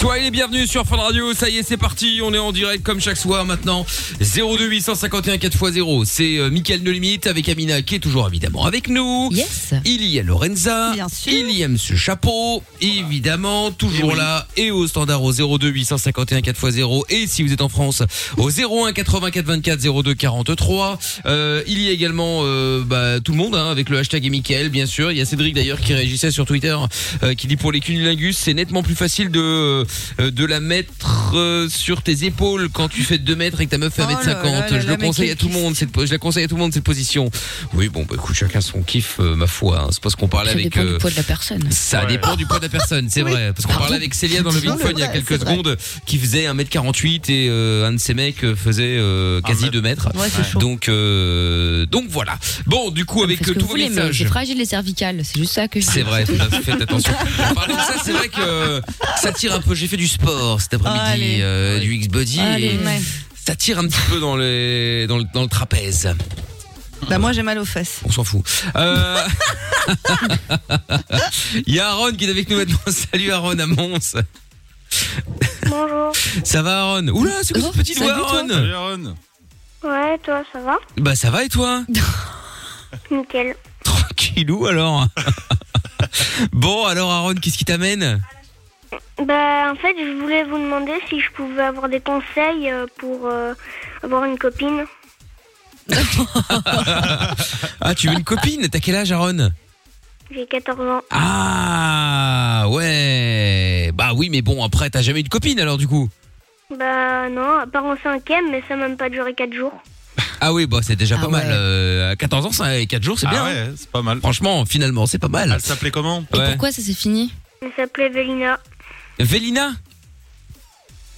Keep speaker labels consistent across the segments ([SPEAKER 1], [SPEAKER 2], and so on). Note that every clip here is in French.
[SPEAKER 1] Soyez les bienvenus sur Fun Radio, ça y est c'est parti, on est en direct comme chaque soir maintenant 02851 4x0 C'est euh, Mickaël No Limite avec Amina qui est toujours évidemment avec nous
[SPEAKER 2] Yes.
[SPEAKER 1] Il y a Lorenza, il y a Monsieur Chapeau, évidemment toujours là et au standard au 02851 4x0 Et si vous êtes en France au 01 84 24 02 43 Euh, Il y a également euh, bah, tout le monde hein, avec le hashtag et Mickaël bien sûr Il y a Cédric d'ailleurs qui réagissait sur Twitter euh, qui dit pour les cunilingus c'est nettement plus facile de, euh, de la mettre euh, sur tes épaules quand tu fais 2 mètres et que ta meuf fait
[SPEAKER 3] Oh là
[SPEAKER 1] 1m50
[SPEAKER 3] là
[SPEAKER 1] je
[SPEAKER 3] là,
[SPEAKER 1] le
[SPEAKER 3] mec,
[SPEAKER 1] conseille
[SPEAKER 3] il
[SPEAKER 1] à tout le monde cette, po- je la conseille à tout le monde cette position oui bon bah écoute chacun son kiff euh, ma foi hein. c'est parce qu'on parlait
[SPEAKER 2] Ça
[SPEAKER 1] avec
[SPEAKER 2] dépend
[SPEAKER 1] euh,
[SPEAKER 2] du poids de la personne.
[SPEAKER 1] ça dépend du poids de la personne, c'est vrai. Parce qu'on
[SPEAKER 2] Pardon.
[SPEAKER 1] parlait avec Célia dans le
[SPEAKER 2] Non,
[SPEAKER 1] Big
[SPEAKER 2] mais
[SPEAKER 1] Fun il y a
[SPEAKER 2] vrai,
[SPEAKER 1] quelques
[SPEAKER 2] c'est vrai.
[SPEAKER 1] secondes qui faisait 1m48 et euh, un de ces mecs euh, faisait euh, quasi 2 mètres.
[SPEAKER 2] Ouais, c'est chaud.
[SPEAKER 1] donc, euh, donc voilà. Bon, du coup, avec
[SPEAKER 2] Parce
[SPEAKER 1] euh,
[SPEAKER 2] que
[SPEAKER 1] tous
[SPEAKER 2] vous
[SPEAKER 1] vos
[SPEAKER 2] voulez, mais
[SPEAKER 1] messages.
[SPEAKER 2] c'est fragile les cervicales. C'est juste ça que je dis.
[SPEAKER 1] C'est vrai, faites attention. En parlant de ça, c'est vrai que euh, ça tire un peu. J'ai fait du sport cet après-midi, euh, du X-Body.
[SPEAKER 3] Allez,
[SPEAKER 1] et
[SPEAKER 3] ouais.
[SPEAKER 1] Ça tire un petit peu dans, les, dans, le, dans le trapèze.
[SPEAKER 3] Bah moi j'ai mal aux fesses.
[SPEAKER 1] On s'en fout. Euh, Il y a Aaron qui est avec nous maintenant. Salut Aaron à Mons.
[SPEAKER 4] Bonjour.
[SPEAKER 1] Ça va Aaron Oula, c'est quoi
[SPEAKER 2] Oh,
[SPEAKER 1] ce petit doigt Aaron
[SPEAKER 5] Aaron.
[SPEAKER 4] Ouais, toi, ça va
[SPEAKER 1] Bah ça va et toi
[SPEAKER 4] Nickel.
[SPEAKER 1] Tranquillou alors Bon alors Aaron, qu'est-ce qui t'amène
[SPEAKER 4] Bah, en fait, je voulais vous demander si je pouvais avoir des conseils euh, pour euh, avoir une copine.
[SPEAKER 1] Ah tu veux une copine T'as quel âge Aaron
[SPEAKER 4] J'ai 14 ans.
[SPEAKER 1] Ah ouais Bah oui mais bon après t'as jamais eu de copine alors du coup
[SPEAKER 4] Bah, non, à part en cinquième, mais ça n'a même pas duré 4 jours.
[SPEAKER 1] Ah oui bah c'est déjà
[SPEAKER 2] Ah
[SPEAKER 1] pas mal
[SPEAKER 2] ouais.
[SPEAKER 1] Euh, à 14 ans ça, et 4 jours c'est
[SPEAKER 5] Ah
[SPEAKER 1] bien hein.
[SPEAKER 5] ouais, c'est pas mal.
[SPEAKER 1] Franchement finalement c'est pas mal
[SPEAKER 5] Elle s'appelait comment
[SPEAKER 2] Et
[SPEAKER 1] Ouais.
[SPEAKER 2] pourquoi ça s'est fini
[SPEAKER 4] Elle s'appelait Vélina.
[SPEAKER 1] Vélina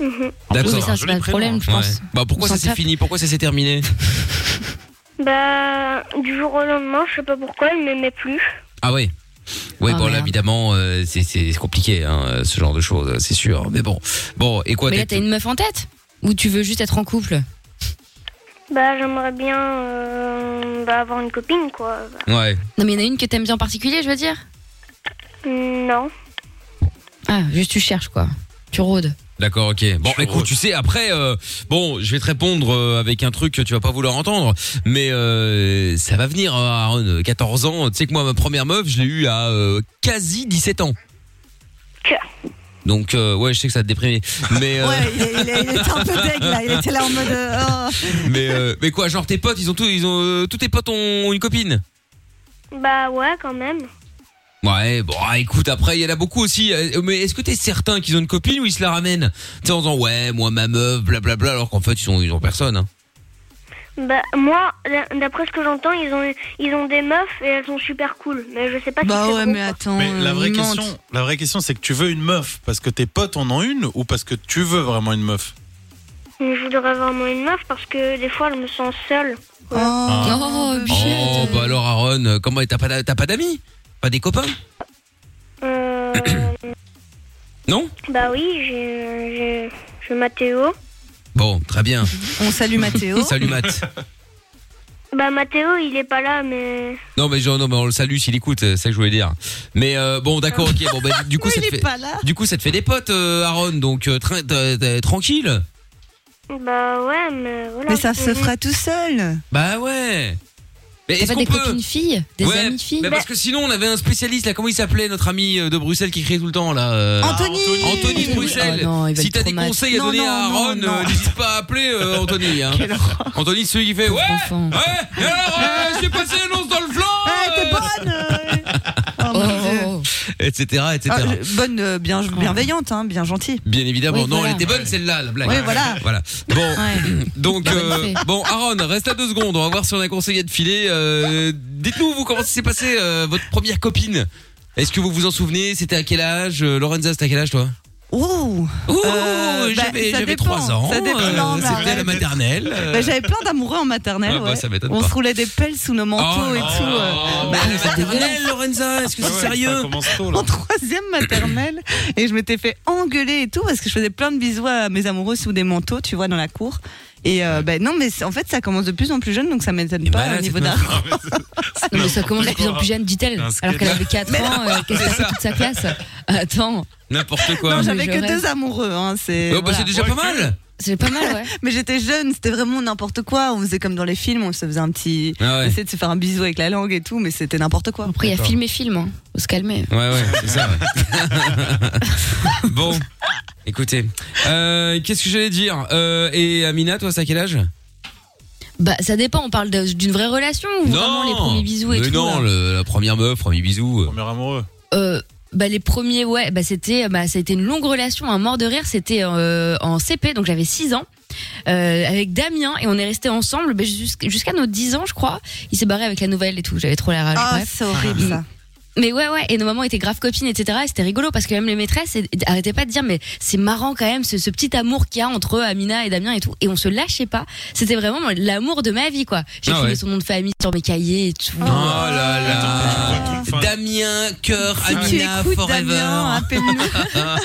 [SPEAKER 4] Mhm.
[SPEAKER 2] Oui, mais
[SPEAKER 1] D'accord
[SPEAKER 2] ça, c'est pas le problème, je
[SPEAKER 1] Ouais.
[SPEAKER 5] hein.
[SPEAKER 2] pense.
[SPEAKER 1] Bah pourquoi
[SPEAKER 2] On
[SPEAKER 1] ça
[SPEAKER 2] s'en
[SPEAKER 1] s'est
[SPEAKER 2] tape.
[SPEAKER 1] fini Pourquoi ça s'est terminé
[SPEAKER 4] Bah, du jour au lendemain, je sais pas pourquoi, elle m'aimait plus.
[SPEAKER 1] Ah ouais. Oui,
[SPEAKER 2] Ah,
[SPEAKER 1] bon là
[SPEAKER 2] merde.
[SPEAKER 1] évidemment euh, c'est- c'est compliqué hein, euh, ce genre de choses, c'est sûr. Mais bon, bon et quoi
[SPEAKER 2] Mais là,
[SPEAKER 1] t'es-
[SPEAKER 2] t'as une meuf en tête Ou tu veux juste être en couple
[SPEAKER 4] Bah, j'aimerais bien euh, bah, avoir une copine, quoi. Bah,
[SPEAKER 1] Ouais.
[SPEAKER 2] Non, mais il y en a une que t'aimes bien en particulier, je veux dire
[SPEAKER 4] non.
[SPEAKER 2] Ah, juste tu cherches, quoi. Tu rôdes.
[SPEAKER 1] D'accord, ok. Bon, écoute, tu sais, après, euh, bon, je vais te répondre euh, avec un truc que tu vas pas vouloir entendre, mais euh, ça va venir, hein, Aaron, 14 ans. Tu sais que moi, ma première meuf, je l'ai eue à euh, quasi 17 ans.
[SPEAKER 4] Que
[SPEAKER 1] Donc, euh, ouais, je sais que ça te déprime, mais... euh,
[SPEAKER 3] Ouais, il, est- il est- il était un peu deg là, il était là en mode. euh, oh.
[SPEAKER 1] mais, euh, mais quoi, genre tes potes, ils ont tous, ils ont euh, tous tes potes ont une copine.
[SPEAKER 4] Bah, ouais, quand même.
[SPEAKER 1] Ouais, bon, ah, écoute, après, il y en a beaucoup aussi. euh, Mais est-ce que t'es certain qu'ils ont une copine ou ils se la ramènent Tu sais, en disant, ouais, moi, ma meuf, blablabla, alors qu'en fait, ils ont, ils ont personne. hein.
[SPEAKER 4] Bah, moi, d'a- d'après ce que j'entends, ils ont, ils ont des meufs et elles sont super cool. Mais je sais pas si
[SPEAKER 3] Bah
[SPEAKER 4] c'est
[SPEAKER 3] ouais,
[SPEAKER 4] trop,
[SPEAKER 3] mais
[SPEAKER 4] quoi.
[SPEAKER 3] attends.
[SPEAKER 5] Mais la
[SPEAKER 3] euh,
[SPEAKER 5] vraie
[SPEAKER 3] il mente.
[SPEAKER 5] question, la vraie question, c'est que tu veux une meuf parce que tes potes en ont une ou parce que tu veux vraiment une meuf
[SPEAKER 4] Je voudrais vraiment une meuf parce que des fois, je me sens seule.
[SPEAKER 3] Oh,
[SPEAKER 2] Oh,
[SPEAKER 3] bébé.
[SPEAKER 2] Shit.
[SPEAKER 1] Ah. Oh, bah alors, Aaron, euh, comment t'as pas, d'a- t'as pas d'amis Pas des copains
[SPEAKER 4] Euh,
[SPEAKER 1] Non
[SPEAKER 4] bah oui, j'ai- j'ai j'ai Mathéo.
[SPEAKER 1] Bon, très bien.
[SPEAKER 3] On salue Mathéo.
[SPEAKER 1] Salut, Matt.
[SPEAKER 4] Bah Mathéo, il est pas là, mais
[SPEAKER 1] Non, mais, genre, non, mais on le salue s'il écoute, euh, c'est ça que je voulais dire. Mais euh, bon, d'accord, ok, bon, bah, du- du coup,
[SPEAKER 3] Oui,
[SPEAKER 1] ça
[SPEAKER 3] il
[SPEAKER 1] te
[SPEAKER 3] est
[SPEAKER 1] fait.
[SPEAKER 3] pas là.
[SPEAKER 1] Du coup, ça te fait des potes, euh, Aaron, donc euh, tra- t'as- t'as- tranquille.
[SPEAKER 4] bah ouais, mais voilà.
[SPEAKER 3] Mais ça se
[SPEAKER 4] Mhm.
[SPEAKER 3] fera tout seul.
[SPEAKER 1] Bah ouais. Mais
[SPEAKER 2] T'as
[SPEAKER 1] est-ce
[SPEAKER 2] pas
[SPEAKER 1] qu'on
[SPEAKER 2] des
[SPEAKER 1] peut
[SPEAKER 2] copines filles Des
[SPEAKER 1] Ouais,
[SPEAKER 2] amies filles
[SPEAKER 1] Mais parce que sinon, on avait un spécialiste là, comment il s'appelait, notre ami euh, de Bruxelles qui crie tout le temps là. euh,
[SPEAKER 3] Anthony.
[SPEAKER 1] Anthony de
[SPEAKER 2] Anthony.
[SPEAKER 1] Bruxelles.
[SPEAKER 2] Oh non, il va
[SPEAKER 1] si
[SPEAKER 2] être
[SPEAKER 1] t'as
[SPEAKER 2] trop
[SPEAKER 1] des
[SPEAKER 2] mal.
[SPEAKER 1] conseils à
[SPEAKER 3] Non,
[SPEAKER 1] donner
[SPEAKER 3] non,
[SPEAKER 1] à
[SPEAKER 3] non,
[SPEAKER 1] Aaron,
[SPEAKER 3] non.
[SPEAKER 1] euh, n'hésite pas à appeler euh, Anthony. Hein. Anthony, celui qui fait ouais,
[SPEAKER 2] Pauvre
[SPEAKER 1] ouais.
[SPEAKER 2] enfant.
[SPEAKER 1] Et alors, euh, j'ai passé l'annonce dans le flanc,
[SPEAKER 3] Ouais, t'es
[SPEAKER 1] euh,
[SPEAKER 3] bonne. euh. Oh,
[SPEAKER 2] Oh,
[SPEAKER 3] mon Dieu.
[SPEAKER 2] oh, oh.
[SPEAKER 1] etc., etc.
[SPEAKER 3] Ah, je- bonne, euh, bien, bienveillante, hein, bien gentille.
[SPEAKER 1] Bien évidemment,
[SPEAKER 2] Oui,
[SPEAKER 1] non,
[SPEAKER 2] voilà.
[SPEAKER 1] elle était bonne celle-là, la blague.
[SPEAKER 3] Oui, voilà.
[SPEAKER 1] Voilà. Bon,
[SPEAKER 2] Ouais.
[SPEAKER 1] donc,
[SPEAKER 2] Bonne
[SPEAKER 1] euh,
[SPEAKER 2] fée.
[SPEAKER 1] bon, Aaron, reste là deux secondes. On va voir si on a conseillé de filer. Euh, Dites-nous, vous, comment ça s'est passé, euh, votre première copine Est-ce que vous vous en souvenez C'était à quel âge Euh, Lorenza, c'était à quel âge, toi
[SPEAKER 3] Ouh.
[SPEAKER 1] Ouh,
[SPEAKER 3] Euh, bah,
[SPEAKER 1] j'avais
[SPEAKER 3] ça
[SPEAKER 1] j'avais
[SPEAKER 3] dépend.
[SPEAKER 1] trois ans. euh,
[SPEAKER 3] Ça dépend. Non, mais
[SPEAKER 1] C'était
[SPEAKER 3] arrête.
[SPEAKER 1] la maternelle. euh.
[SPEAKER 3] Bah, J'avais Bah, plein d'amoureux en maternelle.
[SPEAKER 1] Ah bah,
[SPEAKER 3] ouais.
[SPEAKER 1] ça m'étonne
[SPEAKER 3] On
[SPEAKER 1] pas.
[SPEAKER 3] se roulait des pelles sous nos manteaux
[SPEAKER 1] Oh
[SPEAKER 3] et
[SPEAKER 1] là
[SPEAKER 3] tout.
[SPEAKER 1] là.
[SPEAKER 3] euh. Bah
[SPEAKER 1] la maternelle, Lorenza, est-ce que c'est sérieux
[SPEAKER 3] en troisième maternelle et je m'étais fait engueuler et tout parce que je faisais plein de bisous à mes amoureux sous des manteaux, tu vois, dans la cour. Et euh, ben non, mais c'est- en fait, ça commence de plus en plus jeune, donc ça m'étonne pas
[SPEAKER 1] malade,
[SPEAKER 3] au niveau
[SPEAKER 1] cette
[SPEAKER 3] d'art.
[SPEAKER 2] Non, mais ça commence de plus en plus jeune, dit-elle.
[SPEAKER 1] Inscrit-
[SPEAKER 2] Alors qu'elle avait 4 ans, euh, qu'elle
[SPEAKER 1] C'est
[SPEAKER 2] passait
[SPEAKER 1] ça.
[SPEAKER 2] toute sa classe. Attends,
[SPEAKER 1] N'importe quoi.
[SPEAKER 3] Non,
[SPEAKER 2] mais
[SPEAKER 3] j'avais
[SPEAKER 2] je
[SPEAKER 3] que
[SPEAKER 2] rêve.
[SPEAKER 3] deux amoureux, hein, c'est.
[SPEAKER 1] Oh, bah,
[SPEAKER 2] voilà.
[SPEAKER 1] c'est déjà pas mal.
[SPEAKER 2] c'est pas mal, ouais.
[SPEAKER 3] Mais j'étais jeune, c'était vraiment n'importe quoi. On faisait comme dans les films, on se faisait un petit.
[SPEAKER 1] Ah
[SPEAKER 3] On
[SPEAKER 1] ouais.
[SPEAKER 3] essayait de se faire un bisou avec la langue et tout, mais c'était n'importe quoi.
[SPEAKER 2] Après, il y a
[SPEAKER 1] D'accord.
[SPEAKER 2] film et film, hein. Faut se calmer.
[SPEAKER 1] Ouais, ouais, c'est ça. ouais. bon, écoutez, euh, qu'est-ce que j'allais dire Euh, Et Amina, toi, c'est à quel âge
[SPEAKER 2] Bah, ça dépend, on parle de- d'une vraie relation ou vraiment les premiers bisous et
[SPEAKER 1] Mais
[SPEAKER 2] tout.
[SPEAKER 1] non,
[SPEAKER 2] là
[SPEAKER 1] le- la première meuf, premier bisou. euh.
[SPEAKER 5] Premier amoureux.
[SPEAKER 2] Euh, bah, les premiers, ouais, bah, c'était, bah, ça a été une longue relation, un mort de rire, c'était euh, en CP, donc j'avais 6 ans. euh, avec Damien et on est restés ensemble bah, jusqu'- jusqu'à nos 10 ans je crois il s'est barré avec la nouvelle et tout j'avais trop la rage
[SPEAKER 3] Ah,
[SPEAKER 2] bref. Mm.
[SPEAKER 3] c'est horrible ça.
[SPEAKER 2] Mais ouais, ouais, et nos mamans étaient grave copines, etc. Et c'était rigolo parce que même les maîtresses elles arrêtaient pas de dire, mais c'est marrant quand même ce, ce petit amour qu'il y a entre Amina et Damien et tout. Et on se lâchait pas. C'était vraiment l'amour de ma vie, quoi. J'ai
[SPEAKER 1] Ah
[SPEAKER 2] trouvé
[SPEAKER 1] ouais.
[SPEAKER 2] son nom de famille sur mes cahiers et tout.
[SPEAKER 1] Oh
[SPEAKER 2] Ah.
[SPEAKER 1] là là
[SPEAKER 5] Attends, je vois tout, enfin,
[SPEAKER 1] Damien, cœur,
[SPEAKER 3] Si tu
[SPEAKER 1] Amina,
[SPEAKER 3] écoutes
[SPEAKER 1] forever.
[SPEAKER 3] Damien, appelle-nous.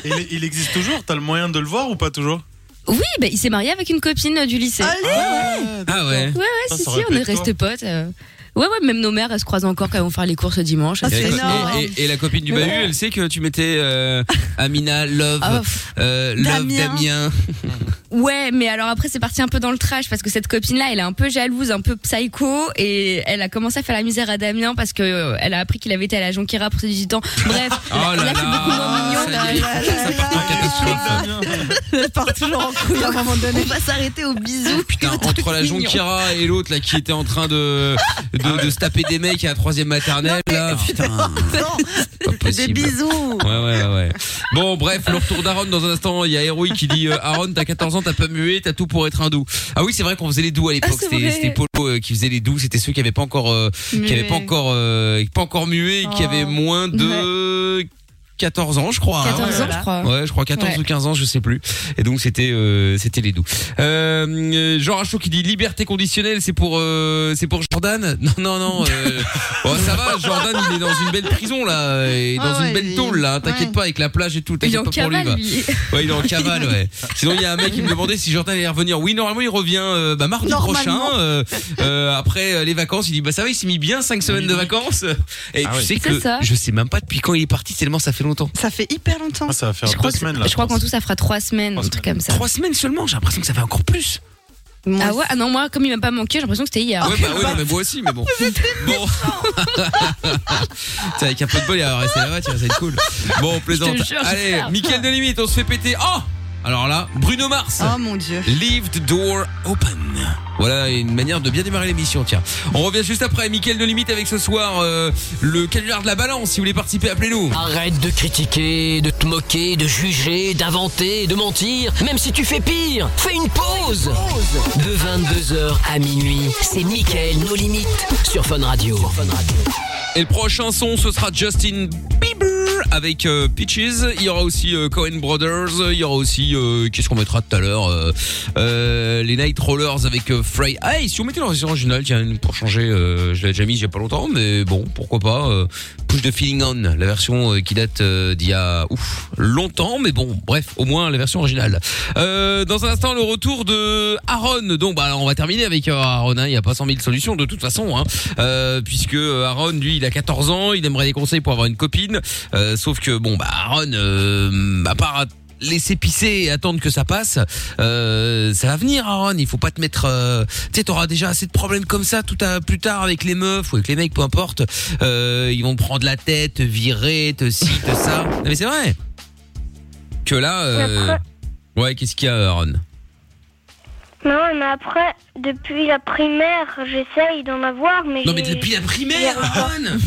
[SPEAKER 5] il, il existe toujours T'as le moyen de le voir ou pas toujours
[SPEAKER 2] Oui, bah, il s'est marié avec une copine euh, du lycée.
[SPEAKER 3] Allez
[SPEAKER 1] Ah ouais.
[SPEAKER 2] ouais, ouais,
[SPEAKER 5] Ça,
[SPEAKER 2] si,
[SPEAKER 5] ça
[SPEAKER 2] si, on est
[SPEAKER 5] répète,
[SPEAKER 2] reste potes. euh. Ouais, ouais, même nos mères, elles se croisent encore quand elles vont faire les courses le dimanche.
[SPEAKER 3] Ah,
[SPEAKER 1] Et
[SPEAKER 3] c'est
[SPEAKER 1] la co-
[SPEAKER 3] énorme.
[SPEAKER 1] et, et- et la copine du Bahut, elle sait que tu mettais euh, Amina Love,
[SPEAKER 2] Ah, pff.
[SPEAKER 1] euh, Love
[SPEAKER 3] Damien.
[SPEAKER 1] Damien.
[SPEAKER 2] Ouais, mais alors après c'est parti un peu dans le trash parce que cette copine là, elle est un peu jalouse, un peu psycho et elle a commencé à faire la misère à Damien parce que euh, elle a appris qu'il avait été à la Jonquera pour ses 18 ans. Bref,
[SPEAKER 1] Oh là
[SPEAKER 2] là, c'est
[SPEAKER 1] là.
[SPEAKER 2] beaucoup moins mignon.
[SPEAKER 1] Ça
[SPEAKER 3] euh,
[SPEAKER 1] y est,
[SPEAKER 3] là,
[SPEAKER 1] ça part en
[SPEAKER 3] là,
[SPEAKER 1] catastrophe.
[SPEAKER 3] Elle part toujours en couille à un moment donné. On va s'arrêter au bisou.
[SPEAKER 1] Ah, Putain, entre la
[SPEAKER 2] mignon.
[SPEAKER 1] Jonquira et l'autre là qui était en train de, de, de se taper des mecs à la troisième maternelle là, putain, c'est pas
[SPEAKER 3] Des
[SPEAKER 1] possible.
[SPEAKER 3] bisous.
[SPEAKER 1] Ouais, ouais, ouais, ouais. Bon, bref, le retour d'Aaron dans un instant. Il y a Héroï qui dit euh, Aaron, t'as 14 ans, t'as pas mué, t'as tout pour être un doux. Ah oui, c'est vrai qu'on faisait les doux à l'époque.
[SPEAKER 2] Ah, c'est
[SPEAKER 1] c'était,
[SPEAKER 2] vrai.
[SPEAKER 1] c'était Polo euh, qui faisait les doux. C'était ceux qui avaient pas encore, euh, qui avaient pas encore, euh, pas encore mué, et qui
[SPEAKER 3] Oh.
[SPEAKER 1] avaient moins de 14 ans, je crois. hein.
[SPEAKER 2] 14 ans,
[SPEAKER 3] voilà.
[SPEAKER 2] je crois.
[SPEAKER 1] Ouais, je crois 14
[SPEAKER 2] Ouais.
[SPEAKER 1] ou 15 ans, je sais plus. Et donc c'était euh, c'était les doux. Euh, euh, Jean Rachaud qui dit liberté conditionnelle, c'est pour euh, c'est pour Jordan. Non non non. euh, bon, ça va, Jordan il est dans une belle prison là et dans
[SPEAKER 3] Ah ouais,
[SPEAKER 1] une belle
[SPEAKER 3] il-
[SPEAKER 1] tôle là. T'inquiète
[SPEAKER 3] ouais.
[SPEAKER 1] pas avec la plage et tout.
[SPEAKER 2] Il est
[SPEAKER 1] T'inquiète pas pour
[SPEAKER 2] en
[SPEAKER 1] lui.
[SPEAKER 2] cavale
[SPEAKER 1] Va.
[SPEAKER 2] lui.
[SPEAKER 1] Ouais, il est en cavale. Ouais. Sinon il y a un mec qui me demandait si Jordan allait revenir. Oui normalement il revient euh, bah, mardi prochain.
[SPEAKER 3] Normalement.
[SPEAKER 1] euh, euh, après euh, les vacances il dit bah ça va il s'est mis bien 5 semaines de vacances. Et
[SPEAKER 5] Ah
[SPEAKER 1] tu
[SPEAKER 5] ouais.
[SPEAKER 1] sais
[SPEAKER 2] C'est
[SPEAKER 1] que
[SPEAKER 2] ça.
[SPEAKER 1] je sais même pas depuis quand il est parti tellement ça fait longtemps.
[SPEAKER 3] Ça fait hyper longtemps.
[SPEAKER 5] Ah, ça va faire
[SPEAKER 2] Je crois,
[SPEAKER 5] trois
[SPEAKER 2] que-
[SPEAKER 5] semaines là.
[SPEAKER 2] je crois qu'en
[SPEAKER 5] pense.
[SPEAKER 2] tout ça fera 3 semaines,
[SPEAKER 5] Trois
[SPEAKER 2] un truc comme ça.
[SPEAKER 1] Trois semaines seulement, j'ai l'impression que ça fait encore plus.
[SPEAKER 3] Moi,
[SPEAKER 2] Ah ouais, ah non moi comme il m'a pas manqué, j'ai l'impression que c'était hier.
[SPEAKER 1] ouais, bah, ouais, non, mais moi aussi, mais bon. bon. T'sais, avec un peu de bol, il va rester là-bas, tu vois, ça va être cool. Bon, on plaisante.
[SPEAKER 2] jure,
[SPEAKER 1] Allez,
[SPEAKER 2] j'espère.
[SPEAKER 1] Mickaël de Limite, on se fait péter. Oh Alors là, Bruno Mars.
[SPEAKER 3] Oh mon dieu.
[SPEAKER 1] Leave the door open. Voilà une manière de bien démarrer l'émission, tiens. On revient juste après, Mickaël de Limite avec ce soir euh, le canular de la balance. Si vous voulez participer, appelez-nous.
[SPEAKER 6] Arrête de critiquer, de te moquer, de juger, d'inventer, de mentir. Même si tu fais pire, fais une pause. De 22h à minuit, c'est Mickaël, nos limites, sur Fun Radio.
[SPEAKER 1] Et le prochain son, ce sera Justin Bieber avec euh, Peaches. Il y aura aussi euh, Cohen Brothers. Il y aura aussi euh, qu'est-ce qu'on mettra tout à l'heure euh, euh, Les Night Rollers avec euh, Frey. Ah, et si on mettait l'enregistrement original, tiens, pour changer, euh, je l'avais déjà mis il y a pas longtemps, mais bon, pourquoi pas euh, Push the Feeling On, la version euh, qui date euh, d'il y a ouf longtemps, mais bon, bref, au moins la version originale. Euh, dans un instant, le retour de Aaron. Donc, bah, on va terminer avec euh, Aaron. hein. Il n'y a pas 100 000 solutions de toute façon, hein. Euh, puisque euh, Aaron, lui, il a 14 ans. Il aimerait des conseils pour avoir une copine. Euh, sauf que bon, bah, Aaron, euh, à part laisser pisser et attendre que ça passe, euh, ça va venir, Aaron. Il faut pas te mettre. euh, tu sais, t'auras déjà assez de problèmes comme ça tout à plus tard avec les meufs ou avec les mecs, peu importe. Euh, ils vont te prendre la tête, te virer, te ci, te ça. Non, mais c'est vrai. Que là. euh,
[SPEAKER 4] Après-
[SPEAKER 1] Ouais, qu'est-ce qu'il y a, Aaron
[SPEAKER 4] Non, mais après, depuis la primaire, j'essaye d'en avoir, mais.
[SPEAKER 1] Non, mais
[SPEAKER 4] j'ai-
[SPEAKER 1] depuis la primaire,
[SPEAKER 4] j'ai-
[SPEAKER 1] Aaron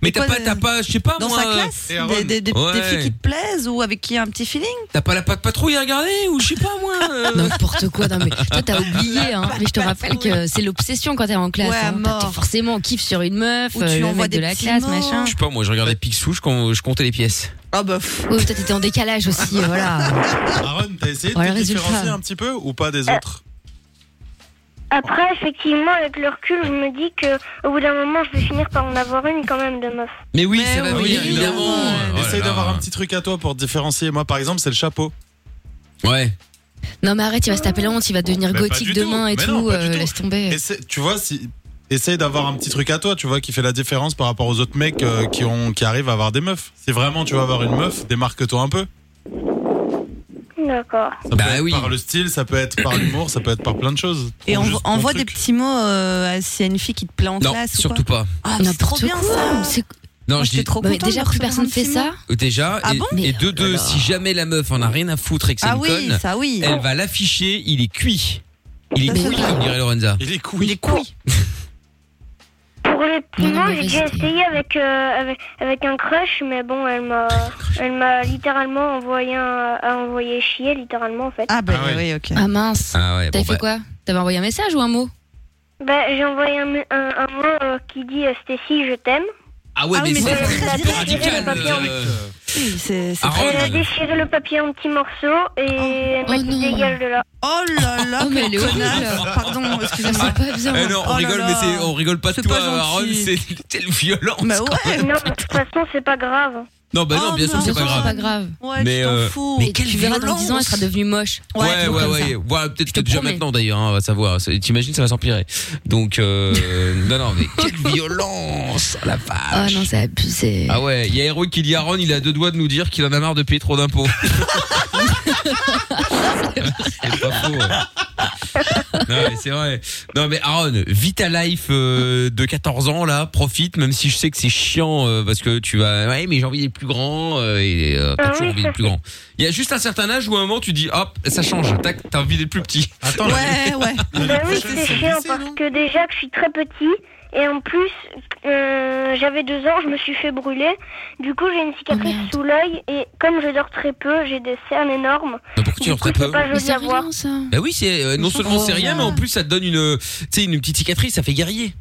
[SPEAKER 1] Mais t'as
[SPEAKER 3] Quoi,
[SPEAKER 1] pas,
[SPEAKER 3] euh,
[SPEAKER 1] t'as pas, je sais pas,
[SPEAKER 3] Dans
[SPEAKER 1] moi,
[SPEAKER 3] sa
[SPEAKER 1] euh,
[SPEAKER 3] classe
[SPEAKER 5] et Aaron.
[SPEAKER 3] des, des- des- des
[SPEAKER 1] Ouais.
[SPEAKER 3] filles qui te plaisent ou avec qui il y a un petit feeling
[SPEAKER 1] t'as pas la patte patrouille à regarder ou je sais pas, moi. euh.
[SPEAKER 2] N'importe quoi, non mais toi t'as oublié, hein. Mais je te rappelle que c'est l'obsession quand t'es en classe.
[SPEAKER 3] Ouais, à
[SPEAKER 2] hein. T'as-
[SPEAKER 3] mort.
[SPEAKER 2] t'es forcément on kiffe sur une meuf,
[SPEAKER 3] Ou tu
[SPEAKER 2] euh, le
[SPEAKER 3] envoies
[SPEAKER 2] mec
[SPEAKER 3] des
[SPEAKER 2] de la
[SPEAKER 3] petits
[SPEAKER 2] classe,
[SPEAKER 3] mots.
[SPEAKER 2] machin.
[SPEAKER 1] Je sais pas, moi, je regardais Picsou, je, com- je comptais les pièces.
[SPEAKER 3] Ah bah pff,
[SPEAKER 2] Oui, mais toi t'étais en décalage aussi, euh, voilà.
[SPEAKER 5] Aaron, t'as essayé de
[SPEAKER 2] Voilà
[SPEAKER 5] te
[SPEAKER 2] le résultat.
[SPEAKER 1] Ah.
[SPEAKER 5] différencier un petit peu ou pas des autres
[SPEAKER 4] Après, effectivement, avec le recul, je me dis que au bout d'un moment, je vais finir par en avoir une quand même de meuf.
[SPEAKER 1] Mais oui, ça va
[SPEAKER 5] oui,
[SPEAKER 1] venir,
[SPEAKER 5] évidemment.
[SPEAKER 1] évidemment. Oh là
[SPEAKER 5] Essaye
[SPEAKER 1] là.
[SPEAKER 5] d'avoir un petit truc à toi pour te différencier. Moi, par exemple, c'est le chapeau.
[SPEAKER 1] Ouais.
[SPEAKER 2] Non, mais arrête, il va se taper la honte, il va devenir
[SPEAKER 1] Bah,
[SPEAKER 5] Mais pas
[SPEAKER 2] gothique
[SPEAKER 5] du tout.
[SPEAKER 2] demain et
[SPEAKER 5] Mais
[SPEAKER 2] tout.
[SPEAKER 5] non, pas du
[SPEAKER 2] euh,
[SPEAKER 5] tout.
[SPEAKER 2] laisse tomber.
[SPEAKER 5] Essaie- tu vois, si. Essaye d'avoir un petit truc à toi, tu vois, qui fait la différence par rapport aux autres mecs euh, qui, ont, qui arrivent à avoir des meufs. Si vraiment tu vas avoir une meuf, démarque-toi un peu.
[SPEAKER 4] D'accord.
[SPEAKER 5] Ça peut
[SPEAKER 1] Bah
[SPEAKER 5] être
[SPEAKER 1] oui.
[SPEAKER 5] par le style, ça peut être par l'humour, ça peut être par plein de choses.
[SPEAKER 3] Et
[SPEAKER 5] Trouve
[SPEAKER 3] on,
[SPEAKER 5] juste ton
[SPEAKER 3] envoie des
[SPEAKER 5] truc.
[SPEAKER 3] petits mots euh, à- s'il y a une fille qui te plaît en
[SPEAKER 1] Non,
[SPEAKER 3] classe. ou
[SPEAKER 1] surtout
[SPEAKER 3] quoi.
[SPEAKER 1] pas.
[SPEAKER 3] Ah, c'est
[SPEAKER 2] N'importe
[SPEAKER 3] trop bien
[SPEAKER 2] quoi.
[SPEAKER 3] ça.
[SPEAKER 2] C'est-
[SPEAKER 1] Non, je
[SPEAKER 3] Moi, j'étais
[SPEAKER 1] dis
[SPEAKER 3] trop
[SPEAKER 2] Bah, mais
[SPEAKER 3] contente. de
[SPEAKER 2] déjà, plus
[SPEAKER 3] recevoir
[SPEAKER 2] personne
[SPEAKER 3] un
[SPEAKER 2] fait
[SPEAKER 3] petit
[SPEAKER 2] ça.
[SPEAKER 3] mot.
[SPEAKER 1] déjà.
[SPEAKER 3] Ah
[SPEAKER 1] et,
[SPEAKER 3] bon
[SPEAKER 1] et
[SPEAKER 2] Mais
[SPEAKER 1] de
[SPEAKER 2] oh
[SPEAKER 1] deux,
[SPEAKER 2] là là.
[SPEAKER 1] si jamais la meuf en a rien à foutre et que c'est
[SPEAKER 3] Ah
[SPEAKER 1] une
[SPEAKER 3] oui,
[SPEAKER 1] conne,
[SPEAKER 3] ça oui.
[SPEAKER 1] elle va l'afficher. Il est cuit. Il est
[SPEAKER 3] Ça, c'est
[SPEAKER 1] cuit,
[SPEAKER 3] vrai.
[SPEAKER 1] comme dirait Lorenza.
[SPEAKER 5] Il est couille.
[SPEAKER 4] Pour les petits
[SPEAKER 2] Non, non,
[SPEAKER 4] noms,
[SPEAKER 2] mais
[SPEAKER 4] j'ai
[SPEAKER 2] vas-y,
[SPEAKER 4] déjà
[SPEAKER 2] dis.
[SPEAKER 4] essayé avec, euh, avec avec un crush, mais bon, elle m'a elle m'a littéralement envoyé un, a envoyé chier littéralement en fait.
[SPEAKER 3] Ah, bah
[SPEAKER 5] Ah ouais.
[SPEAKER 3] oui, ok.
[SPEAKER 2] Ah mince.
[SPEAKER 1] Ah ouais,
[SPEAKER 2] T'avais
[SPEAKER 1] bon,
[SPEAKER 2] fait
[SPEAKER 1] bah,
[SPEAKER 2] quoi T'avais envoyé un message ou un mot
[SPEAKER 4] Bah, j'ai envoyé un, un, un mot euh, qui dit euh, Stacy, je t'aime.
[SPEAKER 1] Ah ouais,
[SPEAKER 3] Ah oui,
[SPEAKER 1] mais
[SPEAKER 3] mais
[SPEAKER 1] c'est
[SPEAKER 3] c'est
[SPEAKER 1] très
[SPEAKER 3] très direct,
[SPEAKER 1] radical. Ah, oh
[SPEAKER 4] c'est pas bien.
[SPEAKER 1] euh,
[SPEAKER 3] Oui, c'est- c'est-
[SPEAKER 1] Aaron,
[SPEAKER 4] Elle a déchiré le papier en petits morceaux et elle m'a
[SPEAKER 2] Oh
[SPEAKER 4] dit
[SPEAKER 2] non.
[SPEAKER 4] dégage de là.
[SPEAKER 3] Oh là là,
[SPEAKER 2] Oh, mais elle est
[SPEAKER 3] quel
[SPEAKER 2] horrible.
[SPEAKER 3] connard. Pardon,
[SPEAKER 2] C'est
[SPEAKER 3] excusez-moi.
[SPEAKER 2] pas bien.
[SPEAKER 1] Eh non, on
[SPEAKER 3] Oh là
[SPEAKER 1] rigole,
[SPEAKER 3] là.
[SPEAKER 1] mais c'est, on rigole pas de
[SPEAKER 3] C'est
[SPEAKER 1] toi,
[SPEAKER 3] pas
[SPEAKER 1] Aaron,
[SPEAKER 3] gentil.
[SPEAKER 1] c'est telle violence.
[SPEAKER 3] Bah ouais,
[SPEAKER 4] Non, de toute façon, c'est pas grave.
[SPEAKER 1] Non, bah non,
[SPEAKER 3] Oh
[SPEAKER 1] bien sûr,
[SPEAKER 3] non.
[SPEAKER 1] c'est
[SPEAKER 2] Bien
[SPEAKER 1] pas grave.
[SPEAKER 2] sûr, C'est pas grave.
[SPEAKER 3] ouais,
[SPEAKER 1] Mais,
[SPEAKER 3] tu
[SPEAKER 1] euh,
[SPEAKER 3] t'en fous.
[SPEAKER 1] mais
[SPEAKER 2] Et tu verras dans 10 ans, elle sera devenue moche.
[SPEAKER 1] Ouais, ouais,
[SPEAKER 2] tout
[SPEAKER 1] ouais,
[SPEAKER 2] comme
[SPEAKER 1] ouais.
[SPEAKER 2] ça.
[SPEAKER 1] peut-être que
[SPEAKER 2] te
[SPEAKER 1] déjà
[SPEAKER 2] promets.
[SPEAKER 1] maintenant d'ailleurs, hein, on va savoir. C'est- T'imagines, ça va s'empirer. Donc, euh, non, non, mais quelle violence, la
[SPEAKER 2] Oh
[SPEAKER 1] vache.
[SPEAKER 2] non, c'est abusé.
[SPEAKER 1] ah ouais, il y a Hero qui dit Aaron, il a deux doigts de nous dire qu'il en a marre de payer trop d'impôts. c'est pas faux. ouais. Non, mais c'est vrai. Non, mais Aaron, vis ta life euh, de 14 ans là, profite, même si je sais que c'est chiant euh, parce que tu vas. Ouais, mais j'ai envie des plus grands euh, et euh, t'as
[SPEAKER 4] Ah
[SPEAKER 1] toujours
[SPEAKER 4] oui,
[SPEAKER 1] envie
[SPEAKER 4] ça
[SPEAKER 1] des plus grands. Il y a juste un certain âge où à un moment tu dis hop, ça change, tac, t'as envie des plus petits.
[SPEAKER 2] Ah.
[SPEAKER 5] Attends, la-
[SPEAKER 3] Ouais, ouais.
[SPEAKER 4] Bah oui,
[SPEAKER 5] prochaine,
[SPEAKER 4] c'est
[SPEAKER 5] c'est le
[SPEAKER 4] chiant
[SPEAKER 5] lycée,
[SPEAKER 4] parce
[SPEAKER 5] non
[SPEAKER 4] que déjà que je suis très petit et en plus euh, j'avais deux ans, je me suis fait brûler. Du coup, j'ai une cicatrice
[SPEAKER 2] Oh, merde.
[SPEAKER 4] sous l'œil et comme je dors très peu, j'ai des cernes énormes.
[SPEAKER 1] Bah, pourquoi tu
[SPEAKER 4] Du
[SPEAKER 1] dors
[SPEAKER 4] coup,
[SPEAKER 1] très peu
[SPEAKER 4] c'est pas
[SPEAKER 2] Mais
[SPEAKER 4] joli
[SPEAKER 2] c'est
[SPEAKER 4] à voir.
[SPEAKER 2] rien, ça.
[SPEAKER 1] Bah oui, c'est euh, non seulement c'est rien,
[SPEAKER 2] ouais.
[SPEAKER 1] mais en plus ça te donne une, euh, tu sais, une petite cicatrice, ça fait guerrier.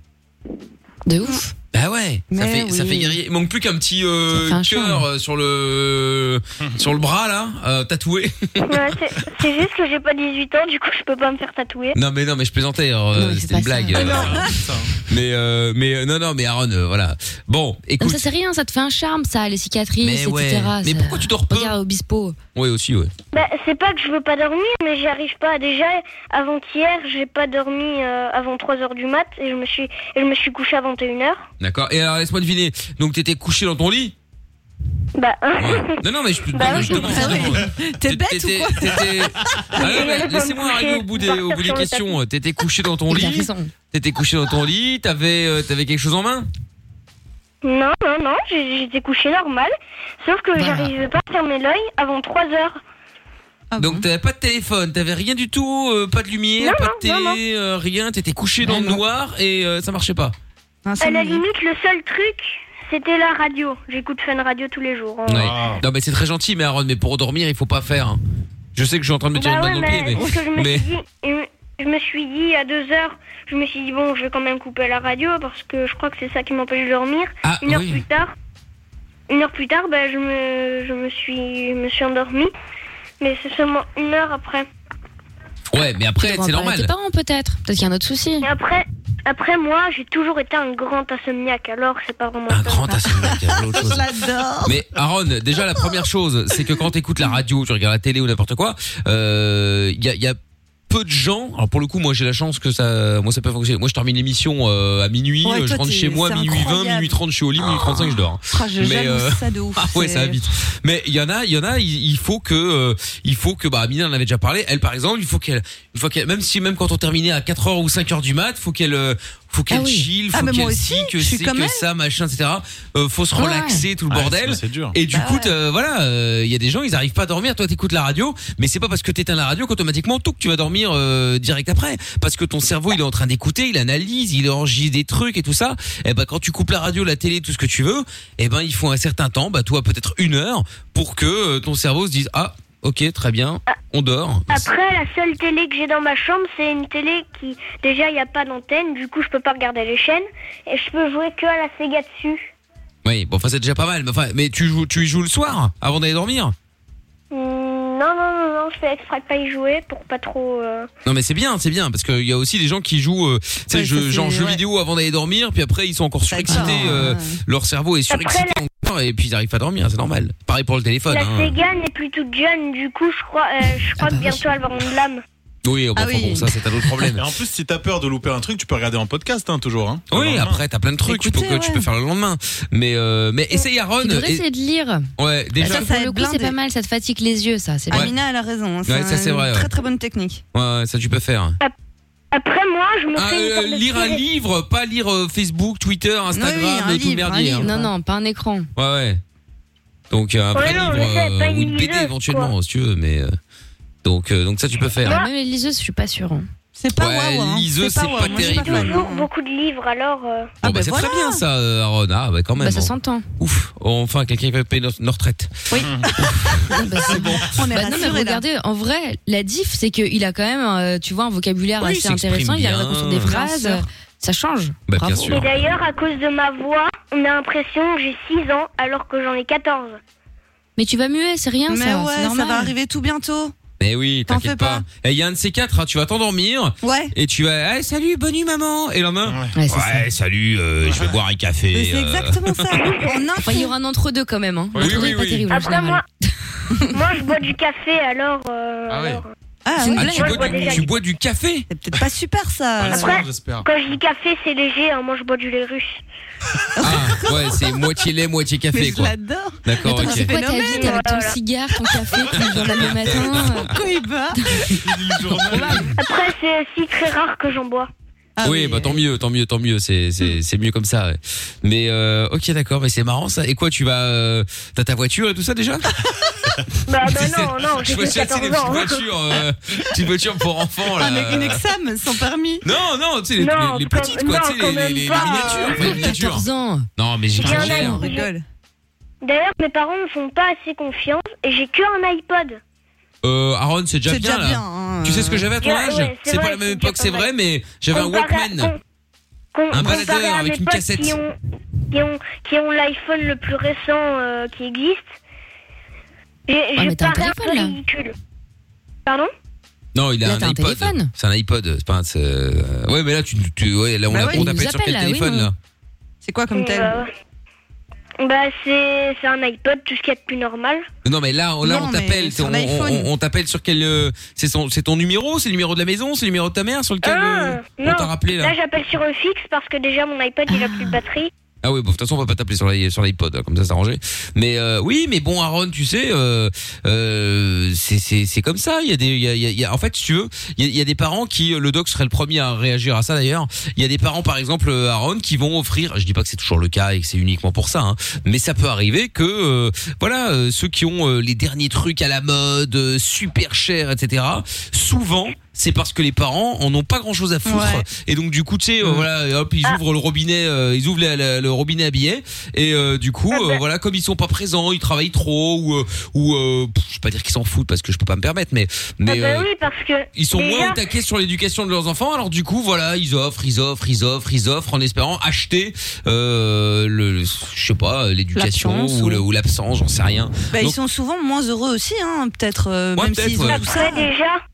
[SPEAKER 2] De ouf.
[SPEAKER 1] Bah ouais, ça
[SPEAKER 3] Mais
[SPEAKER 1] fait, ça
[SPEAKER 3] oui.
[SPEAKER 1] fait guerrier. Il manque plus qu'un petit euh,
[SPEAKER 2] Ça fait un
[SPEAKER 1] cœur
[SPEAKER 2] charme.
[SPEAKER 1] euh, sur le sur le bras là, euh, tatoué.
[SPEAKER 4] Ouais, c'est- c'est juste que j'ai pas 18 ans, du coup, je peux pas me faire tatouer.
[SPEAKER 1] Non mais non mais je plaisantais, euh,
[SPEAKER 2] Ah Non, mais c'est
[SPEAKER 1] c'était une
[SPEAKER 2] pas ça. hein.
[SPEAKER 1] blague. euh, mais euh, mais euh, non non mais Aaron, euh, voilà. Bon,
[SPEAKER 2] Non,
[SPEAKER 1] écoute.
[SPEAKER 2] ça c'est rien, ça te fait un charme, ça, les cicatrices,
[SPEAKER 1] mais
[SPEAKER 2] etc.
[SPEAKER 1] ouais. Mais
[SPEAKER 2] ça-
[SPEAKER 1] pourquoi tu dors peu
[SPEAKER 2] Regarde Obispo.
[SPEAKER 1] Oui aussi ouais.
[SPEAKER 4] Bah, c'est pas que je veux pas dormir, mais j'y arrive pas. Déjà, avant-hier, j'ai pas dormi euh, avant 3 heures du mat et je me suis, et je me suis couchée à 21h.
[SPEAKER 1] D'accord. Et alors laisse-moi deviner. Donc t'étais couché dans ton lit
[SPEAKER 4] Bah,
[SPEAKER 1] Ouais. Non non mais je,
[SPEAKER 4] Bah
[SPEAKER 1] non,
[SPEAKER 4] oui.
[SPEAKER 1] je demande.
[SPEAKER 3] Ah oui.
[SPEAKER 1] vraiment.
[SPEAKER 3] T'es bête ou
[SPEAKER 1] T'étais-
[SPEAKER 3] quoi
[SPEAKER 1] t'étais- Ah ouais, ouais,
[SPEAKER 4] J'allais
[SPEAKER 1] Laissez-moi
[SPEAKER 4] me
[SPEAKER 1] arriver
[SPEAKER 4] coucher,
[SPEAKER 1] au bout des,
[SPEAKER 4] partir
[SPEAKER 1] au bout des
[SPEAKER 4] sur le
[SPEAKER 1] questions. T'étais couché dans ton
[SPEAKER 2] Il a
[SPEAKER 1] lit.
[SPEAKER 2] raison.
[SPEAKER 1] T'étais couché dans ton lit. T'avais, euh, t'avais quelque chose en main.
[SPEAKER 4] non, non, non, j'ai- j'étais couchée normal. Sauf
[SPEAKER 1] Bah.
[SPEAKER 4] que
[SPEAKER 2] Voilà.
[SPEAKER 4] j'arrivais pas à fermer l'œil avant 3 heures.
[SPEAKER 3] Ah
[SPEAKER 1] Donc
[SPEAKER 3] bon
[SPEAKER 1] t'avais pas de téléphone. T'avais rien du tout. euh, pas de lumière,
[SPEAKER 4] Non,
[SPEAKER 1] pas de
[SPEAKER 4] non,
[SPEAKER 1] télé,
[SPEAKER 4] non,
[SPEAKER 1] euh, rien. T'étais couché dans
[SPEAKER 3] Non,
[SPEAKER 1] le
[SPEAKER 3] non.
[SPEAKER 1] noir et euh, ça marchait pas.
[SPEAKER 3] Un
[SPEAKER 4] À la
[SPEAKER 3] sommeil.
[SPEAKER 4] limite, le seul truc, c'était la radio. J'écoute Fun Radio tous les jours. hein.
[SPEAKER 1] Ouais.
[SPEAKER 5] Ah.
[SPEAKER 1] Non mais c'est très gentil, mais Aaron, mais pour dormir, il faut pas faire. hein. Je sais que je suis en train de me tirer
[SPEAKER 4] Bah
[SPEAKER 1] une balle
[SPEAKER 4] ouais,
[SPEAKER 1] dans le
[SPEAKER 4] mais
[SPEAKER 1] pied, mais.
[SPEAKER 4] ce que je me
[SPEAKER 1] mais-
[SPEAKER 4] suis dit, euh, je me suis dit à 2 heures, je me suis dit bon, je vais quand même couper la radio parce que je crois que c'est ça qui m'empêche de dormir.
[SPEAKER 1] Ah
[SPEAKER 4] Une heure
[SPEAKER 1] oui.
[SPEAKER 4] plus tard, une heure plus tard, bah, je me, je me suis, je me suis endormie. Mais c'est seulement une heure après.
[SPEAKER 1] Ouais, mais après,
[SPEAKER 2] Devant
[SPEAKER 1] c'est
[SPEAKER 2] parler à Tes
[SPEAKER 1] normal.
[SPEAKER 2] parents peut-être. Peut-être qu'il y a un autre souci.
[SPEAKER 4] Et après, après moi, j'ai toujours été un grand insomniaque. Alors c'est pas vraiment.
[SPEAKER 1] Un
[SPEAKER 4] ça.
[SPEAKER 1] grand insomniaque, il y a autre chose.
[SPEAKER 3] Je l'adore.
[SPEAKER 1] Mais Aaron, déjà la première chose, c'est que quand t'écoutes la radio, tu regardes la télé ou n'importe quoi, euh, il y a, il y a peu de gens. Alors pour le coup, moi j'ai la chance que ça, moi ça peut fonctionner. Moi je termine l'émission euh, à minuit,
[SPEAKER 3] Ouais,
[SPEAKER 1] euh, je
[SPEAKER 3] toi,
[SPEAKER 1] rentre
[SPEAKER 3] t'es-
[SPEAKER 1] chez moi
[SPEAKER 3] c'est
[SPEAKER 1] minuit 20,
[SPEAKER 3] incroyable.
[SPEAKER 1] minuit 30, je suis au lit, minuit 35 je dors.
[SPEAKER 3] Oh, je
[SPEAKER 1] Mais,
[SPEAKER 3] jalouse
[SPEAKER 1] euh,
[SPEAKER 3] ça de ouf.
[SPEAKER 1] Ah ouais,
[SPEAKER 3] c'est-
[SPEAKER 1] ça va vite. Mais il y en a, il y en a, il il faut que, euh, il faut que, bah, Amina en avait déjà parlé. Elle, par exemple, il faut qu'elle, une fois qu'elle, même si, même quand on terminait à 4h ou 5h du mat, faut qu'elle, euh, faut qu'elle
[SPEAKER 2] Ah oui.
[SPEAKER 1] chill, faut
[SPEAKER 3] Ah, mais moi
[SPEAKER 1] qu'elle
[SPEAKER 3] aussi,
[SPEAKER 1] que
[SPEAKER 3] je suis
[SPEAKER 1] c'est,
[SPEAKER 3] comme
[SPEAKER 1] que
[SPEAKER 3] elle.
[SPEAKER 1] ça, machin, etc. Euh, faut se
[SPEAKER 2] Ouais.
[SPEAKER 1] relaxer, tout le
[SPEAKER 5] Ah,
[SPEAKER 1] bordel.
[SPEAKER 5] C'est dur.
[SPEAKER 1] Et du
[SPEAKER 3] Bah
[SPEAKER 1] coup,
[SPEAKER 3] ouais.
[SPEAKER 1] t'as- voilà, euh, il y a des gens, ils arrivent pas à dormir. Toi, t'écoutes la radio, mais c'est pas parce que t'éteins la radio qu'automatiquement, tout que tu vas dormir euh, direct après. Parce que ton cerveau, il est en train d'écouter, il analyse, il enregistre des trucs et tout ça. Et ben, quand tu coupes la radio, la télé, tout ce que tu veux, et ben, il faut un certain temps, bah toi, peut-être une heure, pour que euh, ton cerveau se dise ah, ok, très bien, on dort.
[SPEAKER 4] Après, la seule télé que j'ai dans ma chambre, c'est une télé qui, déjà, il n'y a pas d'antenne, du coup, je peux pas regarder les chaînes, et je peux jouer que à la Sega dessus.
[SPEAKER 1] Oui, bon, enfin, c'est déjà pas mal. Mais, enfin, mais tu joues, tu y joues le soir avant d'aller dormir.
[SPEAKER 4] Hmm, Non, non, non, non, je fais exprès de pas y jouer pour pas trop. euh,
[SPEAKER 1] Non mais c'est bien, c'est bien parce qu'il y a aussi des gens qui jouent, euh, tu sais,
[SPEAKER 4] Ouais,
[SPEAKER 1] jeux-
[SPEAKER 4] ça, c'est-
[SPEAKER 1] genre jeux
[SPEAKER 4] ouais.
[SPEAKER 1] vidéo avant d'aller dormir, puis après ils sont encore surexcités, euh, leur cerveau est surexcité encore et puis ils arrivent pas à dormir, c'est normal. Pareil pour le téléphone.
[SPEAKER 4] La
[SPEAKER 1] hein. Ah bah
[SPEAKER 4] Sega n'est plus toute jeune, du coup, je crois, euh, je crois que bientôt elle va rendre l'âme.
[SPEAKER 1] Oui,
[SPEAKER 4] Ah oui.
[SPEAKER 1] ça c'est un autre problème.
[SPEAKER 5] Et en plus, si t'as peur de louper un truc, tu peux regarder en podcast hein, toujours. Hein,
[SPEAKER 1] Oui, après t'as plein de trucs, tu peux,
[SPEAKER 2] Écoutez,
[SPEAKER 1] tu
[SPEAKER 2] ouais.
[SPEAKER 1] peux faire le lendemain. Mais euh, mais essaye Aaron.
[SPEAKER 2] Tu devrais
[SPEAKER 1] et-
[SPEAKER 2] essayer de lire.
[SPEAKER 1] Ouais, déjà.
[SPEAKER 2] ça, pour le coup, c'est pas mal, ça te fatigue les yeux, ça. c'est
[SPEAKER 1] Ouais.
[SPEAKER 2] bien.
[SPEAKER 3] Amina, elle a raison. hein,
[SPEAKER 1] Ouais, ça, c'est
[SPEAKER 3] une
[SPEAKER 1] vrai, ouais.
[SPEAKER 3] Très très bonne technique.
[SPEAKER 1] Ouais, ouais, ça tu peux faire.
[SPEAKER 4] Après, moi, je me
[SPEAKER 1] Ah,
[SPEAKER 4] fais
[SPEAKER 1] euh,
[SPEAKER 4] une sorte de
[SPEAKER 1] lire un
[SPEAKER 4] petit-
[SPEAKER 1] livre, pas lire euh, Facebook, Twitter, Instagram et tout le merdier. hein.
[SPEAKER 2] Non, non, pas un écran.
[SPEAKER 1] Ouais, ouais. Donc euh, un
[SPEAKER 2] Ouais,
[SPEAKER 1] vrai
[SPEAKER 2] non,
[SPEAKER 1] livre
[SPEAKER 2] je sais,
[SPEAKER 1] euh,
[SPEAKER 2] pas
[SPEAKER 1] ou une
[SPEAKER 2] une
[SPEAKER 1] BD
[SPEAKER 2] liseuse,
[SPEAKER 1] éventuellement,
[SPEAKER 2] quoi.
[SPEAKER 1] si tu veux, mais euh, donc euh, donc ça tu peux faire.
[SPEAKER 2] Ah, Même les liseuses, je suis pas sûre.
[SPEAKER 3] C'est
[SPEAKER 1] pas Ouais, waouh, hein. liseuse, C'est pas c'est pas waouh. Moi, je suis pas terrible. fan, non.
[SPEAKER 4] beaucoup de livres, alors. euh,
[SPEAKER 1] Bon, bah, c'est très bien ça, euh, Aaron. Ah, bah quand même.
[SPEAKER 2] Bah, ça
[SPEAKER 1] bon.
[SPEAKER 2] s'entend.
[SPEAKER 1] Ouf, enfin quelqu'un qui va payer notre, notre retraite.
[SPEAKER 2] Oui. c'est bon.
[SPEAKER 3] Bah, On est
[SPEAKER 2] Bah, non, mais
[SPEAKER 3] rassurés, là.
[SPEAKER 2] regardez, en vrai, la diff, c'est qu'il a quand même, euh, tu vois, un vocabulaire
[SPEAKER 4] Oui, il
[SPEAKER 2] assez
[SPEAKER 4] s'exprime
[SPEAKER 2] intéressant. Il arrive à
[SPEAKER 4] bien.
[SPEAKER 2] construire des phrases.
[SPEAKER 4] Bien
[SPEAKER 2] euh, Ça change.
[SPEAKER 1] Bah, bien
[SPEAKER 2] Bravo.
[SPEAKER 1] sûr.
[SPEAKER 4] Et d'ailleurs, à cause de ma voix, on a l'impression que j'ai 6 ans alors que j'en ai 14.
[SPEAKER 2] Mais tu vas muet, c'est rien,
[SPEAKER 3] Mais
[SPEAKER 2] ça.
[SPEAKER 3] ouais,
[SPEAKER 2] c'est
[SPEAKER 3] ça
[SPEAKER 2] normal.
[SPEAKER 3] va arriver tout bientôt.
[SPEAKER 1] Mais Eh oui, t'inquiète pas. Et il y a un de ces quatre, hein, tu vas t'endormir.
[SPEAKER 3] Ouais.
[SPEAKER 1] Et tu vas, Eh, salut, bonne nuit maman. Et le lendemain,
[SPEAKER 2] ouais,
[SPEAKER 1] salut, euh, je vais boire un café.
[SPEAKER 3] Mais c'est
[SPEAKER 1] euh.
[SPEAKER 3] exactement ça.
[SPEAKER 2] Enfin, il y aura un entre deux quand même. Hein.
[SPEAKER 1] Oui,
[SPEAKER 2] L'entre-deux
[SPEAKER 1] oui,
[SPEAKER 2] est pas
[SPEAKER 1] oui.
[SPEAKER 2] terrible. en
[SPEAKER 4] Après,
[SPEAKER 2] général.
[SPEAKER 4] moi, moi, je bois du café, alors. euh,
[SPEAKER 1] Ah ouais.
[SPEAKER 4] alors,
[SPEAKER 3] Ah,
[SPEAKER 4] C'est une
[SPEAKER 1] Ah,
[SPEAKER 4] blague.
[SPEAKER 1] tu, bois
[SPEAKER 4] Moi, je
[SPEAKER 1] du,
[SPEAKER 4] bois
[SPEAKER 1] tu
[SPEAKER 4] déjà.
[SPEAKER 1] bois Ah, du café
[SPEAKER 3] C'est peut-être pas super ça.
[SPEAKER 4] Après, quand je dis café, c'est léger, hein, moi je bois du lait russe.
[SPEAKER 1] Ah, ouais, c'est moitié lait, moitié café
[SPEAKER 3] Mais je
[SPEAKER 1] quoi.
[SPEAKER 3] l'adore.
[SPEAKER 1] D'accord,
[SPEAKER 2] Attends,
[SPEAKER 1] ok.
[SPEAKER 2] c'est quoi ta vie T'es avec ton cigare, ton café, tu dans le matin
[SPEAKER 3] Pourquoi il bat
[SPEAKER 4] Après, c'est aussi très rare que j'en bois.
[SPEAKER 3] Ah
[SPEAKER 1] oui, bah tant mieux, tant mieux, tant mieux. C'est
[SPEAKER 3] Hmm.
[SPEAKER 1] c'est c'est mieux comme ça. ouais. Mais euh, ok, d'accord, mais c'est marrant ça. Et quoi, tu vas euh, t'as ta voiture et tout ça déjà
[SPEAKER 4] Bah, bah non, non, j'ai
[SPEAKER 1] Je me
[SPEAKER 4] que
[SPEAKER 1] suis acheté des
[SPEAKER 4] 14
[SPEAKER 1] petites
[SPEAKER 4] ans. hein.
[SPEAKER 1] voitures, euh, petites voitures pour enfants oh là.
[SPEAKER 3] Ah, mais une exam sans permis.
[SPEAKER 1] Non, non, tu sais les,
[SPEAKER 3] Non,
[SPEAKER 1] les- les
[SPEAKER 3] quand-
[SPEAKER 1] petites quoi,
[SPEAKER 3] non,
[SPEAKER 1] tu sais
[SPEAKER 3] quand
[SPEAKER 1] les, les,
[SPEAKER 3] même
[SPEAKER 1] les
[SPEAKER 3] pas.
[SPEAKER 1] miniatures, enfin, les miniatures.
[SPEAKER 2] 14 ans.
[SPEAKER 1] Non, mais j'exagère.
[SPEAKER 4] D'ailleurs, mes parents ne font pas assez confiance et j'ai que un iPod.
[SPEAKER 1] Euh, Aaron, c'est déjà
[SPEAKER 4] C'est
[SPEAKER 1] bien
[SPEAKER 4] déjà
[SPEAKER 1] là.
[SPEAKER 4] bien, hein.
[SPEAKER 1] Tu sais ce
[SPEAKER 2] euh.
[SPEAKER 1] que j'avais à ton
[SPEAKER 4] Ouais,
[SPEAKER 1] âge
[SPEAKER 4] ouais, c'est
[SPEAKER 1] C'est pas
[SPEAKER 4] vrai,
[SPEAKER 1] la même
[SPEAKER 4] c'est
[SPEAKER 1] époque,
[SPEAKER 4] déjà
[SPEAKER 1] c'est
[SPEAKER 4] pas
[SPEAKER 1] vrai,
[SPEAKER 4] mal.
[SPEAKER 1] mais j'avais un
[SPEAKER 4] Comparé à-
[SPEAKER 1] Walkman.
[SPEAKER 4] Con-
[SPEAKER 1] Un
[SPEAKER 4] comparé
[SPEAKER 1] baladeur
[SPEAKER 4] à
[SPEAKER 1] avec
[SPEAKER 4] mes
[SPEAKER 1] une
[SPEAKER 4] potes
[SPEAKER 1] cassette.
[SPEAKER 4] Qui ont, qui ont, qui ont l'iPhone le plus récent euh, qui existe. J'ai
[SPEAKER 2] Ah, mais
[SPEAKER 4] j'ai
[SPEAKER 2] t'as un
[SPEAKER 4] parais un peu
[SPEAKER 2] téléphone, là.
[SPEAKER 4] ridicule. Pardon
[SPEAKER 1] Non, il a
[SPEAKER 2] Là,
[SPEAKER 1] un
[SPEAKER 2] t'as un
[SPEAKER 1] iPod.
[SPEAKER 2] téléphone.
[SPEAKER 1] C'est un iPod. C'est pas. un- c'est, euh, Ouais, mais là, tu, tu- ouais, là, on
[SPEAKER 2] Bah
[SPEAKER 1] a-
[SPEAKER 2] ouais,
[SPEAKER 1] on
[SPEAKER 2] il
[SPEAKER 1] t'appelle
[SPEAKER 2] nous
[SPEAKER 1] sur quel
[SPEAKER 2] appelle, là, oui,
[SPEAKER 1] téléphone
[SPEAKER 2] non.
[SPEAKER 1] là
[SPEAKER 3] C'est quoi comme tel
[SPEAKER 4] Bah, bah, c'est c'est un iPod, tout ce qu'il y a de plus normal.
[SPEAKER 1] Non, mais là, on- là,
[SPEAKER 4] Non,
[SPEAKER 1] on
[SPEAKER 4] mais
[SPEAKER 1] t'appelle.
[SPEAKER 4] sur
[SPEAKER 1] on- On,
[SPEAKER 4] l'iPhone.
[SPEAKER 1] on- on t'appelle sur quel euh, C'est son, c'est ton numéro, c'est le numéro de la maison, c'est le numéro de ta mère sur lequel euh, on
[SPEAKER 4] Ah, non,
[SPEAKER 1] t'a rappelé là.
[SPEAKER 4] j'appelle sur le fixe parce que déjà mon iPod il a plus de batterie.
[SPEAKER 1] Ah oui, bon, de toute façon, on va pas t'appeler sur la- sur l'iPod, hein, comme ça, c'est arrangé. Mais euh, oui, mais bon, Aaron, tu sais, euh, euh, c'est- c'est c'est comme ça. Il y a des, il y a- il y a- il y a- en fait, si tu veux, il y a, il y a des parents qui, euh, le doc serait le premier à réagir à ça d'ailleurs. Il y a des parents, par exemple, euh, Aaron, qui vont offrir. Je dis pas que c'est toujours le cas et que c'est uniquement pour ça, hein, mais ça peut arriver que, euh, voilà, euh, ceux qui ont euh, les derniers trucs à la mode, euh, super chers, etc. Souvent. C'est parce que les parents en ont pas grand chose à foutre et donc du coup tu sais
[SPEAKER 4] Mm.
[SPEAKER 1] euh, voilà hop
[SPEAKER 4] Ah.
[SPEAKER 1] ils ouvrent le robinet euh, ils ouvrent la- la- le robinet à billets et euh, du
[SPEAKER 4] Ah,
[SPEAKER 1] coup
[SPEAKER 4] ben.
[SPEAKER 1] euh, voilà comme ils sont pas présents ils travaillent trop ou euh, ou euh, pff, je vais pas dire qu'ils s'en foutent parce que je peux pas me permettre mais mais
[SPEAKER 4] ah bah
[SPEAKER 1] euh,
[SPEAKER 4] oui, parce que
[SPEAKER 1] ils sont
[SPEAKER 4] déjà,
[SPEAKER 1] moins au taquet sur l'éducation de leurs enfants, alors du coup, voilà, ils offrent, ils offrent, ils offrent, ils offrent, en espérant acheter euh, le, le- je sais pas, l'éducation
[SPEAKER 3] L'absence
[SPEAKER 1] ou
[SPEAKER 3] ou-
[SPEAKER 1] le- ou l'absence, j'en sais rien.
[SPEAKER 3] Bah, ils
[SPEAKER 1] Donc,
[SPEAKER 3] sont souvent moins heureux aussi, hein, peut-être, euh,
[SPEAKER 1] Ouais,
[SPEAKER 3] même
[SPEAKER 1] peut-être,
[SPEAKER 3] s'ils ont
[SPEAKER 1] ouais.
[SPEAKER 3] tout
[SPEAKER 2] Ah.
[SPEAKER 3] ça.
[SPEAKER 4] Après, Bah, déjà,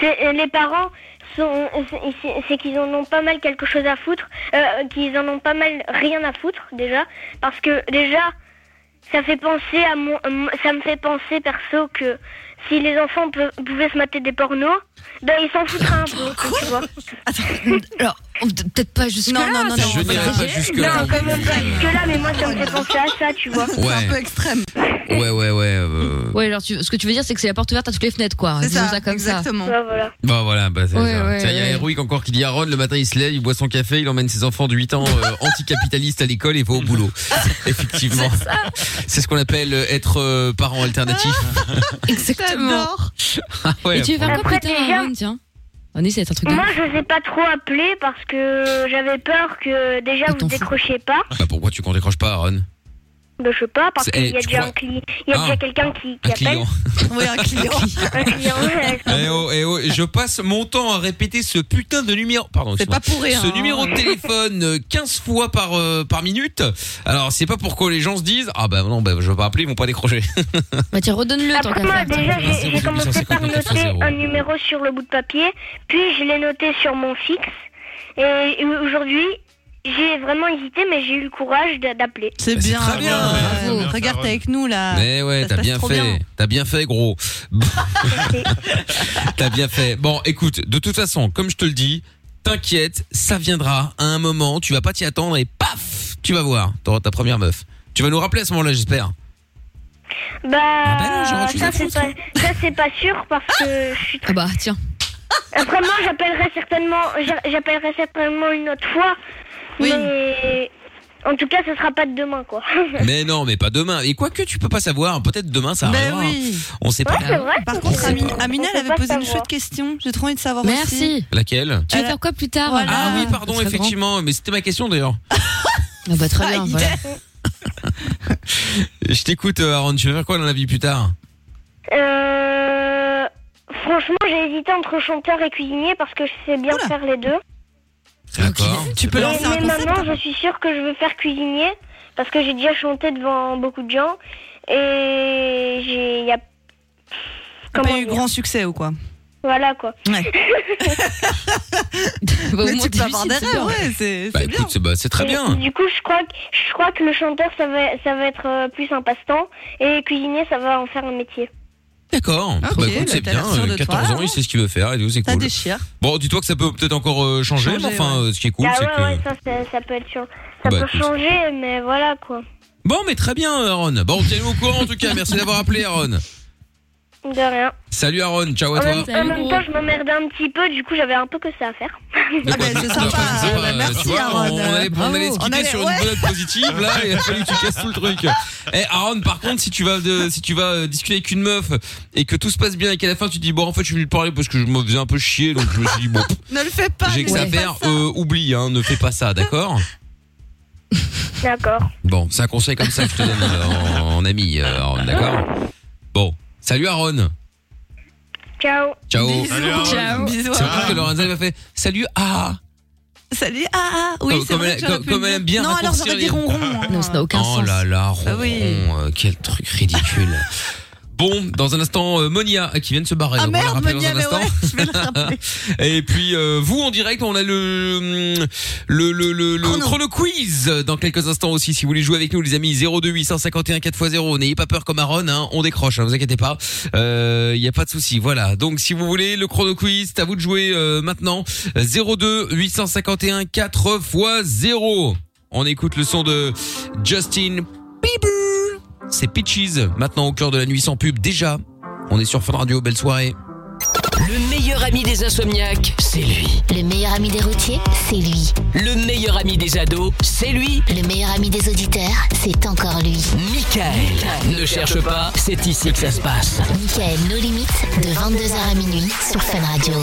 [SPEAKER 4] c'est- euh, les parents sont, c'est- c'est- c'est qu'ils en ont pas mal quelque chose à foutre, euh, qu'ils en ont pas mal rien à foutre déjà, parce que déjà, ça fait penser à mon, ça me fait penser perso que si les enfants peu- pouvaient se mater des pornos, ben ils s'en foutraient un peu, tu vois.
[SPEAKER 2] Alors, on- peut-être pas jusque-là.
[SPEAKER 4] Non, non, non,
[SPEAKER 2] ça,
[SPEAKER 4] non,
[SPEAKER 2] on
[SPEAKER 4] je
[SPEAKER 2] va
[SPEAKER 4] n'irai
[SPEAKER 2] pas
[SPEAKER 4] pas
[SPEAKER 2] dire.
[SPEAKER 1] jusque-là.
[SPEAKER 4] Non, quand même pas jusque là, mais moi ça me fait penser à ça, tu vois.
[SPEAKER 1] Ouais. un peu
[SPEAKER 3] extrême.
[SPEAKER 1] ouais, ouais, ouais. euh,
[SPEAKER 2] Ouais, alors tu- ce que tu veux dire, c'est que c'est la porte ouverte à toutes les fenêtres, quoi. Disons ça, comme
[SPEAKER 3] ça.
[SPEAKER 1] Bon voilà, bah, c'est
[SPEAKER 2] Ouais,
[SPEAKER 1] ça.
[SPEAKER 2] ouais,
[SPEAKER 1] Tiens, il y a
[SPEAKER 2] ouais.
[SPEAKER 1] Héroïque encore qui dit Aaron, le matin il se lève, il boit son café, il emmène ses enfants de 8 ans euh, anticapitalistes à l'école et va au boulot. Effectivement. C'est ce qu'on appelle euh, être euh, parent alternatif.
[SPEAKER 2] Exactement.
[SPEAKER 1] Ah ouais,
[SPEAKER 2] Ah. Et tu veux faire quoi
[SPEAKER 4] Après,
[SPEAKER 2] plus tard,
[SPEAKER 4] déjà-
[SPEAKER 2] Aaron, tiens On essaie d'être un truc de
[SPEAKER 4] Moi, je n'osais pas trop appeler parce que j'avais peur que déjà vous décrochiez pas.
[SPEAKER 1] Bah pourquoi tu qu'on décroche pas Aaron
[SPEAKER 4] Ben, je sais pas, parce
[SPEAKER 1] C'est-
[SPEAKER 4] qu'il
[SPEAKER 1] eh,
[SPEAKER 4] y a
[SPEAKER 1] tu
[SPEAKER 4] déjà,
[SPEAKER 1] crois-
[SPEAKER 4] un cli- il y a
[SPEAKER 1] Ah.
[SPEAKER 4] déjà quelqu'un qui, qui
[SPEAKER 1] Un
[SPEAKER 4] appelle.
[SPEAKER 1] client.
[SPEAKER 3] Oui, un client.
[SPEAKER 4] Un client. euh,
[SPEAKER 1] Eh oh, eh oh, je passe mon temps à répéter ce putain de numéro. Pardon,
[SPEAKER 3] C'est
[SPEAKER 1] excuse-moi.
[SPEAKER 3] pas pour rien. hein.
[SPEAKER 1] Ce numéro de téléphone euh, 15 fois par euh, par minute. Alors, c'est pas pourquoi les gens se disent "Ah bah non, bah, je vais pas appeler, ils vont pas décrocher."
[SPEAKER 2] Bah, tiens, redonne-le tant
[SPEAKER 4] Après
[SPEAKER 2] qu'à
[SPEAKER 4] moi,
[SPEAKER 2] faire. tiens.
[SPEAKER 4] déjà,
[SPEAKER 1] tiens.
[SPEAKER 4] j'ai j'ai commencé par
[SPEAKER 1] 854
[SPEAKER 4] noter
[SPEAKER 1] 0.
[SPEAKER 4] un numéro sur le bout de papier, puis je l'ai noté sur mon fixe. Et aujourd'hui, j'ai vraiment hésité, mais j'ai eu le courage d'a- d'appeler.
[SPEAKER 3] C'est
[SPEAKER 1] Bah, C'est
[SPEAKER 3] bien.
[SPEAKER 1] très bien,
[SPEAKER 3] bravo.
[SPEAKER 1] ouais,
[SPEAKER 5] c'est bien, ça
[SPEAKER 3] Regarde,
[SPEAKER 5] roule.
[SPEAKER 3] t'es avec nous là.
[SPEAKER 1] Mais ouais,
[SPEAKER 3] Ah, Ça se
[SPEAKER 1] t'as
[SPEAKER 3] passe
[SPEAKER 1] bien
[SPEAKER 3] trop bien.
[SPEAKER 1] fait. T'as bien fait, gros.
[SPEAKER 4] Merci.
[SPEAKER 1] T'as bien fait. Bon, écoute, de toute façon, comme je te le dis, t'inquiète, ça viendra à un moment, tu vas pas t'y attendre et paf, tu vas voir, t'auras ta première meuf. Tu vas nous rappeler à ce moment-là, j'espère.
[SPEAKER 4] Bah,
[SPEAKER 3] Ah
[SPEAKER 1] ben non, j'aurais dû
[SPEAKER 4] ça
[SPEAKER 1] la
[SPEAKER 4] c'est
[SPEAKER 1] foutre,
[SPEAKER 3] hein.
[SPEAKER 4] pas, ça, c'est pas sûr parce que je suis.
[SPEAKER 2] Ah bah tiens.
[SPEAKER 4] Après moi, j'appellerai certainement, j'a- j'appellerai certainement une autre fois.
[SPEAKER 3] Oui.
[SPEAKER 4] Mais en tout cas, ce sera pas de demain, quoi.
[SPEAKER 1] Mais non, mais pas demain. Et quoique tu peux pas savoir, peut-être demain ça
[SPEAKER 3] Ben
[SPEAKER 1] arrivera.
[SPEAKER 3] oui.
[SPEAKER 1] On sait pas.
[SPEAKER 4] Ouais, c'est vrai.
[SPEAKER 3] Par
[SPEAKER 4] c'est
[SPEAKER 3] contre,
[SPEAKER 4] vrai.
[SPEAKER 3] Amine- Amina,
[SPEAKER 4] On
[SPEAKER 3] elle
[SPEAKER 4] peut
[SPEAKER 3] avait
[SPEAKER 4] pas
[SPEAKER 3] posé une
[SPEAKER 4] savoir.
[SPEAKER 3] chouette question. J'ai trop envie de savoir aussi.
[SPEAKER 2] Merci.
[SPEAKER 1] Laquelle
[SPEAKER 2] Tu veux
[SPEAKER 3] Ah,
[SPEAKER 2] faire quoi plus tard
[SPEAKER 3] voilà.
[SPEAKER 1] Ah oui,
[SPEAKER 2] euh,
[SPEAKER 1] pardon,
[SPEAKER 2] ça sera grand.
[SPEAKER 1] effectivement, mais c'était ma question d'ailleurs.
[SPEAKER 2] Ah bah très bien,
[SPEAKER 3] Ah,
[SPEAKER 2] voilà.
[SPEAKER 1] Je t'écoute, euh, Aaron, tu veux faire quoi dans la vie plus tard
[SPEAKER 4] Euh, franchement, j'ai hésité entre chanteur et cuisinier parce que je sais bien
[SPEAKER 3] Oula.
[SPEAKER 4] faire les deux.
[SPEAKER 1] D'accord.
[SPEAKER 3] Tu peux
[SPEAKER 4] Mais,
[SPEAKER 3] lancer un
[SPEAKER 4] mais maintenant,
[SPEAKER 3] concept. hein.
[SPEAKER 4] je suis sûre que je veux faire cuisinier parce que j'ai déjà chanté devant beaucoup de gens et j'ai. y a-
[SPEAKER 3] T'as
[SPEAKER 4] Comment
[SPEAKER 3] pas eu
[SPEAKER 4] dire
[SPEAKER 3] grand succès ou quoi
[SPEAKER 4] Voilà quoi.
[SPEAKER 2] Bah, au
[SPEAKER 3] Mais
[SPEAKER 2] moins,
[SPEAKER 3] tu
[SPEAKER 2] t'es
[SPEAKER 3] peux avoir
[SPEAKER 2] lucide,
[SPEAKER 3] des
[SPEAKER 2] c'est bien.
[SPEAKER 3] rêves, ouais, c'est
[SPEAKER 1] Bah
[SPEAKER 3] c'est bien.
[SPEAKER 1] écoute, c'est bah, c'est très
[SPEAKER 4] Et
[SPEAKER 1] bien.
[SPEAKER 4] Du coup, je crois que je crois que le chanteur ça va ça va être euh, plus un passe-temps et cuisinier ça va en faire un métier.
[SPEAKER 1] D'accord.
[SPEAKER 3] Ok,
[SPEAKER 1] bah écoute,
[SPEAKER 3] bah,
[SPEAKER 1] c'est
[SPEAKER 3] t'as l'air
[SPEAKER 1] bien.
[SPEAKER 3] sûr
[SPEAKER 1] euh,
[SPEAKER 3] de
[SPEAKER 1] 14
[SPEAKER 3] toi,
[SPEAKER 1] ans,
[SPEAKER 3] hein.
[SPEAKER 1] il sait ce qu'il veut faire et tout, c'est
[SPEAKER 3] Ça
[SPEAKER 1] cool.
[SPEAKER 3] déchire.
[SPEAKER 1] Bon, dis-toi que ça peut peut-être encore euh, changer,
[SPEAKER 3] Changer,
[SPEAKER 1] mais enfin,
[SPEAKER 3] ouais.
[SPEAKER 1] euh, ce qui est cool,
[SPEAKER 4] ah
[SPEAKER 1] c'est
[SPEAKER 4] ouais
[SPEAKER 1] que.
[SPEAKER 4] ouais ça c'est- ça peut être sûr. Ça
[SPEAKER 1] Bah,
[SPEAKER 4] peut
[SPEAKER 1] écoute.
[SPEAKER 4] changer mais voilà quoi.
[SPEAKER 1] Bon, mais très bien, euh, Aaron. Bon, tiens-nous au courant en tout cas. Merci d'avoir appelé, Aaron.
[SPEAKER 4] De rien.
[SPEAKER 1] Salut, Aaron. Ciao à
[SPEAKER 4] En
[SPEAKER 1] toi.
[SPEAKER 4] même, en
[SPEAKER 2] Salut,
[SPEAKER 4] même
[SPEAKER 2] gros.
[SPEAKER 4] temps, je m'emmerdais un petit peu, du coup, j'avais un peu que ça à faire.
[SPEAKER 1] De quoi
[SPEAKER 3] Ah ben,
[SPEAKER 1] tu-
[SPEAKER 3] c'est
[SPEAKER 1] de
[SPEAKER 3] sympa.
[SPEAKER 1] quoi tu sais pas,
[SPEAKER 3] Ben,
[SPEAKER 1] euh,
[SPEAKER 3] merci,
[SPEAKER 1] tu vois,
[SPEAKER 3] Aaron. Ah,
[SPEAKER 1] On, on allait, on
[SPEAKER 2] Bravo.
[SPEAKER 1] allait se
[SPEAKER 3] On
[SPEAKER 1] quitter
[SPEAKER 3] allait-
[SPEAKER 1] sur une
[SPEAKER 3] ouais.
[SPEAKER 1] bonne note positive, là, et après, tu casses tout le truc. Eh, Aaron, par contre, si tu vas, de, si tu vas euh, discuter avec une meuf et que tout se passe bien et qu'à la fin, tu te dis, bon, en fait, je suis venu te parler parce que je me faisais un peu chier, donc je me suis dit, bon,
[SPEAKER 3] Ne le fais pas.
[SPEAKER 1] j'ai que
[SPEAKER 3] ne
[SPEAKER 1] ça à
[SPEAKER 3] fais pas
[SPEAKER 1] faire,
[SPEAKER 3] ça.
[SPEAKER 1] euh, oublie, hein, ne fais pas ça, d'accord?
[SPEAKER 4] D'accord.
[SPEAKER 1] Bon, c'est un conseil comme ça que je te donne euh, en, en ami, euh, Aaron, d'accord? Bon. Salut, Aaron.
[SPEAKER 4] Ciao.
[SPEAKER 1] Ciao.
[SPEAKER 3] Bisous.
[SPEAKER 5] Salut, Aaron.
[SPEAKER 3] Ciao. Bisous.
[SPEAKER 1] C'est
[SPEAKER 3] Aaron.
[SPEAKER 1] vrai que Lorenza elle m'a fait salut ah
[SPEAKER 3] Salut. Ah ah. Oui,
[SPEAKER 1] Comme-
[SPEAKER 3] c'est
[SPEAKER 1] comme
[SPEAKER 3] vrai
[SPEAKER 1] elle-
[SPEAKER 3] que j'aurais
[SPEAKER 1] comme-
[SPEAKER 3] pu le
[SPEAKER 1] comme elle aime bien
[SPEAKER 3] dire. Non, alors
[SPEAKER 1] raccourcir
[SPEAKER 3] j'aurais dit
[SPEAKER 1] les-
[SPEAKER 3] ronron. hein.
[SPEAKER 2] Non, ça n'a aucun
[SPEAKER 1] oh
[SPEAKER 2] sens.
[SPEAKER 1] là là ronron,
[SPEAKER 3] Ah oui.
[SPEAKER 1] euh, quel truc ridicule bon dans un instant euh, Monia euh, qui vient de se barrer
[SPEAKER 3] Ah
[SPEAKER 1] donc on la
[SPEAKER 3] merde,
[SPEAKER 1] rappelle dans
[SPEAKER 3] Monia,
[SPEAKER 1] un
[SPEAKER 3] mais
[SPEAKER 1] instant
[SPEAKER 3] ouais, je vais le rappeler.
[SPEAKER 1] et puis euh, vous en direct on a le hum, le le le, le
[SPEAKER 3] Chrono.
[SPEAKER 1] chrono quiz dans quelques instants aussi si vous voulez jouer avec nous les amis 02851 4x0 n'ayez pas peur comme Aaron hein, on décroche hein, vous inquiétez pas il y a pas de souci voilà donc si vous voulez le chrono quiz c'est à vous de jouer euh, maintenant 02 851 4x0 on écoute le son de Justin Bieber c'est Peaches maintenant au cœur de la nuit sans pub déjà on est sur Fun Radio belle soirée
[SPEAKER 6] Le meilleur ami des insomniaques, c'est lui.
[SPEAKER 7] Le meilleur ami des routiers, c'est lui.
[SPEAKER 6] Le meilleur ami des ados, c'est lui.
[SPEAKER 7] Le meilleur ami des auditeurs, c'est encore lui.
[SPEAKER 6] Michael. Ne cherche pas, c'est ici que ça se passe.
[SPEAKER 7] Michael, nos limites, de 22h à minuit sur Fun Radio.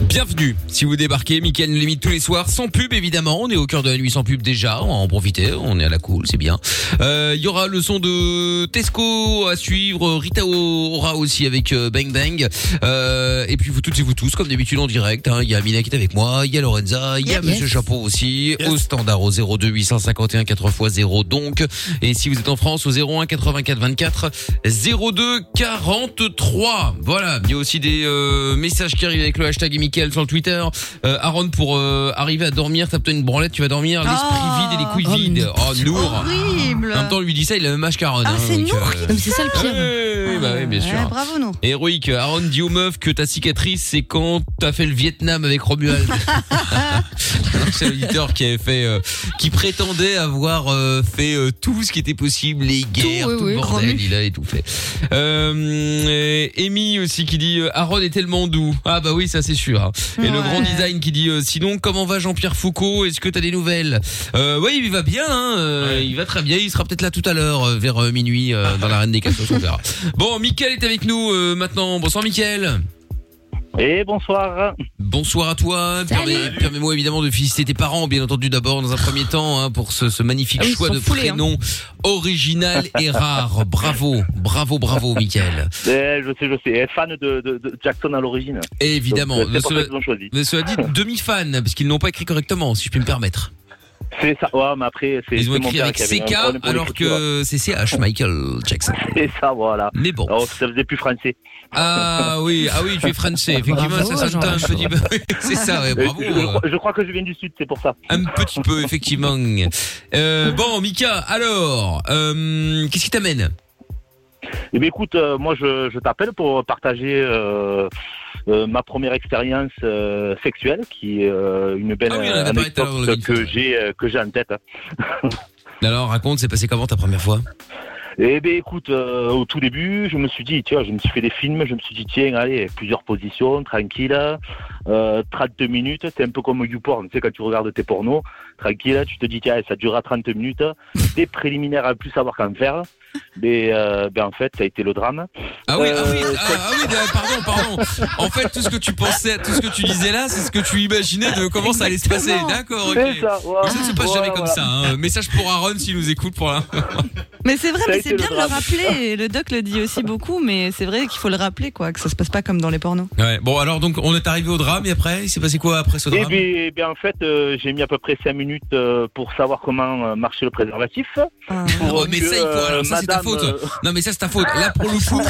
[SPEAKER 1] Bienvenue si vous débarquez, Mickaël nous limite tous les soirs, sans pub évidemment, on est au cœur de la nuit sans pub déjà, on va en profiter, on est à la cool, c'est bien. Euh, Il y aura le son de Tesco à suivre, Rita aura aussi avec euh, Bang Bang, Euh, et puis vous toutes et vous tous, comme d'habitude en direct, hein. il y a Amina qui est avec moi, il y a Lorenza, il Euh, y a
[SPEAKER 2] Yes.
[SPEAKER 1] Monsieur Chapeau aussi, au standard au 02 851 4x0 donc, et si vous êtes en France au 01 84 24 02 43. Voilà, il y a aussi des euh, messages qui arrivent avec le hashtag et Mickaël sur le Twitter. Euh, Aaron pour euh, arriver à dormir, t'as peut-être une branlette, tu vas dormir l'esprit
[SPEAKER 3] Ah.
[SPEAKER 1] vide et les couilles vides. Oh lourd.
[SPEAKER 3] Horrible.
[SPEAKER 1] En même temps, lui dit ça, il a le même âge qu'Aaron.
[SPEAKER 3] Ah,
[SPEAKER 1] hein,
[SPEAKER 3] c'est
[SPEAKER 1] donc,
[SPEAKER 3] lourd.
[SPEAKER 1] euh,
[SPEAKER 2] Non, mais c'est ça le
[SPEAKER 1] ah,
[SPEAKER 2] pire.
[SPEAKER 1] oui, oui, bah oui, bien sûr.
[SPEAKER 3] Ouais, Bravo, non.
[SPEAKER 1] Héroïque, Aaron dit aux meufs que ta cicatrice c'est quand t'as fait le Vietnam avec Romuald. Alors, c'est l'auditeur qui avait fait, euh, qui prétendait avoir euh, fait euh, tout ce qui était possible, les guerres, tout,
[SPEAKER 2] oui, oui,
[SPEAKER 1] le bordel,
[SPEAKER 2] Romu.
[SPEAKER 1] il a étouffé. Euh, et Amy aussi qui dit euh, Aaron est tellement doux. Ah bah oui, ça c'est sûr. hein. Et le
[SPEAKER 3] Ouais.
[SPEAKER 1] grand design qui dit euh, sinon comment va Jean-Pierre Foucault Est-ce que t'as des nouvelles euh, Oui, il va bien. hein, euh, Il va très bien. Il sera peut-être là tout à l'heure euh, vers euh, minuit euh, dans la reine des cassos. on verra. Bon, Mickaël est avec nous euh, maintenant. Bonsoir Mickaël.
[SPEAKER 8] Et bonsoir.
[SPEAKER 1] Bonsoir à toi. Permets- Permets-moi évidemment de féliciter tes parents, bien entendu d'abord dans un premier temps hein, pour ce, ce magnifique
[SPEAKER 8] Ah oui, ils
[SPEAKER 1] choix
[SPEAKER 8] sont
[SPEAKER 1] de
[SPEAKER 8] foulés,
[SPEAKER 1] prénom original et rare. Bravo, bravo, bravo, Michael.
[SPEAKER 8] Eh, je sais, je sais. Eh, fan de, de- de Jackson à l'origine.
[SPEAKER 1] Évidemment.
[SPEAKER 8] Donc, euh,
[SPEAKER 1] Mais
[SPEAKER 8] C'est pour ça
[SPEAKER 1] cela,
[SPEAKER 8] qu'ils ont choisi.
[SPEAKER 1] mais cela dit, demi-fan, parce qu'ils n'ont pas écrit correctement, si je puis me permettre.
[SPEAKER 8] C'est ça. Ouais, mais après, c'est.
[SPEAKER 1] Ils ont
[SPEAKER 8] c'est mon
[SPEAKER 1] écrit
[SPEAKER 8] père
[SPEAKER 1] avec
[SPEAKER 8] qui avait un
[SPEAKER 1] CK
[SPEAKER 8] problème pour
[SPEAKER 1] alors
[SPEAKER 8] l'écriture.
[SPEAKER 1] que c'est CH, Michael Jackson.
[SPEAKER 8] C'est ça, voilà.
[SPEAKER 1] Mais bon.
[SPEAKER 8] Alors, ça faisait plus français.
[SPEAKER 1] Ah oui, ah oui, tu es français. Effectivement,
[SPEAKER 8] Bravo,
[SPEAKER 1] ça s'entend un
[SPEAKER 8] Jean-Jacques.
[SPEAKER 1] petit peu. c'est ça, ouais,
[SPEAKER 8] Euh,
[SPEAKER 1] bravo.
[SPEAKER 8] Je, je crois, je crois que je viens du Sud, c'est pour ça.
[SPEAKER 1] Un petit peu, effectivement. Euh, bon, Mika, alors, euh, qu'est-ce qui t'amène
[SPEAKER 8] Eh bien, écoute, euh, moi, je, je t'appelle pour partager euh, euh, ma première expérience euh, sexuelle, qui est euh, une belle
[SPEAKER 1] Ah on en a parlé tout à l'heure,
[SPEAKER 8] anecdote que j'ai euh, que j'ai en tête. hein.
[SPEAKER 1] Alors, raconte, c'est passé comment ta première fois
[SPEAKER 8] Eh bien écoute, euh, au tout début, je me suis dit, tiens, je me suis fait des films, je me suis dit, tiens, allez, plusieurs positions, tranquille, euh, 32 minutes, c'est un peu comme YouPorn, tu sais, quand tu regardes tes pornos, tranquille, tu te dis, tiens, ça durera 30 minutes, des préliminaires à plus savoir qu'en faire, mais euh, ben, en fait, ça a été le drame.
[SPEAKER 1] Ah oui, ah oui,
[SPEAKER 8] Euh,
[SPEAKER 1] ah, ah oui, d'accord, pardon, pardon. En fait, tout ce que tu pensais, tout ce que tu disais là, c'est ce que tu imaginais de comment ça allait se passer.
[SPEAKER 8] Exactement.
[SPEAKER 1] D'accord, ok.
[SPEAKER 8] C'est ça, voilà.
[SPEAKER 1] Donc ça ne se passe
[SPEAKER 8] Voilà,
[SPEAKER 1] jamais comme
[SPEAKER 8] voilà.
[SPEAKER 1] ça. hein. Message pour Aaron s'il nous écoute pour là.
[SPEAKER 3] Mais c'est vrai,
[SPEAKER 8] Ça a
[SPEAKER 3] mais
[SPEAKER 8] été
[SPEAKER 3] c'est
[SPEAKER 8] le
[SPEAKER 3] bien de le
[SPEAKER 8] drame.
[SPEAKER 3] rappeler. et Le doc le dit aussi beaucoup, mais c'est vrai qu'il faut le rappeler, quoi, que ça se passe pas comme dans les pornos.
[SPEAKER 1] Ouais, bon, alors donc, on est arrivé au drame et après, il s'est passé quoi après ce
[SPEAKER 8] Eh
[SPEAKER 1] drame
[SPEAKER 8] bien, eh bien, en fait, euh, j'ai mis à peu près 5 minutes euh, pour savoir comment euh, marcher le préservatif. euh,
[SPEAKER 1] Oh, mais ça, il faut. Alors, ça, c'est ta faute. Non, mais ça, c'est ta faute. Là, pour le coup.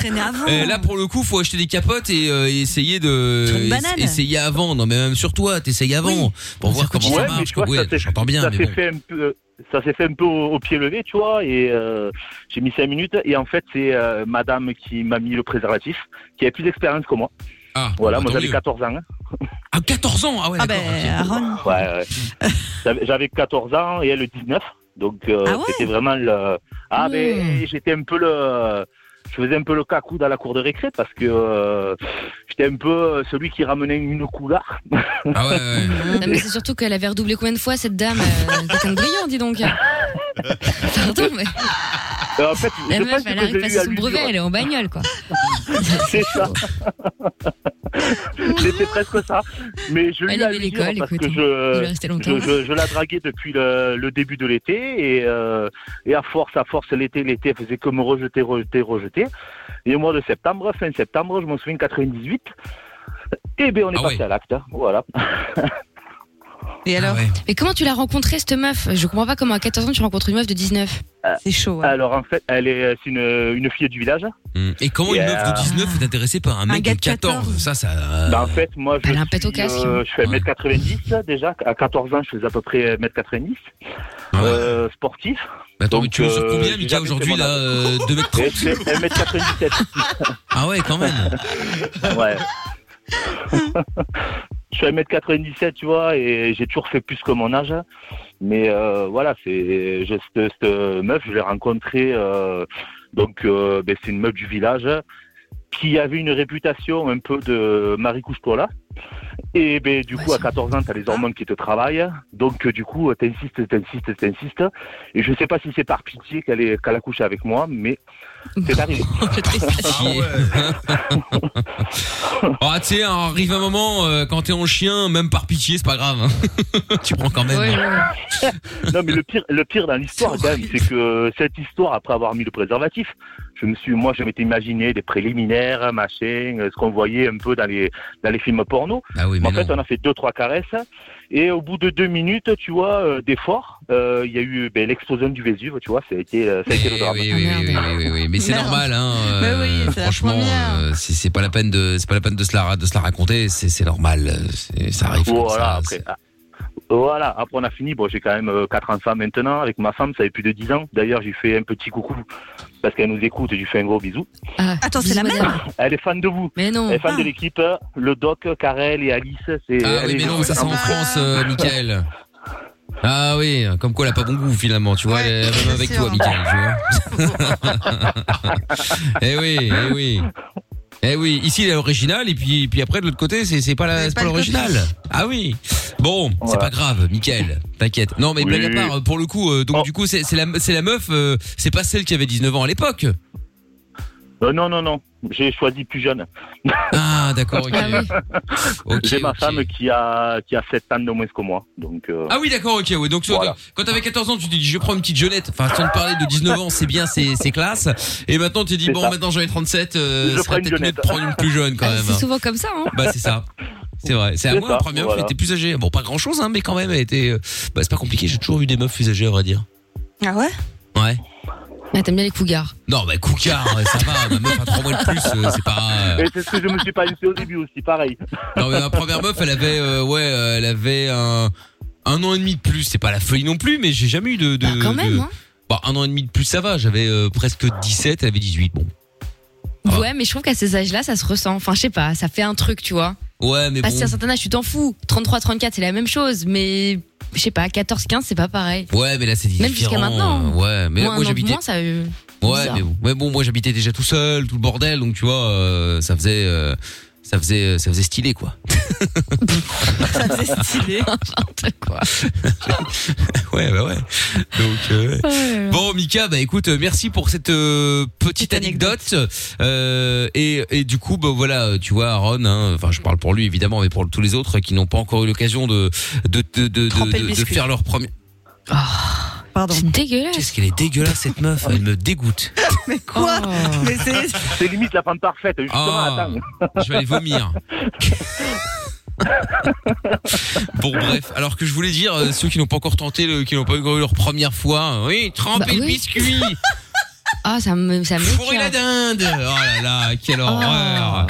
[SPEAKER 1] euh, là, pour le coup, faut acheter des capotes et euh, et essayer de.
[SPEAKER 8] une banane.
[SPEAKER 1] ess- Essayer avant. Non, mais même sur toi, t'essayes avant. Pour voir comment ça
[SPEAKER 8] Ouais, mais
[SPEAKER 1] marche.
[SPEAKER 8] tu vois,
[SPEAKER 1] quoi.
[SPEAKER 8] ça
[SPEAKER 1] Ouais,
[SPEAKER 8] s'est-
[SPEAKER 1] J'entends bien,
[SPEAKER 8] ça
[SPEAKER 1] mais
[SPEAKER 8] s'est
[SPEAKER 1] bon.
[SPEAKER 8] fait un peu. Ça s'est fait un peu au, au pied levé, tu vois, et euh, j'ai mis 5 minutes. Et en fait, c'est euh, madame qui m'a mis le préservatif, qui a plus d'expérience que moi.
[SPEAKER 1] Ah,
[SPEAKER 8] voilà,
[SPEAKER 1] bah,
[SPEAKER 8] moi
[SPEAKER 1] tant
[SPEAKER 8] j'avais
[SPEAKER 1] mieux.
[SPEAKER 8] 14 ans. hein.
[SPEAKER 1] Ah, 14 ans Ah ouais,
[SPEAKER 3] Ah
[SPEAKER 1] d'accord.
[SPEAKER 3] ben, Aaron.
[SPEAKER 8] Ouais, ouais. J'avais- J'avais 14 ans et elle 19. Donc euh,
[SPEAKER 2] Ah
[SPEAKER 8] c'était vraiment le. Ah,
[SPEAKER 2] Hmm.
[SPEAKER 3] Mmh.
[SPEAKER 8] mais j'étais un peu le. Je faisais un peu le cacou dans la cour de récré parce que euh, j'étais un peu euh, celui qui ramenait une couleur.
[SPEAKER 1] Ah ouais, ouais.
[SPEAKER 2] Non, mais c'est surtout qu'elle avait redoublé combien de fois cette dame euh, Quelqu'un de brillant, dis donc. Pardon, mais
[SPEAKER 8] Euh, en fait,
[SPEAKER 2] la
[SPEAKER 8] je
[SPEAKER 2] meuf,
[SPEAKER 8] pense
[SPEAKER 2] elle
[SPEAKER 8] que
[SPEAKER 2] arrive
[SPEAKER 8] j'ai
[SPEAKER 2] à
[SPEAKER 8] eu
[SPEAKER 2] passer
[SPEAKER 8] à
[SPEAKER 2] son
[SPEAKER 8] lui
[SPEAKER 2] brevet,
[SPEAKER 8] dire-
[SPEAKER 2] elle est en bagnole, quoi.
[SPEAKER 8] C'est ça. C'était presque ça. Mais je lui
[SPEAKER 2] Elle
[SPEAKER 8] ai
[SPEAKER 2] aimait
[SPEAKER 8] allé dire
[SPEAKER 2] l'école,
[SPEAKER 8] parce
[SPEAKER 2] écoute,
[SPEAKER 8] que
[SPEAKER 2] hein. Je vais
[SPEAKER 8] je,
[SPEAKER 2] rester longtemps.
[SPEAKER 8] je, je- je la draguais depuis le, le début de l'été et, euh, et à force, à force, l'été, l'été, elle faisait que me rejeter, rejeter, rejeter. Et au mois de septembre, fin septembre, je m'en souviens 98. Et bien,
[SPEAKER 1] Ah
[SPEAKER 8] on est passé à l'acte. hein. Voilà.
[SPEAKER 3] Et alors
[SPEAKER 2] Mais comment tu l'as rencontrée, cette meuf Je comprends pas comment à 14 ans tu rencontres une meuf de 19.
[SPEAKER 1] Ah
[SPEAKER 3] C'est chaud.
[SPEAKER 2] hein.
[SPEAKER 8] Alors, en fait, elle est c'est une, une fille du village. euh,
[SPEAKER 1] Mm. Et comment une meuf
[SPEAKER 8] Yeah.
[SPEAKER 1] de 19 est intéressée par un mec de 14, Ça, ça. euh,
[SPEAKER 8] Bah, en fait, moi, je,
[SPEAKER 2] Elle a un
[SPEAKER 8] suis,
[SPEAKER 2] pète au casque,
[SPEAKER 8] euh,
[SPEAKER 2] hein.
[SPEAKER 8] je fais 1m90 déjà. À 14 ans, je faisais à peu près 1m90. Euh, sportif.
[SPEAKER 1] Mais Ah attends, mais tu
[SPEAKER 8] Donc,
[SPEAKER 1] mesures
[SPEAKER 8] euh,
[SPEAKER 1] combien,
[SPEAKER 8] j'ai
[SPEAKER 1] Mika,
[SPEAKER 8] jamais fait
[SPEAKER 1] aujourd'hui,
[SPEAKER 8] mon
[SPEAKER 1] là euh, 2m30
[SPEAKER 8] Elle met 97.
[SPEAKER 1] Ah ouais, quand même.
[SPEAKER 8] Ouais. Je suis à 1m97, tu vois, et j'ai toujours fait plus que mon âge. hein. Mais euh, voilà, c'est je- cette, cette meuf, je l'ai rencontrée. euh, donc, euh, ben, c'est une meuf du village qui avait une réputation un peu de Marie Couche-toi-là. Et ben,
[SPEAKER 1] Bah,
[SPEAKER 8] du coup, à 14 ans, t'as
[SPEAKER 1] Ah.
[SPEAKER 8] les hormones qui te travaillent. Donc, euh, du coup, t'insistes, t'insistes, t'insistes. Et je sais pas si c'est par pitié qu'elle est- qu'elle a couché avec moi, mais c'est arrivé.
[SPEAKER 1] Ah, tu sais, arrive un moment, euh, quand t'es en chien, même par pitié, c'est pas grave. hein. tu prends quand même.
[SPEAKER 8] non mais le pire, le pire dans l'histoire quand même, c'est que euh, cette histoire après avoir mis le préservatif, je me suis, moi je m'étais imaginé des préliminaires, machin, euh, ce qu'on voyait un peu dans les dans les films porno.
[SPEAKER 1] Ah
[SPEAKER 8] en fait on a fait deux trois caresses et au bout de deux minutes, tu vois, euh, d'effort, euh, il y a eu ben, l'explosion du Vésuve, tu vois, ça a été, euh, ça a été le drame.
[SPEAKER 1] Eh Oui, oui, oui, oui, oui, oui, mais c'est
[SPEAKER 8] Merde.
[SPEAKER 1] normal, hein. euh,
[SPEAKER 8] Mais oui, c'est la
[SPEAKER 1] franchement, euh, c'est c'est pas la peine de, c'est pas la peine de se la, ra- de se la raconter. C'est c'est normal, euh, c'est- ça arrive. comme ça.
[SPEAKER 8] Voilà, après. ah, Voilà, après on a fini. Bon, j'ai quand même euh, quatre enfants maintenant. Avec ma femme, ça fait plus de 10 ans. D'ailleurs, j'ai fait un petit coucou parce qu'elle nous écoute et je lui fais un gros bisou.
[SPEAKER 3] Ah, Attends, c'est la même
[SPEAKER 8] Elle est fan de vous.
[SPEAKER 2] Mais non.
[SPEAKER 8] Elle est fan
[SPEAKER 3] Ah.
[SPEAKER 8] de l'équipe. euh, Le doc, Karel et Alice. C'est.
[SPEAKER 1] Ah
[SPEAKER 8] elle
[SPEAKER 1] oui,
[SPEAKER 8] est-
[SPEAKER 1] mais non, ça c'est en France, euh, Michael. Ah oui, comme quoi elle a pas bon goût finalement, tu vois, elle est même avec toi, Michael, tu vois. eh oui, eh oui. Eh oui, ici il est original et puis, et puis après de l'autre côté c'est c'est pas la- c'est pas l'original. Ah oui. Bon, c'est pas grave, Michael. T'inquiète. Non mais
[SPEAKER 8] Oui.
[SPEAKER 1] blague à part, pour euh, le coup, euh, donc du coup c'est c'est la, c'est la meuf, euh, c'est pas celle qui avait 19 ans à l'époque.
[SPEAKER 8] Euh, non, non, non. J'ai choisi plus jeune.
[SPEAKER 1] Ah, d'accord, ok.
[SPEAKER 8] J'ai ma
[SPEAKER 1] ok.
[SPEAKER 8] femme qui a, qui a 7 ans de moins que moi. Donc, euh,
[SPEAKER 1] Ah oui, d'accord, ok, ouais. Donc, so-
[SPEAKER 8] Voilà.
[SPEAKER 1] donc, quand t'avais 14 ans, tu t'es dit, je prends une petite jeunette. Enfin, sans te parler de 19 ans, c'est bien, c'est, c'est classe. Et maintenant, tu dis,
[SPEAKER 8] C'est
[SPEAKER 1] bon,
[SPEAKER 8] ça.
[SPEAKER 1] maintenant j'en ai 37, euh,
[SPEAKER 8] Je
[SPEAKER 1] ce
[SPEAKER 8] prends
[SPEAKER 1] serait
[SPEAKER 8] une
[SPEAKER 1] peut-être mieux de
[SPEAKER 8] jeunette.
[SPEAKER 1] prendre une plus jeune quand
[SPEAKER 2] Ah,
[SPEAKER 1] même.
[SPEAKER 2] C'est souvent comme ça, hein.
[SPEAKER 1] Bah, c'est ça. C'est vrai. C'est à
[SPEAKER 8] C'est
[SPEAKER 1] moi, la
[SPEAKER 8] ça,
[SPEAKER 1] première
[SPEAKER 8] voilà.
[SPEAKER 1] meuf était plus âgée. Bon, pas grand chose, hein, mais quand même, elle était, euh, bah, c'est pas compliqué. J'ai toujours eu des meufs plus âgées, à vrai dire.
[SPEAKER 3] Ah ouais
[SPEAKER 1] Ouais.
[SPEAKER 2] Ah, t'aimes bien les cougars.
[SPEAKER 1] Non, bah, Coucard, ouais, ça va. Ma meuf a 3 mois de plus, euh, c'est pas, euh,
[SPEAKER 8] Et c'est ce que je me suis pas dit au début aussi, pareil.
[SPEAKER 1] Non mais ma première meuf, elle avait euh, ouais, euh, elle avait un un an et demi de plus. C'est pas la folie non plus, mais j'ai jamais eu de. de
[SPEAKER 2] Bah, quand même,
[SPEAKER 1] de-
[SPEAKER 2] hein.
[SPEAKER 1] Bah, un an et demi de plus, ça va. J'avais euh, presque 17, elle avait 18. Bon. Ah.
[SPEAKER 2] Ouais, mais je trouve qu'à ces âges-là, ça se ressent. Enfin, je sais pas, ça fait un truc, tu vois.
[SPEAKER 1] Ouais, Ah, mais bon.
[SPEAKER 2] Passer Bah, un certain âge, tu t'en fous. 33, 34, c'est la même chose, mais je sais pas, 14, 15, c'est pas pareil.
[SPEAKER 1] Ouais, mais là c'est différent. euh,
[SPEAKER 2] Même jusqu'à maintenant.
[SPEAKER 1] Ouais, mais
[SPEAKER 2] moi,
[SPEAKER 1] moi
[SPEAKER 2] un an de
[SPEAKER 1] j'habitais.
[SPEAKER 2] moins, ça. euh,
[SPEAKER 1] Ouais,
[SPEAKER 2] bizarre.
[SPEAKER 1] mais bon, mais bon, moi j'habitais déjà tout seul, tout le bordel, donc tu vois, euh, ça faisait. euh, ça faisait, ça faisait stylé quoi.
[SPEAKER 3] Ça faisait stylé.
[SPEAKER 2] quoi.
[SPEAKER 1] Ouais, bah ouais. Donc, euh, ouais. Bon, Mika, bah écoute, euh, merci pour cette euh, petite
[SPEAKER 3] Petite
[SPEAKER 1] anecdote. Euh, et, et du coup, bah voilà, tu vois, Aaron, hein, enfin, je parle pour lui évidemment, mais pour tous les autres qui n'ont pas encore eu l'occasion de de de de,
[SPEAKER 3] Tremper
[SPEAKER 1] de,
[SPEAKER 3] le
[SPEAKER 1] de
[SPEAKER 3] biscuit.
[SPEAKER 1] faire leur premier.
[SPEAKER 3] Pardon.
[SPEAKER 2] C'est dégueulasse.
[SPEAKER 1] Qu'est-ce qu'elle est dégueulasse cette meuf, elle me dégoûte.
[SPEAKER 3] Mais quoi
[SPEAKER 2] Oh.
[SPEAKER 3] Mais c'est.
[SPEAKER 8] C'est limite la femme parfaite, justement,
[SPEAKER 1] Ah,
[SPEAKER 8] attends.
[SPEAKER 1] je vais aller vomir. bon bref, alors que je voulais dire euh, ceux qui n'ont pas encore tenté, le- qui n'ont pas eu leur première fois, oui, tremper
[SPEAKER 2] Bah
[SPEAKER 1] le
[SPEAKER 2] oui.
[SPEAKER 1] biscuit.
[SPEAKER 2] Ah, ça me. Ça me
[SPEAKER 1] Fourrer la
[SPEAKER 2] écoeure.
[SPEAKER 1] dinde Oh là là, quelle
[SPEAKER 2] Oh.
[SPEAKER 1] horreur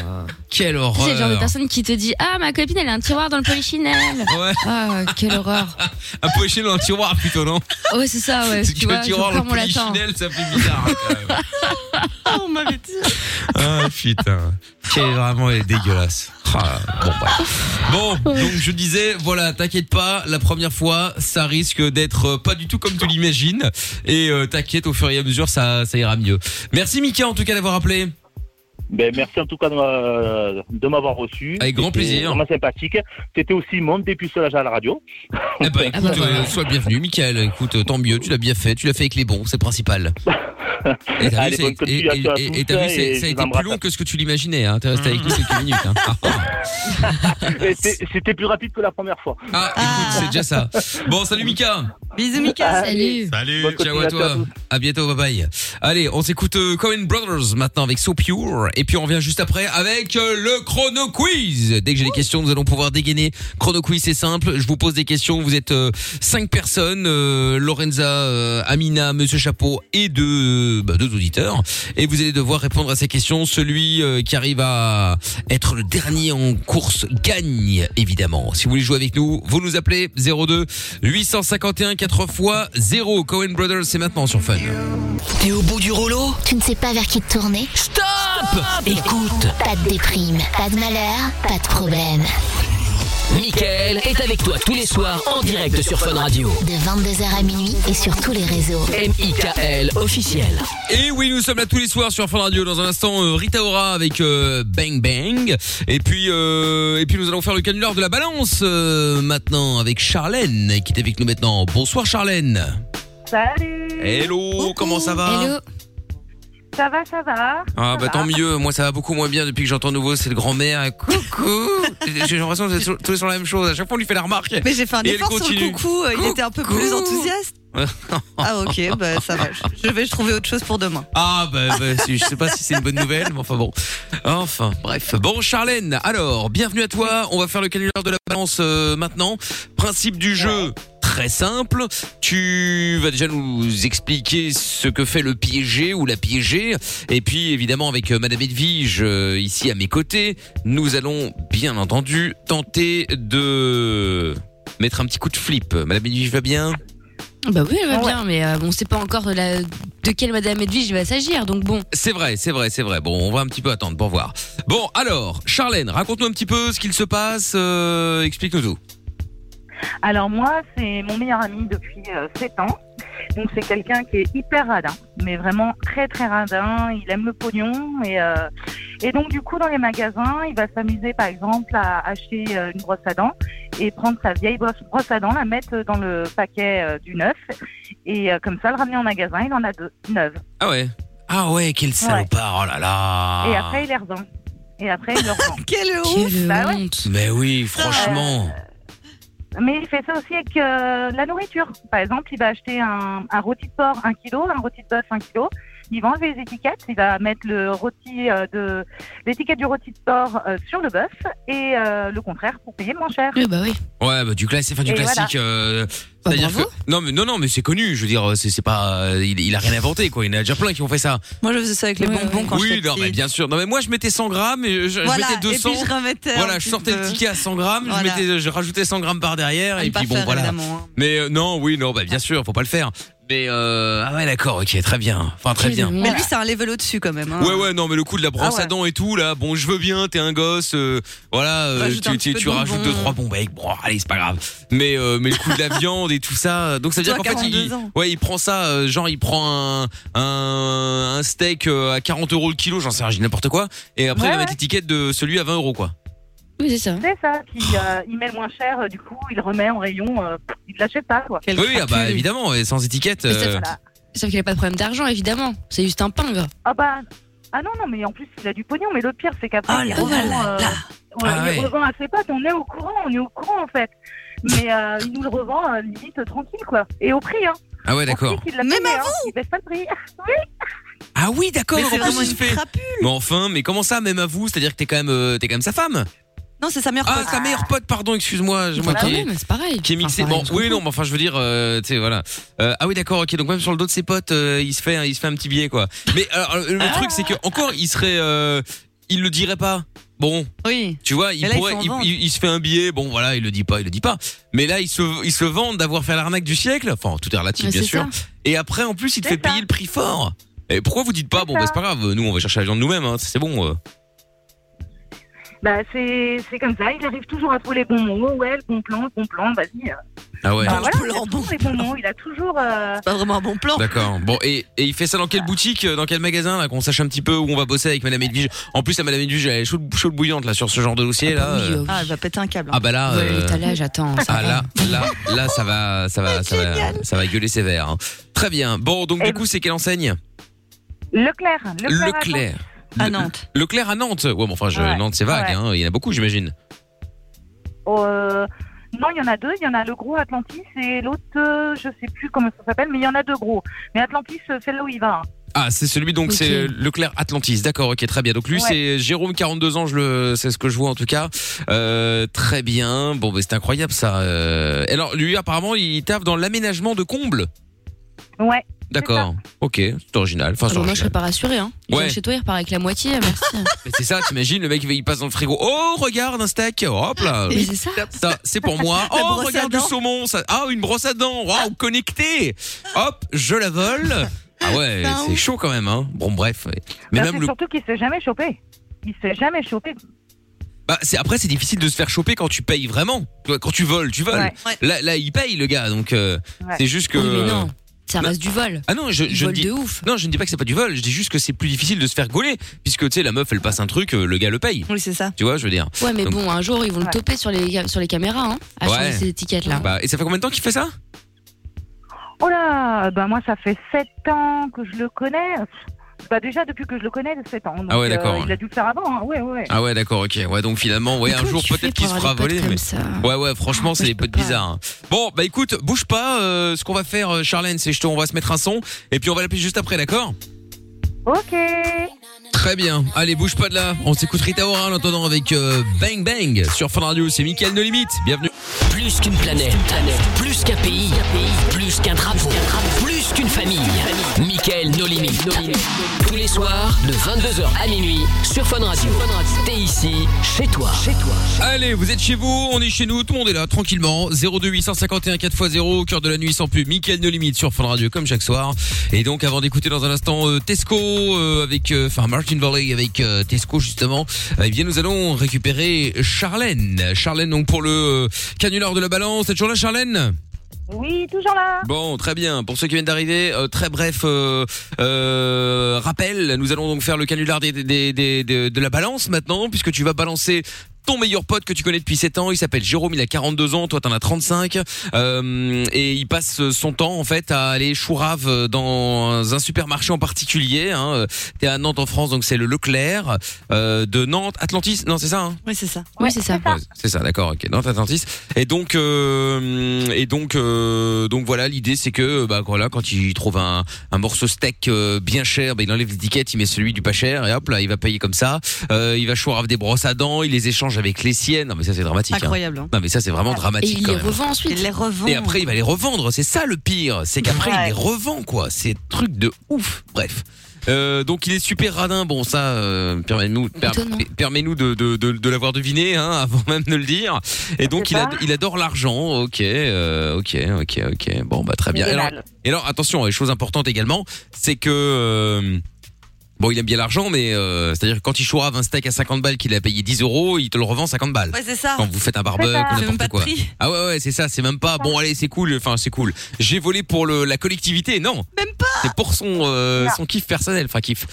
[SPEAKER 1] Quelle
[SPEAKER 2] Tu sais,
[SPEAKER 1] horreur
[SPEAKER 2] C'est le genre de personne qui te dit Ah, ma copine, elle a un tiroir dans le polichinelle.
[SPEAKER 1] Ouais,
[SPEAKER 2] Ah, quelle horreur. Ah
[SPEAKER 1] un Ah, pochette dans un tiroir plutôt, non
[SPEAKER 2] Ouais, c'est ça, ouais.
[SPEAKER 1] C'est
[SPEAKER 2] Tu
[SPEAKER 1] que
[SPEAKER 2] vois,
[SPEAKER 1] le
[SPEAKER 2] Ah, je
[SPEAKER 1] tiroir,
[SPEAKER 2] prends
[SPEAKER 1] le
[SPEAKER 2] mon latin.
[SPEAKER 1] polichinelle, ça fait bizarre hein, quand même.
[SPEAKER 3] Ah, on m'avait dit.
[SPEAKER 1] Ah putain, qui est vraiment elle est dégueulasse. Ah, bon, bref. bon, donc je disais, voilà, t'inquiète pas, la première fois, ça risque d'être euh, pas du tout comme tu l'imagines. Et euh, t'inquiète, au fur et à mesure, ça, ça ira mieux. Merci Mika en tout cas d'avoir appelé.
[SPEAKER 8] Ben, merci en tout cas de m'a- de m'avoir reçu.
[SPEAKER 1] Avec grand
[SPEAKER 8] C'était
[SPEAKER 1] plaisir.
[SPEAKER 8] Vraiment sympathique. C'était aussi mon dépucelage à la radio.
[SPEAKER 1] Eh ben
[SPEAKER 2] Ah bah
[SPEAKER 1] écoute,
[SPEAKER 2] voilà.
[SPEAKER 1] euh, sois le bienvenu, Michael. Écoute, euh, tant mieux, tu l'as bien fait, tu l'as fait avec les bons, c'est le principal. Et t'as vu,
[SPEAKER 8] Allez,
[SPEAKER 1] c'est- et-
[SPEAKER 8] bonne
[SPEAKER 1] et-
[SPEAKER 8] continuation à
[SPEAKER 1] et-
[SPEAKER 8] tous,
[SPEAKER 1] et t'as vu,
[SPEAKER 8] et
[SPEAKER 1] c'est-
[SPEAKER 8] je
[SPEAKER 1] ça a
[SPEAKER 8] vous
[SPEAKER 1] été plus
[SPEAKER 8] embrasse. Mm.
[SPEAKER 1] long que ce que tu l'imaginais. Hein. T'es resté avec nous quelques minutes. hein. Ah, ah.
[SPEAKER 8] Et c'est- C'était plus rapide que la première fois.
[SPEAKER 1] Ah,
[SPEAKER 3] Ah.
[SPEAKER 1] écoute, c'est déjà ça. Bon, salut Mika.
[SPEAKER 3] Bisous, Mika.
[SPEAKER 2] Salut.
[SPEAKER 5] Salut.
[SPEAKER 8] Bonne
[SPEAKER 1] Ciao à
[SPEAKER 8] continuation à
[SPEAKER 1] toi.
[SPEAKER 8] tous.
[SPEAKER 1] À bientôt, bye bye. Allez, on s'écoute euh, Cohen Brothers maintenant avec So Pure. Et puis on revient juste après avec euh, le chrono quiz. Dès que j'ai des questions, nous allons pouvoir dégainer. Chrono quiz, c'est simple. Je vous pose des questions. Vous êtes euh, cinq personnes. euh, Lorenza, euh, Amina, Monsieur Chapeau et deux, euh, bah, deux auditeurs. Et vous allez devoir répondre à ces questions. Celui euh, qui arrive à être le dernier en course gagne, évidemment. Si vous voulez jouer avec nous, vous nous appelez 02 851 4 x 0. Cohen Brothers, c'est maintenant sur Fun.
[SPEAKER 6] T'es au bout du rouleau
[SPEAKER 7] Tu ne sais pas vers qui te tourner
[SPEAKER 6] Stop Écoute,
[SPEAKER 7] Pas de déprime, pas de malheur, pas de problème.
[SPEAKER 6] Mickaël est avec toi tous les soirs en direct sur Fun Radio.
[SPEAKER 7] De 22h à minuit et sur tous les réseaux.
[SPEAKER 6] M.I.K.L. officiel.
[SPEAKER 1] Et oui, nous sommes là tous les soirs sur Fun Radio. Dans un instant, euh, Rita Ora avec euh, Bang Bang. Et puis, euh, et puis nous allons faire le canular de la balance euh, maintenant avec Charlène qui est avec nous maintenant. Bonsoir Charlène.
[SPEAKER 9] Salut,
[SPEAKER 1] Hello, comment ça va
[SPEAKER 2] Hello.
[SPEAKER 9] ça va, ça va
[SPEAKER 1] Ah bah
[SPEAKER 9] Ça va.
[SPEAKER 1] tant mieux, moi ça va beaucoup moins bien depuis que j'entends nouveau, c'est le grand-mère. Coucou J'ai l'impression que vous êtes sur- tous les sur la même chose, à chaque fois on lui fait la remarque.
[SPEAKER 3] Mais j'ai fait un
[SPEAKER 1] Et elle
[SPEAKER 3] effort sur
[SPEAKER 1] continue.
[SPEAKER 3] le coucou. euh, Il était un peu plus
[SPEAKER 1] Coucou.
[SPEAKER 3] enthousiaste. Ah, ok, bah ça va. Je vais trouver autre chose pour demain.
[SPEAKER 1] Ah bah, bah, si- je sais pas si c'est une bonne nouvelle, mais enfin bon. Enfin bref. Bon Charlène, alors bienvenue à toi, on va faire le canular de la balance euh, maintenant. Principe du jeu très simple, tu vas déjà nous expliquer ce que fait le piégé ou la piégée et puis évidemment avec euh, Madame Edwige euh, ici à mes côtés, nous allons bien entendu tenter de mettre un petit coup de flip. Madame Edwige va bien
[SPEAKER 2] Bah oui, elle va
[SPEAKER 9] Ouais.
[SPEAKER 2] bien, mais euh, on sait pas encore de, la- de quelle Madame Edwige il va s'agir, donc bon.
[SPEAKER 1] C'est vrai, c'est vrai, c'est vrai. Bon, on va un petit peu attendre pour voir. Bon, alors, Charlène, raconte-nous un petit peu ce qu'il se passe. euh, Explique-nous tout.
[SPEAKER 9] Alors moi, c'est mon meilleur ami depuis euh, 7 ans. Donc c'est quelqu'un qui est hyper radin, mais vraiment très très radin. Il aime le pognon et, euh, et donc du coup dans les magasins, il va s'amuser par exemple à acheter euh, une brosse à dents et prendre sa vieille brosse, brosse à dents, la mettre dans le paquet euh, du neuf et euh, comme ça le ramener en magasin, il en a deux neuves.
[SPEAKER 1] Ah ouais Ah ouais, quel salopard, oh là là.
[SPEAKER 9] Et après, il les revend. Et après, il leur vend.
[SPEAKER 3] Quelle
[SPEAKER 9] honte Bah ouais.
[SPEAKER 1] Mais oui, franchement.
[SPEAKER 9] Mais il fait ça aussi avec euh, la nourriture. Par exemple, il va acheter un, un rôti de porc 1 kg, un rôti de bœuf 1 kg. Il va enlever les étiquettes, il va mettre le rôti euh, de l'étiquette du rôti de porc euh, sur le bœuf et euh, le contraire pour payer moins cher.
[SPEAKER 2] bah oui.
[SPEAKER 1] Ouais, bah du classique, enfin du
[SPEAKER 9] Euh. Et Bah,
[SPEAKER 1] classique. euh, C'est-à-dire que non, mais non, non, mais c'est connu. Je veux dire, c'est c'est pas, euh, il, il a rien inventé quoi. Il y en a déjà plein qui ont fait ça.
[SPEAKER 3] Moi, je faisais ça avec les bonbons quand
[SPEAKER 1] oui,
[SPEAKER 3] j'étais
[SPEAKER 1] non, mais
[SPEAKER 3] petite.
[SPEAKER 1] bien sûr. Non, mais moi je mettais 100 grammes, et je, je
[SPEAKER 3] Voilà,
[SPEAKER 1] mettais 200.
[SPEAKER 3] et puis je remettais un
[SPEAKER 1] voilà, je
[SPEAKER 3] petit
[SPEAKER 1] sortais le
[SPEAKER 3] peu.
[SPEAKER 1] ticket à 100 grammes,
[SPEAKER 3] Voilà.
[SPEAKER 1] je mettais, je rajoutais 100 grammes par derrière,
[SPEAKER 3] À
[SPEAKER 1] et
[SPEAKER 3] ne pas
[SPEAKER 1] puis bon
[SPEAKER 3] faire,
[SPEAKER 1] voilà.
[SPEAKER 3] évidemment, hein.
[SPEAKER 1] Mais euh, non, oui, non, bah bien sûr, faut pas le faire. Mais euh, ah ouais, d'accord, ok, très bien, enfin très bien.
[SPEAKER 3] Mais lui, c'est un level au-dessus quand même. hein.
[SPEAKER 1] Ouais ouais non mais le coup de la brosse
[SPEAKER 3] Ah ouais.
[SPEAKER 1] à dents et tout là bon je veux bien t'es un gosse euh, voilà euh,
[SPEAKER 3] Rajoute un
[SPEAKER 1] tu,
[SPEAKER 3] petit
[SPEAKER 1] tu,
[SPEAKER 3] peu
[SPEAKER 1] tu
[SPEAKER 3] de
[SPEAKER 1] rajoutes
[SPEAKER 3] bonbons.
[SPEAKER 1] deux trois bons avec bon allez c'est pas grave mais euh, mais le coup de la viande et tout ça euh, donc ça veut dire
[SPEAKER 3] Toi,
[SPEAKER 1] qu'en fait il,
[SPEAKER 3] 42 ans.
[SPEAKER 1] ouais il prend ça euh, genre il prend un un, un steak euh, à 40 euros le kilo j'en sais rien je dis n'importe quoi et après il va
[SPEAKER 9] Ouais,
[SPEAKER 1] mettre
[SPEAKER 9] ouais.
[SPEAKER 1] l'étiquette de celui à 20 euros quoi
[SPEAKER 2] Oui, c'est ça. hein.
[SPEAKER 9] C'est ça, puis euh, il met le moins cher, euh, du coup, il remet en rayon, euh, il ne l'achète pas, quoi.
[SPEAKER 3] Quel
[SPEAKER 1] oui oui, ah bah
[SPEAKER 3] crapule.
[SPEAKER 1] évidemment ouais, sans étiquette
[SPEAKER 2] Mais ça,
[SPEAKER 1] euh,
[SPEAKER 9] Voilà.
[SPEAKER 2] Sauf qu'il a pas de problème d'argent, évidemment. C'est juste un pingre.
[SPEAKER 9] Ah bah, ah non, non, mais en plus, il a du pognon, mais le pire, c'est qu'après,
[SPEAKER 3] Oh
[SPEAKER 9] il
[SPEAKER 3] là
[SPEAKER 9] revend,
[SPEAKER 3] là
[SPEAKER 9] euh,
[SPEAKER 3] là.
[SPEAKER 9] ouais,
[SPEAKER 1] Ah
[SPEAKER 9] il
[SPEAKER 1] ouais.
[SPEAKER 9] revend à ses potes, on est au courant, on est au courant, en fait. Mais euh, il nous le revend, euh, limite, tranquille, quoi. Et au prix, hein.
[SPEAKER 1] ah ouais
[SPEAKER 9] Au
[SPEAKER 1] d'accord
[SPEAKER 9] prix qu'il l'a
[SPEAKER 3] Même
[SPEAKER 9] payé,
[SPEAKER 3] à
[SPEAKER 9] hein. Il baisse pas le prix.
[SPEAKER 1] ah oui d'accord
[SPEAKER 3] Mais
[SPEAKER 1] en
[SPEAKER 3] c'est
[SPEAKER 1] plus,
[SPEAKER 3] vraiment
[SPEAKER 1] il se
[SPEAKER 3] une
[SPEAKER 1] fait-
[SPEAKER 3] crapule.
[SPEAKER 1] mais enfin mais comment ça même à vous c'est à dire que t'es quand même euh, t'es quand même sa femme
[SPEAKER 3] Non, c'est sa meilleure bah
[SPEAKER 1] ah
[SPEAKER 3] pote.
[SPEAKER 1] sa meilleure pote pardon excuse-moi je
[SPEAKER 2] Enfin,
[SPEAKER 1] moi
[SPEAKER 2] quand
[SPEAKER 1] qui
[SPEAKER 2] même, c'est pareil.
[SPEAKER 1] qui est mixé.
[SPEAKER 2] Enfin,
[SPEAKER 1] Bon,
[SPEAKER 2] pareil, on
[SPEAKER 1] oui,
[SPEAKER 2] s'en
[SPEAKER 1] non, mais enfin, je veux dire, euh, tu sais, voilà. Euh, ah oui, d'accord, ok. Donc même sur le dos de ses potes, euh, il se fait, un- il se fait un petit billet, quoi. Mais euh, alors, le truc, c'est que encore, il serait, euh, il le dirait pas. Bon,
[SPEAKER 3] Oui.
[SPEAKER 1] tu vois, il
[SPEAKER 3] Mais là, ils
[SPEAKER 1] pourrait,
[SPEAKER 3] sont en
[SPEAKER 1] il,
[SPEAKER 3] vente.
[SPEAKER 1] il- il se fait un billet. Bon, voilà, il le dit pas, il le dit pas. Mais là, il se, il se vante d'avoir fait l'arnaque du siècle. Enfin, tout est relatif,
[SPEAKER 2] Mais
[SPEAKER 1] bien
[SPEAKER 2] c'est
[SPEAKER 1] sûr. Et après, en plus, il te
[SPEAKER 9] C'est
[SPEAKER 1] fait
[SPEAKER 9] ça.
[SPEAKER 1] payer le prix fort. Et pourquoi vous dites pas, bon,
[SPEAKER 9] ça.
[SPEAKER 1] bah, c'est pas grave, nous, on va chercher la viande nous-mêmes, hein, c'est bon. euh.
[SPEAKER 9] Bah, c'est c'est comme ça, il arrive toujours à trouver les bons mots. Ouais, le bon plan, le bon plan, vas-y.
[SPEAKER 1] Ah ouais.
[SPEAKER 9] Bah, voilà,
[SPEAKER 3] plan,
[SPEAKER 9] il a toujours
[SPEAKER 3] bon
[SPEAKER 9] les bons mots, il a toujours. euh,
[SPEAKER 3] C'est pas vraiment un bon plan.
[SPEAKER 1] D'accord. Bon, et, et il fait ça dans quelle boutique, euh, dans quel magasin, là, qu'on sache un petit peu où on va bosser avec Madame Edwige. En plus, la Madame Edwige, elle est chaude, chaude bouillante, là, sur ce genre de dossier, là.
[SPEAKER 2] fout.
[SPEAKER 1] euh.
[SPEAKER 2] Oui,
[SPEAKER 3] Ah, oh. elle va péter un câble.
[SPEAKER 1] Ah, bah là,
[SPEAKER 2] euh,
[SPEAKER 1] euh,
[SPEAKER 2] ouais, l'étalage, attends. ça
[SPEAKER 1] ah
[SPEAKER 2] va.
[SPEAKER 1] là, là, là, ça va, ça va, ça va, ça va gueuler sévère. hein. Très bien. Bon, donc,
[SPEAKER 9] Eh
[SPEAKER 1] du
[SPEAKER 9] ben.
[SPEAKER 1] coup, c'est quelle enseigne?
[SPEAKER 9] Leclerc. Leclerc. à
[SPEAKER 1] Leclerc.
[SPEAKER 3] À
[SPEAKER 1] Le-
[SPEAKER 3] Nantes.
[SPEAKER 1] Leclerc à Nantes. Ouais, bon, enfin, je,
[SPEAKER 9] Ouais.
[SPEAKER 1] Nantes, c'est vague,
[SPEAKER 9] Ouais.
[SPEAKER 1] hein. Il y en a beaucoup, j'imagine.
[SPEAKER 9] Nantes. Euh, non, il y en a deux. Il y en a le gros Atlantis et l'autre, euh, je sais plus comment ça s'appelle, mais il y en a deux gros. Mais Atlantis, euh, c'est là où il va. hein.
[SPEAKER 1] Ah, c'est celui, donc,
[SPEAKER 2] Ok.
[SPEAKER 1] c'est euh, Leclerc Atlantis. D'accord, ok, très bien. Donc, lui,
[SPEAKER 9] Ouais.
[SPEAKER 1] c'est Jérôme, 42 ans, je le, c'est ce que je vois, en tout cas. Euh, très bien. Bon, bah, c'est incroyable, ça. Euh, alors, lui, apparemment, il tape dans l'aménagement de combles.
[SPEAKER 9] Ouais.
[SPEAKER 1] D'accord. Ok, c'est original. Enfin,
[SPEAKER 2] Ah
[SPEAKER 1] c'est
[SPEAKER 2] bon, moi, je serais
[SPEAKER 1] original.
[SPEAKER 2] pas rassurée. Hein. Il
[SPEAKER 1] Ouais.
[SPEAKER 2] vient chez toi, il repart avec la moitié. Merci.
[SPEAKER 1] Mais c'est ça, t'imagines, le mec, il passe dans le frigo. Oh, regarde, un steak. Hop là.
[SPEAKER 2] Mais c'est ça.
[SPEAKER 1] Ça, c'est pour moi.
[SPEAKER 3] La
[SPEAKER 1] Oh,
[SPEAKER 3] brosse à
[SPEAKER 1] regarde du
[SPEAKER 3] dents.
[SPEAKER 1] saumon. Ça... Ah, une brosse à dents. Waouh, connecté. Hop, je la vole. Ah ouais,
[SPEAKER 3] Ah
[SPEAKER 1] c'est
[SPEAKER 3] oui.
[SPEAKER 1] chaud quand même. Hein. Bon, bref. ouais. Mais
[SPEAKER 9] Bah,
[SPEAKER 1] même
[SPEAKER 9] c'est
[SPEAKER 1] le.
[SPEAKER 9] surtout qu'il s'est jamais chopé. Il s'est jamais chopé.
[SPEAKER 1] Bah, c'est après, c'est difficile de se faire choper quand tu payes vraiment. Tu vois, Quand tu voles, tu voles.
[SPEAKER 9] Ouais.
[SPEAKER 3] Ouais.
[SPEAKER 1] Là, là, il paye le gars. Donc, euh,
[SPEAKER 9] Ouais.
[SPEAKER 1] c'est juste que. Euh,
[SPEAKER 2] Oui, mais non, ça
[SPEAKER 1] Non.
[SPEAKER 2] reste du vol.
[SPEAKER 1] Ah non, je,
[SPEAKER 2] Du
[SPEAKER 1] je ne
[SPEAKER 2] vol
[SPEAKER 1] dis.
[SPEAKER 2] de ouf.
[SPEAKER 1] Non, je ne dis pas que c'est pas du vol. Je dis juste que c'est plus difficile de se faire gauler puisque tu sais, la meuf, elle passe un truc, euh, le gars le paye.
[SPEAKER 3] Oui, c'est ça.
[SPEAKER 1] Tu vois, je veux dire.
[SPEAKER 2] Ouais, mais
[SPEAKER 1] Donc-
[SPEAKER 2] bon, un jour, ils vont le
[SPEAKER 9] Ouais.
[SPEAKER 2] toper sur les, sur les caméras, hein, à
[SPEAKER 1] Ouais.
[SPEAKER 2] changer ces étiquettes-là.
[SPEAKER 1] Bah, et ça fait combien de temps qu'il fait ça
[SPEAKER 9] Oh là, bah moi ça fait 7 ans que je le connais. Bah déjà depuis que je le connais, de 7 ans. Donc,
[SPEAKER 1] Ah ouais, d'accord,
[SPEAKER 9] euh, il a dû le faire avant, hein. ouais, ouais.
[SPEAKER 1] Ah ouais, d'accord, ok. Ouais, donc finalement, ouais,
[SPEAKER 2] Mais
[SPEAKER 1] un
[SPEAKER 2] comment
[SPEAKER 1] jour
[SPEAKER 2] tu fais
[SPEAKER 1] peut-être
[SPEAKER 2] pour
[SPEAKER 1] qu'il se
[SPEAKER 2] avoir
[SPEAKER 1] fera
[SPEAKER 2] des
[SPEAKER 1] voler.
[SPEAKER 2] potes comme
[SPEAKER 1] mais-
[SPEAKER 2] ça Ah,
[SPEAKER 1] Ouais, ouais, franchement, c'est
[SPEAKER 2] je
[SPEAKER 1] des
[SPEAKER 2] peux
[SPEAKER 1] potes
[SPEAKER 2] pas.
[SPEAKER 1] bizarres. hein. Bon, bah écoute, bouge pas. euh, ce qu'on va faire, euh, Charlène, c'est je te, on va se mettre un son et puis on va l'appeler juste après, d'accord
[SPEAKER 9] Ok.
[SPEAKER 1] Très bien. Allez, bouge pas de là. On s'écoute Rita Ora en attendant avec euh, Bang Bang sur Fun Radio. C'est Mickaël No Limite. Bienvenue.
[SPEAKER 6] Plus qu'une planète, plus qu'un pays, plus qu'un drapeau, plus qu'une famille. Michael No Limit. Tous les soirs, de 22h à minuit, sur Fun Radio. T'es ici, chez toi. Chez toi.
[SPEAKER 1] Allez, vous êtes chez vous, on est chez nous, tout le monde est là, tranquillement. 02851 4x0, au cœur de la nuit sans plus. Mickaël No Limite sur Fun Radio, comme chaque soir. Et donc, avant d'écouter dans un instant euh, Tesco, euh, avec, euh, enfin, Martin Valley avec euh, Tesco, justement, eh bien, nous allons récupérer Charlène. Charlène, donc, pour le euh, canular de la balance. T'es toujours là, Charlène
[SPEAKER 9] Oui, toujours là.
[SPEAKER 1] Bon, très bien. Pour ceux qui viennent d'arriver, euh, très bref euh, euh, rappel. Nous allons donc faire le canular des, des, des- des- de la balance maintenant, puisque tu vas balancer ton meilleur pote que tu connais depuis 7 ans. Il s'appelle Jérôme, il a 42 ans, toi t'en as 35. Euh, et il passe son temps en fait à aller chourave dans un supermarché en particulier. Hein. T'es à Nantes en France, donc c'est le Leclerc euh, de Nantes, Atlantis. Non, c'est ça. Hein
[SPEAKER 3] Oui, c'est ça.
[SPEAKER 2] Oui, c'est ça.
[SPEAKER 1] Ouais, c'est ça, ah, d'accord, ok. Nantes Atlantis. Et donc, euh, et donc, euh, donc voilà, l'idée c'est que, bah voilà, quand il trouve un, un morceau steak euh, bien cher, bah, il enlève l'étiquette, il met celui du pas cher, et hop là, il va payer comme ça. Euh, il va choisir des brosses à dents, il les échange avec les siennes. Non mais ça c'est dramatique. hein.
[SPEAKER 3] Incroyable, hein.
[SPEAKER 1] Non mais ça c'est vraiment
[SPEAKER 2] Ah, Et
[SPEAKER 1] dramatique.
[SPEAKER 2] il
[SPEAKER 1] quand
[SPEAKER 2] les
[SPEAKER 1] même.
[SPEAKER 2] revend ensuite.
[SPEAKER 3] Il les revend.
[SPEAKER 1] Et après, il va les revendre. C'est ça le pire. C'est qu'après, il
[SPEAKER 3] Mmh. Ouais.
[SPEAKER 1] les revend, quoi. C'est truc de ouf. Bref. Euh, donc il est super radin, bon ça euh, permet-nous per-
[SPEAKER 2] Étonnant.
[SPEAKER 1] permet-nous de, de, de, de l'avoir deviné hein, avant même de le dire. Et donc il, ad- il adore l'argent, ok, euh, ok, ok, ok. Bon bah très bien.
[SPEAKER 9] Il est
[SPEAKER 1] Alors,
[SPEAKER 9] mal.
[SPEAKER 1] et alors attention, et chose importante également, c'est que euh, bon il aime bien l'argent, mais euh, c'est-à-dire que quand il chourave un steak à 50 balles qu'il a payé 10 euros, il te le revend 50 balles.
[SPEAKER 3] Ouais, c'est ça.
[SPEAKER 1] Quand vous faites un barbecue,
[SPEAKER 9] ça.
[SPEAKER 3] C'est même
[SPEAKER 1] n'importe
[SPEAKER 3] pas de
[SPEAKER 1] quoi.
[SPEAKER 3] prix.
[SPEAKER 1] Ah ouais, ouais, c'est ça, c'est même pas. Bon, allez, c'est cool, enfin, c'est cool. J'ai volé pour le, la collectivité, non
[SPEAKER 3] Même
[SPEAKER 1] pas C'est pour son, euh, son kiff personnel, enfin, kiff.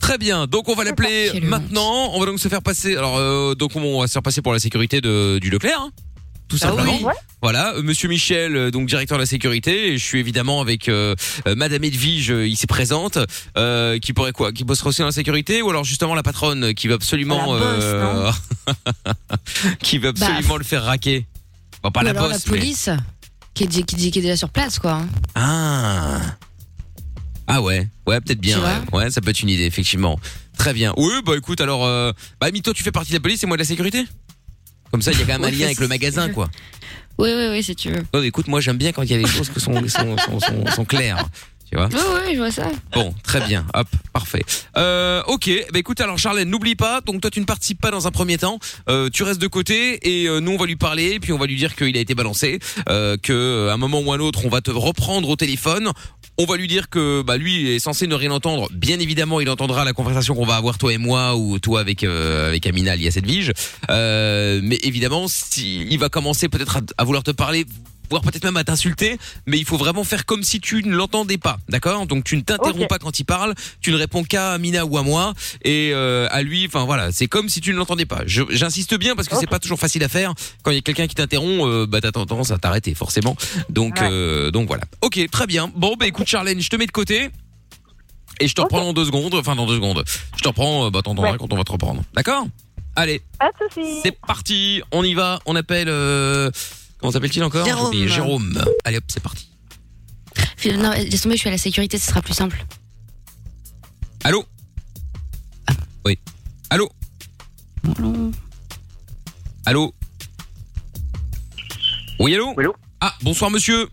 [SPEAKER 1] Très bien, donc on va l'appeler
[SPEAKER 2] Quelle honte.
[SPEAKER 1] maintenant. On va donc se faire passer. Alors, euh, donc on va se faire passer pour la sécurité de, du Leclerc, hein, tout
[SPEAKER 3] Ah
[SPEAKER 1] simplement.
[SPEAKER 3] oui.
[SPEAKER 1] Voilà, euh, Monsieur Michel, euh, donc directeur de la sécurité. Et je suis évidemment avec euh, euh, Madame Edwige euh, ici présente, euh, qui pourrait quoi, qui bossera aussi dans la sécurité, ou alors justement la patronne euh, qui va absolument,
[SPEAKER 3] La bosse,
[SPEAKER 1] euh, qui va
[SPEAKER 2] Bah,
[SPEAKER 1] absolument le faire raquer. Bon, bah, pas
[SPEAKER 2] Ou
[SPEAKER 1] la
[SPEAKER 2] alors
[SPEAKER 1] bosse,
[SPEAKER 2] la
[SPEAKER 1] mais-
[SPEAKER 2] police qui, est, dé- qui, dé- qui est déjà sur place, quoi. hein.
[SPEAKER 1] Ah. Ah ouais, ouais, peut-être bien.
[SPEAKER 2] Tu
[SPEAKER 1] Ouais. Ouais, ça peut être une idée, effectivement. Très bien. Oui, bah écoute, alors, euh, bah Mito, tu fais partie de la police et moi de la sécurité. Comme ça, il y a quand même un
[SPEAKER 2] Ouais,
[SPEAKER 1] lien avec le magasin, quoi.
[SPEAKER 2] Oui, oui, oui, si tu veux.
[SPEAKER 1] Non, mais écoute, moi j'aime bien quand il y a des choses qui sont, sont, sont, sont- sont claires. Tu vois
[SPEAKER 2] Oui, oui, je vois ça.
[SPEAKER 1] Bon, très bien. Hop, parfait. Euh, ok, bah écoute, alors Charlène, n'oublie pas, donc toi tu ne participes pas dans un premier temps, euh, tu restes de côté et euh, nous on va lui parler, puis on va lui dire qu'il a été balancé, euh, que euh, à un moment ou à un autre on va te reprendre au téléphone. On va lui dire que bah, lui est censé ne rien entendre. Bien évidemment, il entendra la conversation qu'on va avoir toi et moi ou toi avec euh, avec Amina alias Edwige. Euh, mais évidemment, si, il va commencer peut-être à, à vouloir te parler, voire peut-être même à t'insulter. Mais il faut vraiment faire comme si tu ne l'entendais pas, d'accord Donc tu ne t'interromps
[SPEAKER 9] Ok.
[SPEAKER 1] pas quand il parle. Tu ne réponds qu'à Amina ou à moi et euh, à lui. Enfin voilà, c'est comme si tu ne l'entendais pas. Je- J'insiste bien parce que c'est
[SPEAKER 9] Ok.
[SPEAKER 1] pas toujours facile à faire. Quand il y a quelqu'un qui t'interrompt, euh, bah t'as tendance à t'arrêter forcément. Donc
[SPEAKER 9] Ouais.
[SPEAKER 1] euh, donc voilà. Ok, très bien. Bon bah écoute Charlène, je te mets de côté. Et je te reprends dans deux secondes, enfin dans deux secondes. Je te reprends, euh, bah t'entendras
[SPEAKER 9] Ouais.
[SPEAKER 1] quand on va te reprendre. D'accord Allez,
[SPEAKER 9] Pas de soucis.
[SPEAKER 1] c'est parti, on y va, on appelle... euh, comment s'appelle-t-il encore
[SPEAKER 3] Jérôme.
[SPEAKER 1] J'ai oublié, Jérôme. Allez hop, c'est parti.
[SPEAKER 2] Fais- Non, laisse tomber, je suis à la sécurité, ce sera plus simple.
[SPEAKER 1] Allô Oui. Allô Allô Oui, allô
[SPEAKER 8] Oui, allô
[SPEAKER 1] Ah, bonsoir monsieur.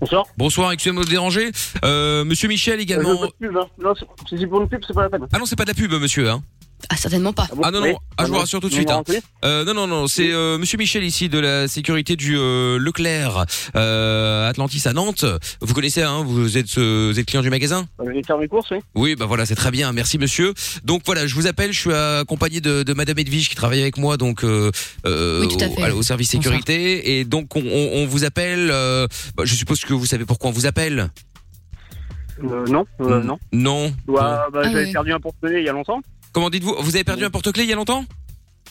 [SPEAKER 8] Bonsoir.
[SPEAKER 1] Bonsoir, excusez-moi de vous déranger. Euh, monsieur Michel
[SPEAKER 8] Euh, je
[SPEAKER 1] également.
[SPEAKER 8] veux pas de pub, hein. Non, c'est- si c'est pour une pub, c'est pas la peine.
[SPEAKER 1] Ah non, c'est pas de la pub, monsieur. Hein.
[SPEAKER 2] Ah, certainement pas.
[SPEAKER 8] bon
[SPEAKER 1] Ah non, non, ah, je vous rassure tout de suite,
[SPEAKER 8] Numéro
[SPEAKER 1] hein.
[SPEAKER 8] en police
[SPEAKER 1] Euh, non, non, non, c'est euh, Monsieur Michel ici de la sécurité du euh, Leclerc euh, Atlantis à Nantes. Vous connaissez, hein, vous êtes, euh, vous êtes client du magasin
[SPEAKER 8] Euh, J'ai fait mes courses, oui.
[SPEAKER 1] Oui, bah voilà, c'est très bien, merci monsieur. Donc voilà, je vous appelle, je suis accompagné de, de Madame Edwige qui travaille avec moi, donc euh, euh,
[SPEAKER 2] Oui, tout à
[SPEAKER 1] au-
[SPEAKER 2] fait.
[SPEAKER 1] au, service
[SPEAKER 2] Bonsoir.
[SPEAKER 1] sécurité, et donc on, on- on vous appelle. euh, bah, je suppose que vous savez pourquoi on vous appelle.
[SPEAKER 8] Euh, non, euh,
[SPEAKER 1] Hmm.
[SPEAKER 8] non.
[SPEAKER 1] Non.
[SPEAKER 8] Bah, bah,
[SPEAKER 2] Ah
[SPEAKER 8] J'avais
[SPEAKER 2] ouais.
[SPEAKER 8] perdu un porte-monnaie il y a longtemps.
[SPEAKER 1] Comment dites-vous Vous avez perdu un porte-clé il y a longtemps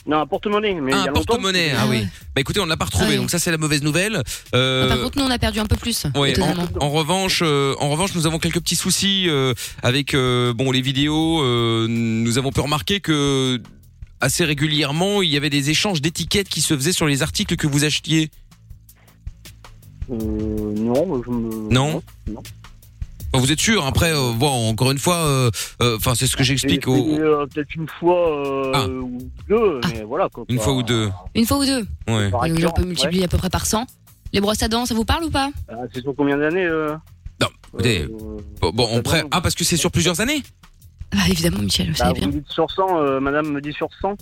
[SPEAKER 8] Non, un porte-monnaie, mais il
[SPEAKER 1] Ah,
[SPEAKER 8] y a
[SPEAKER 1] un
[SPEAKER 8] longtemps.
[SPEAKER 1] porte-monnaie. Ah
[SPEAKER 2] Ah
[SPEAKER 1] oui.
[SPEAKER 2] ouais.
[SPEAKER 1] Bah écoutez, on ne l'a pas retrouvé,
[SPEAKER 2] Ah oui.
[SPEAKER 1] donc ça c'est la mauvaise nouvelle.
[SPEAKER 2] Ah,
[SPEAKER 1] Euh,
[SPEAKER 2] Par contre, nous, on a perdu un peu plus.
[SPEAKER 1] Ouais,
[SPEAKER 2] étonnamment.
[SPEAKER 1] En revanche, euh, en revanche, nous avons quelques petits soucis euh, avec euh, bon les vidéos. euh, nous avons pu remarquer que assez régulièrement, il y avait des échanges d'étiquettes qui se faisaient sur les articles que vous achetiez.
[SPEAKER 8] Euh, non, je me...
[SPEAKER 1] Non. Enfin, vous êtes sûr Après, euh, bon, encore une fois, euh, euh, enfin, c'est ce que
[SPEAKER 8] J'ai
[SPEAKER 1] j'explique.
[SPEAKER 8] essayé,
[SPEAKER 1] Au...
[SPEAKER 8] euh, Peut-être une fois euh,
[SPEAKER 1] Ah.
[SPEAKER 8] ou deux, mais voilà. Quoi,
[SPEAKER 1] Une
[SPEAKER 8] pas-
[SPEAKER 2] Ah,
[SPEAKER 1] fois ou deux.
[SPEAKER 2] Une fois ou deux.
[SPEAKER 1] Ouais.
[SPEAKER 8] par
[SPEAKER 2] Donc, on
[SPEAKER 8] récurrent,
[SPEAKER 2] peut
[SPEAKER 8] ouais.
[SPEAKER 2] multiplier à peu près par 100. Les brosses à dents, ça vous parle ou pas
[SPEAKER 8] Ah, c'est sur combien d'années euh,
[SPEAKER 1] Non, écoutez,
[SPEAKER 8] euh,
[SPEAKER 1] Bon, bon, on prête. Ah, parce que c'est sur plusieurs années
[SPEAKER 2] Ah, évidemment, Michel, vous
[SPEAKER 8] Bah,
[SPEAKER 2] savez
[SPEAKER 8] vous
[SPEAKER 2] bien.
[SPEAKER 8] me dites sur 100, euh, madame me dit sur 100.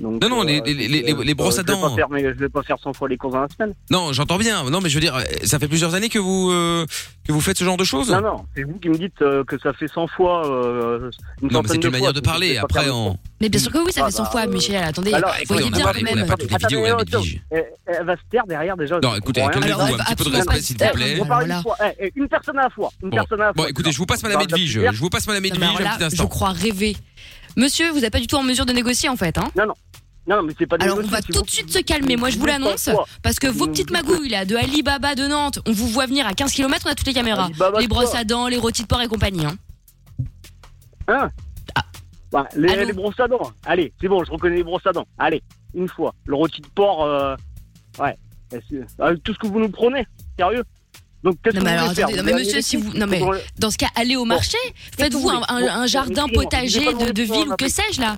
[SPEAKER 8] Donc, euh,
[SPEAKER 1] Non, non, les- les- les- les- les brosses à
[SPEAKER 8] je vais
[SPEAKER 1] dents.
[SPEAKER 8] Pas faire, mais je vais pas faire 100 fois les courses dans la semaine.
[SPEAKER 1] Non, j'entends bien. Non, mais je veux dire, euh, ça fait plusieurs années que vous euh, que vous faites ce genre de choses.
[SPEAKER 8] Non, non, c'est vous qui me dites euh, que ça fait 100 fois. euh, une
[SPEAKER 1] Non, mais
[SPEAKER 8] centaine
[SPEAKER 1] c'est une
[SPEAKER 8] fois,
[SPEAKER 1] manière de
[SPEAKER 8] donc je
[SPEAKER 1] parler.
[SPEAKER 8] vais pas
[SPEAKER 1] Après,
[SPEAKER 8] faire
[SPEAKER 1] on...
[SPEAKER 2] Mais bien sûr que oui, ça
[SPEAKER 8] Ah,
[SPEAKER 2] fait 100
[SPEAKER 8] bah,
[SPEAKER 2] fois,
[SPEAKER 8] euh,
[SPEAKER 2] Michel. Attendez,
[SPEAKER 8] alors,
[SPEAKER 1] Mm. écoutez,
[SPEAKER 2] voyez
[SPEAKER 1] on n'a
[SPEAKER 2] bien
[SPEAKER 1] pas,
[SPEAKER 2] quand
[SPEAKER 1] les- on n'a
[SPEAKER 2] même.
[SPEAKER 1] pas toutes les
[SPEAKER 8] Attendez,
[SPEAKER 1] vidéos,
[SPEAKER 10] euh,
[SPEAKER 1] Madame
[SPEAKER 8] attends.
[SPEAKER 1] Edwige.
[SPEAKER 8] hein, Elle, elle va se taire derrière déjà.
[SPEAKER 1] Non, écoutez,
[SPEAKER 8] Je comprends rien.
[SPEAKER 1] calmez-vous,
[SPEAKER 2] Alors,
[SPEAKER 1] un petit peu de
[SPEAKER 2] absolument
[SPEAKER 1] respect, s'il vous
[SPEAKER 2] pas.
[SPEAKER 1] plaît.
[SPEAKER 8] On parle
[SPEAKER 2] Alors
[SPEAKER 8] une fois. Eh, eh, une personne à la fois. Une
[SPEAKER 1] Bon.
[SPEAKER 8] personne à la fois.
[SPEAKER 1] Bon, écoutez, je vous passe Madame
[SPEAKER 8] Non,
[SPEAKER 1] Edwige.
[SPEAKER 8] non,
[SPEAKER 1] Je vous passe Madame
[SPEAKER 2] Non,
[SPEAKER 1] Edwige
[SPEAKER 2] mais alors
[SPEAKER 1] un
[SPEAKER 2] là,
[SPEAKER 1] petit
[SPEAKER 2] Bah je
[SPEAKER 1] instant.
[SPEAKER 2] crois rêver. Monsieur, vous n'êtes pas du tout en mesure de négocier en fait. Hein
[SPEAKER 8] Non, non. Non, mais c'est pas des
[SPEAKER 2] Alors on
[SPEAKER 8] meufs,
[SPEAKER 2] va
[SPEAKER 8] c'est
[SPEAKER 2] tout
[SPEAKER 8] vous
[SPEAKER 2] de
[SPEAKER 8] qui-
[SPEAKER 2] suite se calmer, moi je vous
[SPEAKER 8] Vous êtes
[SPEAKER 2] l'annonce,
[SPEAKER 8] pas quoi
[SPEAKER 2] parce que vos petites magouilles là, de Alibaba de Nantes, on vous voit venir à 15 km, on a toutes les caméras.
[SPEAKER 8] Alibaba
[SPEAKER 2] Les
[SPEAKER 8] de quoi
[SPEAKER 2] brosses à dents, les rôtis de porc et compagnie. hein.
[SPEAKER 8] Hein Ouais, les,
[SPEAKER 2] Ah. Allô
[SPEAKER 8] les brosses à dents. Allez, c'est bon, je reconnais les brosses à dents. Allez, une fois. Le rôti de porc, euh, ouais. Est-ce que- Avec tout ce que vous nous prenez, sérieux Donc, qu'est-ce
[SPEAKER 2] Non,
[SPEAKER 8] que
[SPEAKER 2] mais
[SPEAKER 8] vous
[SPEAKER 2] alors,
[SPEAKER 8] voulez faire
[SPEAKER 2] attendez, non,
[SPEAKER 8] Vous
[SPEAKER 2] mais
[SPEAKER 8] voulez
[SPEAKER 2] monsieur,
[SPEAKER 8] aller ici
[SPEAKER 2] si vous- non, mais-
[SPEAKER 8] Vous voulez-
[SPEAKER 2] Dans ce cas, allez au marché, faites-vous un, un- un jardin
[SPEAKER 8] Excusez-moi,
[SPEAKER 2] potager
[SPEAKER 8] je vais pas
[SPEAKER 2] de, de
[SPEAKER 8] vous
[SPEAKER 2] ville ou que
[SPEAKER 8] répondre.
[SPEAKER 2] sais-je là,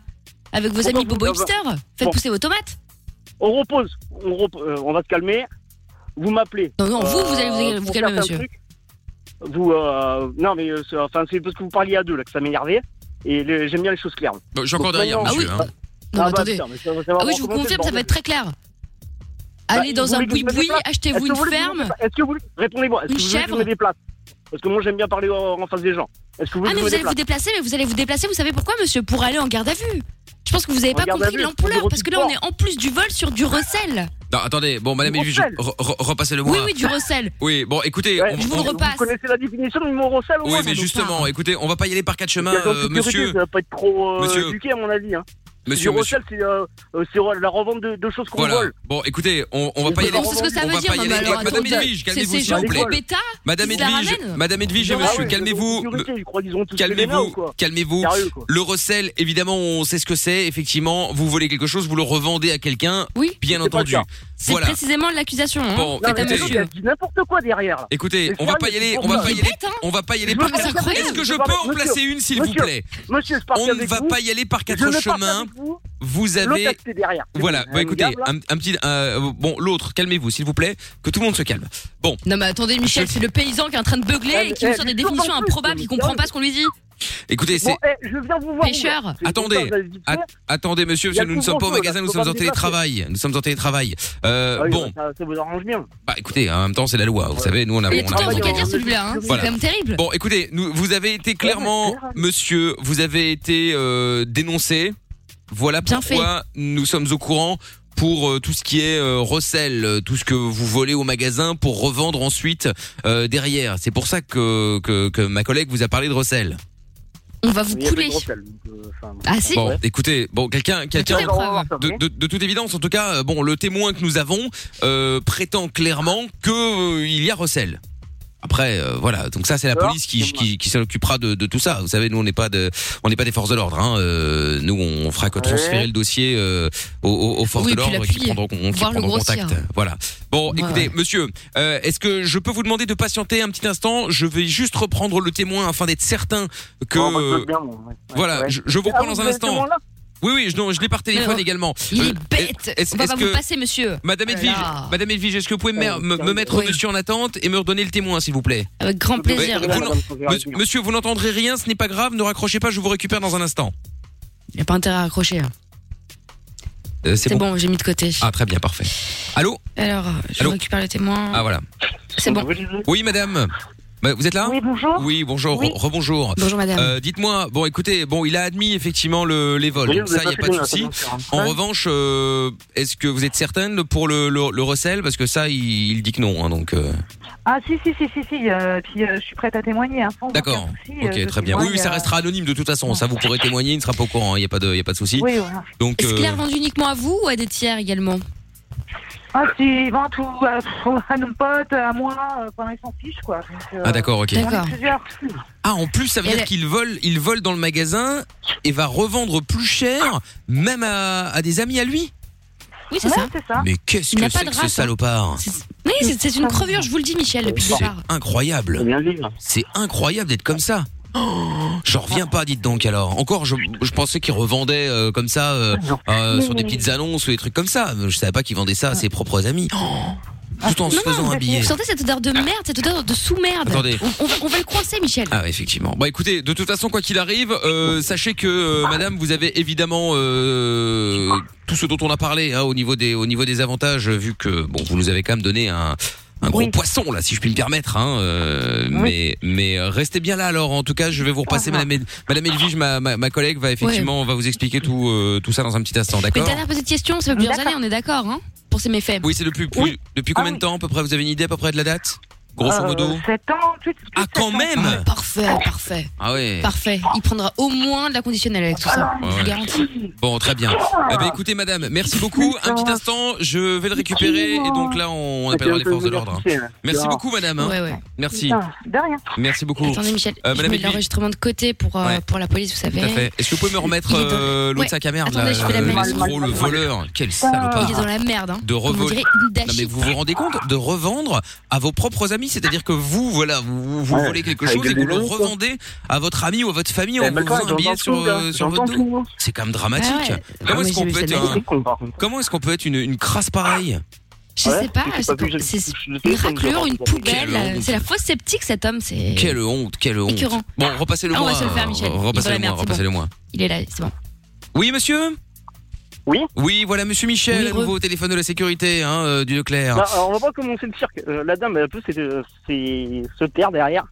[SPEAKER 2] avec vos amis
[SPEAKER 8] Pourquoi vous
[SPEAKER 2] Bobo
[SPEAKER 8] avez-
[SPEAKER 2] Hipster, faites
[SPEAKER 8] Bon.
[SPEAKER 2] pousser vos tomates.
[SPEAKER 8] On repose, on, rep- euh, on va se calmer. Vous m'appelez.
[SPEAKER 2] Non, non, vous, vous allez vous-
[SPEAKER 8] Euh,
[SPEAKER 2] vous,
[SPEAKER 8] pour
[SPEAKER 2] calmer
[SPEAKER 8] certains
[SPEAKER 2] monsieur.
[SPEAKER 8] trucs, Vous, euh, non, mais euh, c'est- enfin, c'est parce que vous parliez à deux là que ça m'énervait. Et les- j'aime bien les choses claires.
[SPEAKER 1] Bon, J'ai encore
[SPEAKER 8] Donc,
[SPEAKER 1] derrière,
[SPEAKER 8] maintenant-
[SPEAKER 1] monsieur.
[SPEAKER 2] Ah
[SPEAKER 1] hein.
[SPEAKER 2] Non,
[SPEAKER 8] Ah
[SPEAKER 2] mais
[SPEAKER 8] bah,
[SPEAKER 2] attendez.
[SPEAKER 8] putain, mais ça va- ça va
[SPEAKER 2] Ah oui, je vous
[SPEAKER 8] recommencer,
[SPEAKER 2] confirme,
[SPEAKER 8] le
[SPEAKER 2] ça va
[SPEAKER 8] bordel.
[SPEAKER 2] être très clair. Allez
[SPEAKER 8] Bah,
[SPEAKER 2] dans
[SPEAKER 8] vous
[SPEAKER 2] un
[SPEAKER 8] voulez que je me
[SPEAKER 2] boui-boui,
[SPEAKER 8] déplace Est-ce
[SPEAKER 2] achetez-vous
[SPEAKER 8] que
[SPEAKER 2] une
[SPEAKER 8] voulez que je me
[SPEAKER 2] ferme.
[SPEAKER 8] déplace Est-ce que vous voulez- Répondez-moi. Est-ce que vous
[SPEAKER 2] Une
[SPEAKER 8] voulez que je
[SPEAKER 2] chèvre
[SPEAKER 8] me déplace Parce que moi, j'aime bien parler en en face des gens. Est-ce que vous voulez
[SPEAKER 2] Ah,
[SPEAKER 8] que
[SPEAKER 2] mais
[SPEAKER 8] je me
[SPEAKER 2] vous allez
[SPEAKER 8] déplace
[SPEAKER 2] vous déplacer, mais vous allez vous déplacer, vous savez pourquoi, monsieur Pour aller en garde à vue. Je pense que vous n'avez
[SPEAKER 8] En
[SPEAKER 2] pas
[SPEAKER 8] garde à
[SPEAKER 2] compris
[SPEAKER 8] vue,
[SPEAKER 2] l'ampleur,
[SPEAKER 8] on est
[SPEAKER 2] parce que là, on est en plus du vol sur du recel.
[SPEAKER 1] Non, attendez, bon, madame,
[SPEAKER 8] Vous
[SPEAKER 1] Evie, je-
[SPEAKER 8] recèle.
[SPEAKER 1] re- re- repassez le
[SPEAKER 2] Oui,
[SPEAKER 1] moi.
[SPEAKER 2] oui, du recel.
[SPEAKER 1] Oui, bon, écoutez,
[SPEAKER 8] Ouais,
[SPEAKER 1] on-
[SPEAKER 2] Je vous
[SPEAKER 1] on-
[SPEAKER 2] le repasse.
[SPEAKER 8] Vous connaissez la définition du mot recel au
[SPEAKER 1] oui,
[SPEAKER 8] moins
[SPEAKER 1] mais
[SPEAKER 2] donc,
[SPEAKER 1] justement,
[SPEAKER 2] ça.
[SPEAKER 1] écoutez, on va pas y aller par quatre chemins,
[SPEAKER 8] Il y a de la
[SPEAKER 1] euh,
[SPEAKER 8] sécurité,
[SPEAKER 1] monsieur,
[SPEAKER 8] Ça va pas être trop euh,
[SPEAKER 1] Monsieur.
[SPEAKER 8] éduqué, à mon avis. Hein.
[SPEAKER 1] monsieur,
[SPEAKER 8] du
[SPEAKER 1] monsieur.
[SPEAKER 8] recel, c'est euh, euh, c'est, euh, la revente de, de choses qu'on
[SPEAKER 1] Voilà.
[SPEAKER 8] vole.
[SPEAKER 1] Bon, écoutez, on, on va pas y
[SPEAKER 8] Mais
[SPEAKER 1] aller.
[SPEAKER 2] Donc, c'est ce que ça
[SPEAKER 1] on
[SPEAKER 2] veut
[SPEAKER 1] va
[SPEAKER 2] dire,
[SPEAKER 1] pas y
[SPEAKER 2] non, mais
[SPEAKER 1] aller.
[SPEAKER 2] alors,
[SPEAKER 1] Madame
[SPEAKER 2] attendez,
[SPEAKER 1] Edwige,
[SPEAKER 2] c'est
[SPEAKER 1] calmez-vous,
[SPEAKER 2] ces
[SPEAKER 1] s'il
[SPEAKER 2] gens
[SPEAKER 1] vous plaît.
[SPEAKER 8] l'école.
[SPEAKER 2] bêta.
[SPEAKER 1] Madame
[SPEAKER 2] Ils la
[SPEAKER 1] Edwige,
[SPEAKER 2] ramènent.
[SPEAKER 1] Madame Edwige et
[SPEAKER 2] Ah
[SPEAKER 1] monsieur,
[SPEAKER 2] ouais,
[SPEAKER 1] calmez-vous.
[SPEAKER 8] Sécurité, je crois qu'ils ont tous des nains ou
[SPEAKER 1] Calmez-vous,
[SPEAKER 8] quoi
[SPEAKER 1] calmez-vous.
[SPEAKER 8] Sérieux, quoi.
[SPEAKER 1] Le recel, évidemment, on sait ce que c'est. Effectivement, vous volez quelque chose, vous le revendez à quelqu'un,
[SPEAKER 2] Oui.
[SPEAKER 1] bien
[SPEAKER 8] C'est pas
[SPEAKER 1] entendu.
[SPEAKER 8] le cas.
[SPEAKER 2] C'est
[SPEAKER 1] Voilà.
[SPEAKER 2] précisément l'accusation. hein.
[SPEAKER 1] Bon,
[SPEAKER 8] Non, mais
[SPEAKER 2] Madame
[SPEAKER 1] écoutez,
[SPEAKER 8] attends, il a dit n'importe quoi derrière. là.
[SPEAKER 1] écoutez,
[SPEAKER 8] Mais
[SPEAKER 1] on va
[SPEAKER 8] sérieux,
[SPEAKER 1] pas y aller,
[SPEAKER 8] c'est
[SPEAKER 1] on va
[SPEAKER 8] pour
[SPEAKER 1] pas y
[SPEAKER 8] moi.
[SPEAKER 1] aller,
[SPEAKER 2] Bête, hein
[SPEAKER 1] on va pas y aller
[SPEAKER 8] Je
[SPEAKER 1] par
[SPEAKER 8] veux pas
[SPEAKER 2] c'est
[SPEAKER 8] faire
[SPEAKER 2] incroyable.
[SPEAKER 8] ça.
[SPEAKER 1] Est-ce que
[SPEAKER 8] Je
[SPEAKER 1] je
[SPEAKER 8] veux pas-
[SPEAKER 1] peux en
[SPEAKER 8] Monsieur,
[SPEAKER 1] placer une, s'il vous
[SPEAKER 8] monsieur,
[SPEAKER 1] plaît
[SPEAKER 8] Monsieur, je pars
[SPEAKER 1] On ne
[SPEAKER 8] avec
[SPEAKER 1] va
[SPEAKER 8] vous.
[SPEAKER 1] pas y aller par
[SPEAKER 8] Je
[SPEAKER 1] quatre
[SPEAKER 8] ne pars
[SPEAKER 1] chemins.
[SPEAKER 8] qu'avec vous.
[SPEAKER 1] Vous
[SPEAKER 8] L'autre,
[SPEAKER 1] avez
[SPEAKER 8] c'est derrière. C'est
[SPEAKER 1] Voilà,
[SPEAKER 8] bon,
[SPEAKER 1] bah
[SPEAKER 8] un
[SPEAKER 1] écoutez,
[SPEAKER 8] gars, là.
[SPEAKER 1] un, un petit... euh, bon, l'autre, calmez-vous, s'il vous plaît, que tout le monde se calme. Bon,
[SPEAKER 2] Non, mais attendez, Michel, c'est le paysan qui est en train de beugler
[SPEAKER 8] Eh,
[SPEAKER 2] et qui nous
[SPEAKER 8] eh,
[SPEAKER 2] sort des
[SPEAKER 8] mais
[SPEAKER 2] définitions
[SPEAKER 8] sûrement plus,
[SPEAKER 2] improbables, qui
[SPEAKER 8] mais
[SPEAKER 2] comprend
[SPEAKER 8] sérieux.
[SPEAKER 2] pas ce qu'on lui dit.
[SPEAKER 1] écoutez,
[SPEAKER 8] Bon,
[SPEAKER 1] c'est...
[SPEAKER 8] eh, je viens vous voir.
[SPEAKER 2] Pêcheur.
[SPEAKER 8] ouvert. C'est
[SPEAKER 1] Attendez.
[SPEAKER 8] pour ça que j'avais dit
[SPEAKER 1] Att-
[SPEAKER 8] ça.
[SPEAKER 1] Attendez, monsieur,
[SPEAKER 8] Il y a
[SPEAKER 1] monsieur, nous ne
[SPEAKER 8] le
[SPEAKER 1] sommes pas au
[SPEAKER 8] couvre-feu, là,
[SPEAKER 1] magasin, nous
[SPEAKER 8] faut
[SPEAKER 1] sommes
[SPEAKER 8] pas
[SPEAKER 1] en
[SPEAKER 8] me déplacer.
[SPEAKER 1] télétravail. Nous sommes en télétravail. Euh,
[SPEAKER 8] Ah oui,
[SPEAKER 1] bon,
[SPEAKER 8] bah, Ça, ça vous arrange bien.
[SPEAKER 1] bah écoutez, en même temps, c'est la loi, vous savez, nous on a...
[SPEAKER 2] Il a
[SPEAKER 1] Ah on
[SPEAKER 2] tout
[SPEAKER 1] a-
[SPEAKER 2] un truc à
[SPEAKER 8] d'accord.
[SPEAKER 2] dire celui-là, hein. c'est
[SPEAKER 1] Voilà.
[SPEAKER 2] quand même terrible.
[SPEAKER 1] Bon, écoutez, nous, vous avez été clairement, monsieur, vous avez été euh, dénoncé. Voilà
[SPEAKER 2] Bien
[SPEAKER 1] pourquoi nous sommes au courant pour euh, tout ce qui est euh, recel, euh, tout ce que vous volez au magasin pour revendre ensuite euh, derrière. C'est pour ça que, que, que ma collègue vous a parlé de recel.
[SPEAKER 2] On va vous
[SPEAKER 8] Il y a pas de
[SPEAKER 2] couler.
[SPEAKER 8] recel, donc, euh, enfin,
[SPEAKER 2] Ah si
[SPEAKER 1] Bon, écoutez, bon, quelqu'un, quelqu'un.
[SPEAKER 2] Aucune
[SPEAKER 8] on va
[SPEAKER 2] preuve.
[SPEAKER 8] voir ça,
[SPEAKER 1] De,
[SPEAKER 8] vous
[SPEAKER 1] de- de toute évidence, en tout cas, euh, bon, le témoin que nous avons euh, prétend clairement que euh, il y a recel. Après, euh, voilà. Donc ça, c'est la
[SPEAKER 8] Alors,
[SPEAKER 1] police qui,
[SPEAKER 8] c'est moi.
[SPEAKER 1] qui, qui s'occupera de, de tout ça. Vous savez, nous, on n'est pas de, on n'est pas des forces de l'ordre. Hein. Euh, nous, on fera que
[SPEAKER 8] Ouais.
[SPEAKER 1] transférer le dossier euh, aux, aux- aux forces
[SPEAKER 2] Oui,
[SPEAKER 1] de
[SPEAKER 2] puis
[SPEAKER 1] l'ordre qui
[SPEAKER 2] l'appuyer.
[SPEAKER 1] prendront, qui
[SPEAKER 2] Voir le
[SPEAKER 1] prendront
[SPEAKER 2] grossier. hein.
[SPEAKER 1] contact. Voilà. Bon,
[SPEAKER 2] Ouais,
[SPEAKER 1] écoutez,
[SPEAKER 2] ouais.
[SPEAKER 1] monsieur, euh, est-ce que je peux vous demander de patienter un petit instant Je vais juste reprendre le témoin afin d'être certain que.
[SPEAKER 8] Oh, moi, je
[SPEAKER 1] euh,
[SPEAKER 8] veux bien, moi, ouais.
[SPEAKER 1] voilà,
[SPEAKER 8] Ouais.
[SPEAKER 1] je, je vous
[SPEAKER 8] Ah,
[SPEAKER 1] reprends dans un
[SPEAKER 8] avez ce
[SPEAKER 1] instant.
[SPEAKER 8] moment-là
[SPEAKER 1] Oui, oui, je, non, je l'ai par téléphone
[SPEAKER 2] alors,
[SPEAKER 1] également.
[SPEAKER 2] Il
[SPEAKER 1] Euh,
[SPEAKER 2] est bête
[SPEAKER 1] est-ce-
[SPEAKER 2] On va
[SPEAKER 1] est-ce
[SPEAKER 2] pas
[SPEAKER 1] que-
[SPEAKER 2] vous passer, monsieur.
[SPEAKER 1] Madame
[SPEAKER 2] Voilà.
[SPEAKER 1] Edwige, Madame Edwige, est-ce que vous pouvez me,
[SPEAKER 8] Euh,
[SPEAKER 1] me- me mettre
[SPEAKER 2] oui.
[SPEAKER 1] dessus en attente et me redonner le témoin, s'il vous plaît
[SPEAKER 2] Avec grand plaisir.
[SPEAKER 1] Mais- vous-
[SPEAKER 8] Voilà, madame, faut faire
[SPEAKER 1] Monsieur,
[SPEAKER 8] attention.
[SPEAKER 1] monsieur, vous n'entendrez rien, ce n'est pas grave, ne raccrochez pas, je vous récupère dans un instant.
[SPEAKER 2] Il a pas intérêt à raccrocher. hein.
[SPEAKER 1] Euh, c'est
[SPEAKER 2] C'est
[SPEAKER 1] bon.
[SPEAKER 2] bon, j'ai mis de côté.
[SPEAKER 1] Ah, très bien, parfait. Allô
[SPEAKER 2] Alors, je
[SPEAKER 1] Allô
[SPEAKER 2] récupère le témoin.
[SPEAKER 1] Ah, voilà.
[SPEAKER 2] C'est bon.
[SPEAKER 1] Oui, madame Bah, Vous êtes là
[SPEAKER 9] Oui, bonjour.
[SPEAKER 1] Oui, bonjour,
[SPEAKER 9] Oui.
[SPEAKER 1] re- rebonjour.
[SPEAKER 2] Bonjour madame.
[SPEAKER 1] Euh, Dites-moi, bon, écoutez, bon, il a admis effectivement le, les vols,
[SPEAKER 8] Oui,
[SPEAKER 1] donc
[SPEAKER 8] vous
[SPEAKER 1] ça, il
[SPEAKER 8] avez
[SPEAKER 1] n'y a pas
[SPEAKER 8] fait
[SPEAKER 1] de
[SPEAKER 9] hein,
[SPEAKER 8] bien,
[SPEAKER 1] souci.
[SPEAKER 8] attention.
[SPEAKER 1] En
[SPEAKER 8] Ouais.
[SPEAKER 1] revanche, euh, est-ce que vous êtes certaine pour le, le, le recel Parce que ça, il, il dit que non, hein, donc... euh,
[SPEAKER 9] Ah si si si si si. euh, puis euh, je suis prête à témoigner. hein, sans aucun
[SPEAKER 1] D'accord.
[SPEAKER 9] souci, euh, je
[SPEAKER 1] Ok, très bien. Oui,
[SPEAKER 9] témoigne,
[SPEAKER 1] oui, ça
[SPEAKER 9] euh,
[SPEAKER 1] restera anonyme de toute façon. Ça, vous pourrez témoigner, il ne sera pas au courant. hein, Il n'y a pas de, il y a pas de souci.
[SPEAKER 9] Oui, voilà.
[SPEAKER 1] Donc,
[SPEAKER 2] Est-ce
[SPEAKER 1] euh,
[SPEAKER 2] qu'il a revendu uniquement à vous ou à des tiers également
[SPEAKER 9] Ah, tu vends tout à, à nos potes, à moi, euh, pendant ils s'en fichent, quoi. Donc, euh,
[SPEAKER 1] ah d'accord, ok.
[SPEAKER 9] on est
[SPEAKER 2] D'accord.
[SPEAKER 9] plusieurs.
[SPEAKER 1] Ah, en plus, ça veut
[SPEAKER 2] Et
[SPEAKER 1] dire
[SPEAKER 2] elle-
[SPEAKER 1] qu'il vole, il vole dans le magasin et va revendre plus cher, même à, à des amis à lui.
[SPEAKER 2] Oui, c'est ça.
[SPEAKER 9] Ouais, c'est ça.
[SPEAKER 1] Mais qu'est-ce
[SPEAKER 2] Ah. Il
[SPEAKER 1] que
[SPEAKER 2] n'a pas
[SPEAKER 1] c'est
[SPEAKER 2] de
[SPEAKER 1] que ce
[SPEAKER 2] race, hein.
[SPEAKER 1] salopard
[SPEAKER 2] C'est- Oui, c'est c'est une crevure, je vous le dis, Michel, depuis le
[SPEAKER 1] C'est
[SPEAKER 2] départ.
[SPEAKER 8] Faut
[SPEAKER 1] incroyable.
[SPEAKER 8] bien le dire.
[SPEAKER 1] C'est hein. incroyable d'être comme ça. Oh, J'en reviens pas, dites donc alors. Encore, je, je pensais qu'il revendait euh, comme ça euh, euh, sur des petites annonces ou des trucs comme ça. Je savais pas qu'il vendait ça à ses propres amis. Oh, tout en se
[SPEAKER 2] Non,
[SPEAKER 1] faisant
[SPEAKER 2] non,
[SPEAKER 1] un billet.
[SPEAKER 2] Vous sentez cette odeur de merde, cette odeur de sous-merde
[SPEAKER 1] Attendez.
[SPEAKER 2] On, on va, on va le coincer, Michel.
[SPEAKER 1] Ah effectivement. Bah écoutez, de toute façon quoi qu'il arrive, euh, sachez que euh, madame vous avez évidemment euh, tout ce dont on a parlé hein, au niveau des au niveau des avantages euh, vu que bon vous nous avez quand même donné un un gros
[SPEAKER 9] Oui.
[SPEAKER 1] poisson là si je puis me permettre hein, euh, mais mais euh, restez bien là alors en tout cas je vais vous repasser madame El- madame Elvige ma, ma ma collègue va effectivement va vous expliquer tout euh, tout ça dans un petit instant,
[SPEAKER 2] Une
[SPEAKER 1] d'accord
[SPEAKER 2] dernière petite question, ça fait plusieurs
[SPEAKER 9] D'accord.
[SPEAKER 2] années, on est d'accord, hein Pour ces méfaits.
[SPEAKER 1] Oui, c'est depuis plus- depuis combien de temps à peu près vous avez une idée à peu près de la date Grosso modo
[SPEAKER 11] Euh, 7 ans, plus, plus
[SPEAKER 1] Ah,
[SPEAKER 11] de
[SPEAKER 1] quand
[SPEAKER 11] sept ans.
[SPEAKER 1] même
[SPEAKER 2] Parfait, parfait.
[SPEAKER 1] Ah ouais.
[SPEAKER 2] Parfait. Il prendra au moins de la conditionnelle avec tout ça.
[SPEAKER 1] Ouais,
[SPEAKER 2] Je
[SPEAKER 1] ouais.
[SPEAKER 2] vous garantis.
[SPEAKER 1] Bon, très bien. Eh ben, écoutez, madame, merci beaucoup. Un petit instant, je vais le récupérer et donc là, on appellera les forces de l'ordre. hein. Merci beaucoup, madame. hein.
[SPEAKER 2] Ouais, ouais.
[SPEAKER 1] Merci.
[SPEAKER 11] Putain, De rien.
[SPEAKER 1] Merci beaucoup.
[SPEAKER 2] Attendez, Michel,
[SPEAKER 1] Euh,
[SPEAKER 2] je
[SPEAKER 1] Madame
[SPEAKER 2] mets
[SPEAKER 1] Émilie.
[SPEAKER 2] l'enregistrement de côté pour, euh,
[SPEAKER 1] Ouais.
[SPEAKER 2] pour la police, vous savez.
[SPEAKER 1] Tout à fait. Est-ce que vous pouvez me remettre
[SPEAKER 2] Il est dans-
[SPEAKER 1] euh, l'autre
[SPEAKER 2] Ouais.
[SPEAKER 1] sac à merde,
[SPEAKER 2] Attendez,
[SPEAKER 1] là,
[SPEAKER 2] je fais la
[SPEAKER 1] euh,
[SPEAKER 2] même.
[SPEAKER 1] l'escroc, le voleur Quel salopard
[SPEAKER 2] Il est dans la merde. Hein.
[SPEAKER 1] De
[SPEAKER 2] Comme on
[SPEAKER 1] revol-
[SPEAKER 2] dirait
[SPEAKER 1] Non
[SPEAKER 2] Dashi.
[SPEAKER 1] mais vous vous rendez compte de revendre à vos propres amis, c'est-à-dire que vous voilà, vous, vous
[SPEAKER 10] Ouais,
[SPEAKER 1] volez quelque
[SPEAKER 10] avec
[SPEAKER 1] chose
[SPEAKER 10] des
[SPEAKER 1] et vous le
[SPEAKER 10] millions, quoi.
[SPEAKER 1] revendez à votre ami ou à votre famille en vous faisant un billet sur, euh, sur votre dos. C'est quand même dramatique.
[SPEAKER 2] Ah ouais.
[SPEAKER 1] Comment
[SPEAKER 2] Ah,
[SPEAKER 1] est-ce
[SPEAKER 2] mais
[SPEAKER 1] qu'on
[SPEAKER 2] j'ai
[SPEAKER 1] peut
[SPEAKER 2] vu
[SPEAKER 1] être
[SPEAKER 2] ça
[SPEAKER 1] un- comment est-ce qu'on peut être une, une crasse pareille
[SPEAKER 2] Je sais pas, c'est pour- c'est une raclure, une poubelle.
[SPEAKER 1] Quelle
[SPEAKER 2] euh,
[SPEAKER 1] honte.
[SPEAKER 2] C'est la fausse sceptique, cet homme. C'est.
[SPEAKER 1] Quelle honte, quelle honte.
[SPEAKER 2] Écœurant.
[SPEAKER 1] Bon, repassez-le
[SPEAKER 2] Ah, on
[SPEAKER 1] moi.
[SPEAKER 2] va se le faire, Michel.
[SPEAKER 1] euh, Repassez-le
[SPEAKER 2] Il va
[SPEAKER 1] moi,
[SPEAKER 2] la merde, c'est
[SPEAKER 1] repassez-le moi.
[SPEAKER 2] Il est là, c'est bon.
[SPEAKER 1] Oui, monsieur
[SPEAKER 10] Oui
[SPEAKER 1] Oui, voilà monsieur Michel,
[SPEAKER 2] Oui,
[SPEAKER 1] à
[SPEAKER 2] re-
[SPEAKER 1] nouveau au téléphone de la sécurité hein, euh, du Leclerc.
[SPEAKER 10] Bah, alors, on va pas commencer le cirque. Euh, la dame, elle peut c'est, euh, c'est se taire derrière.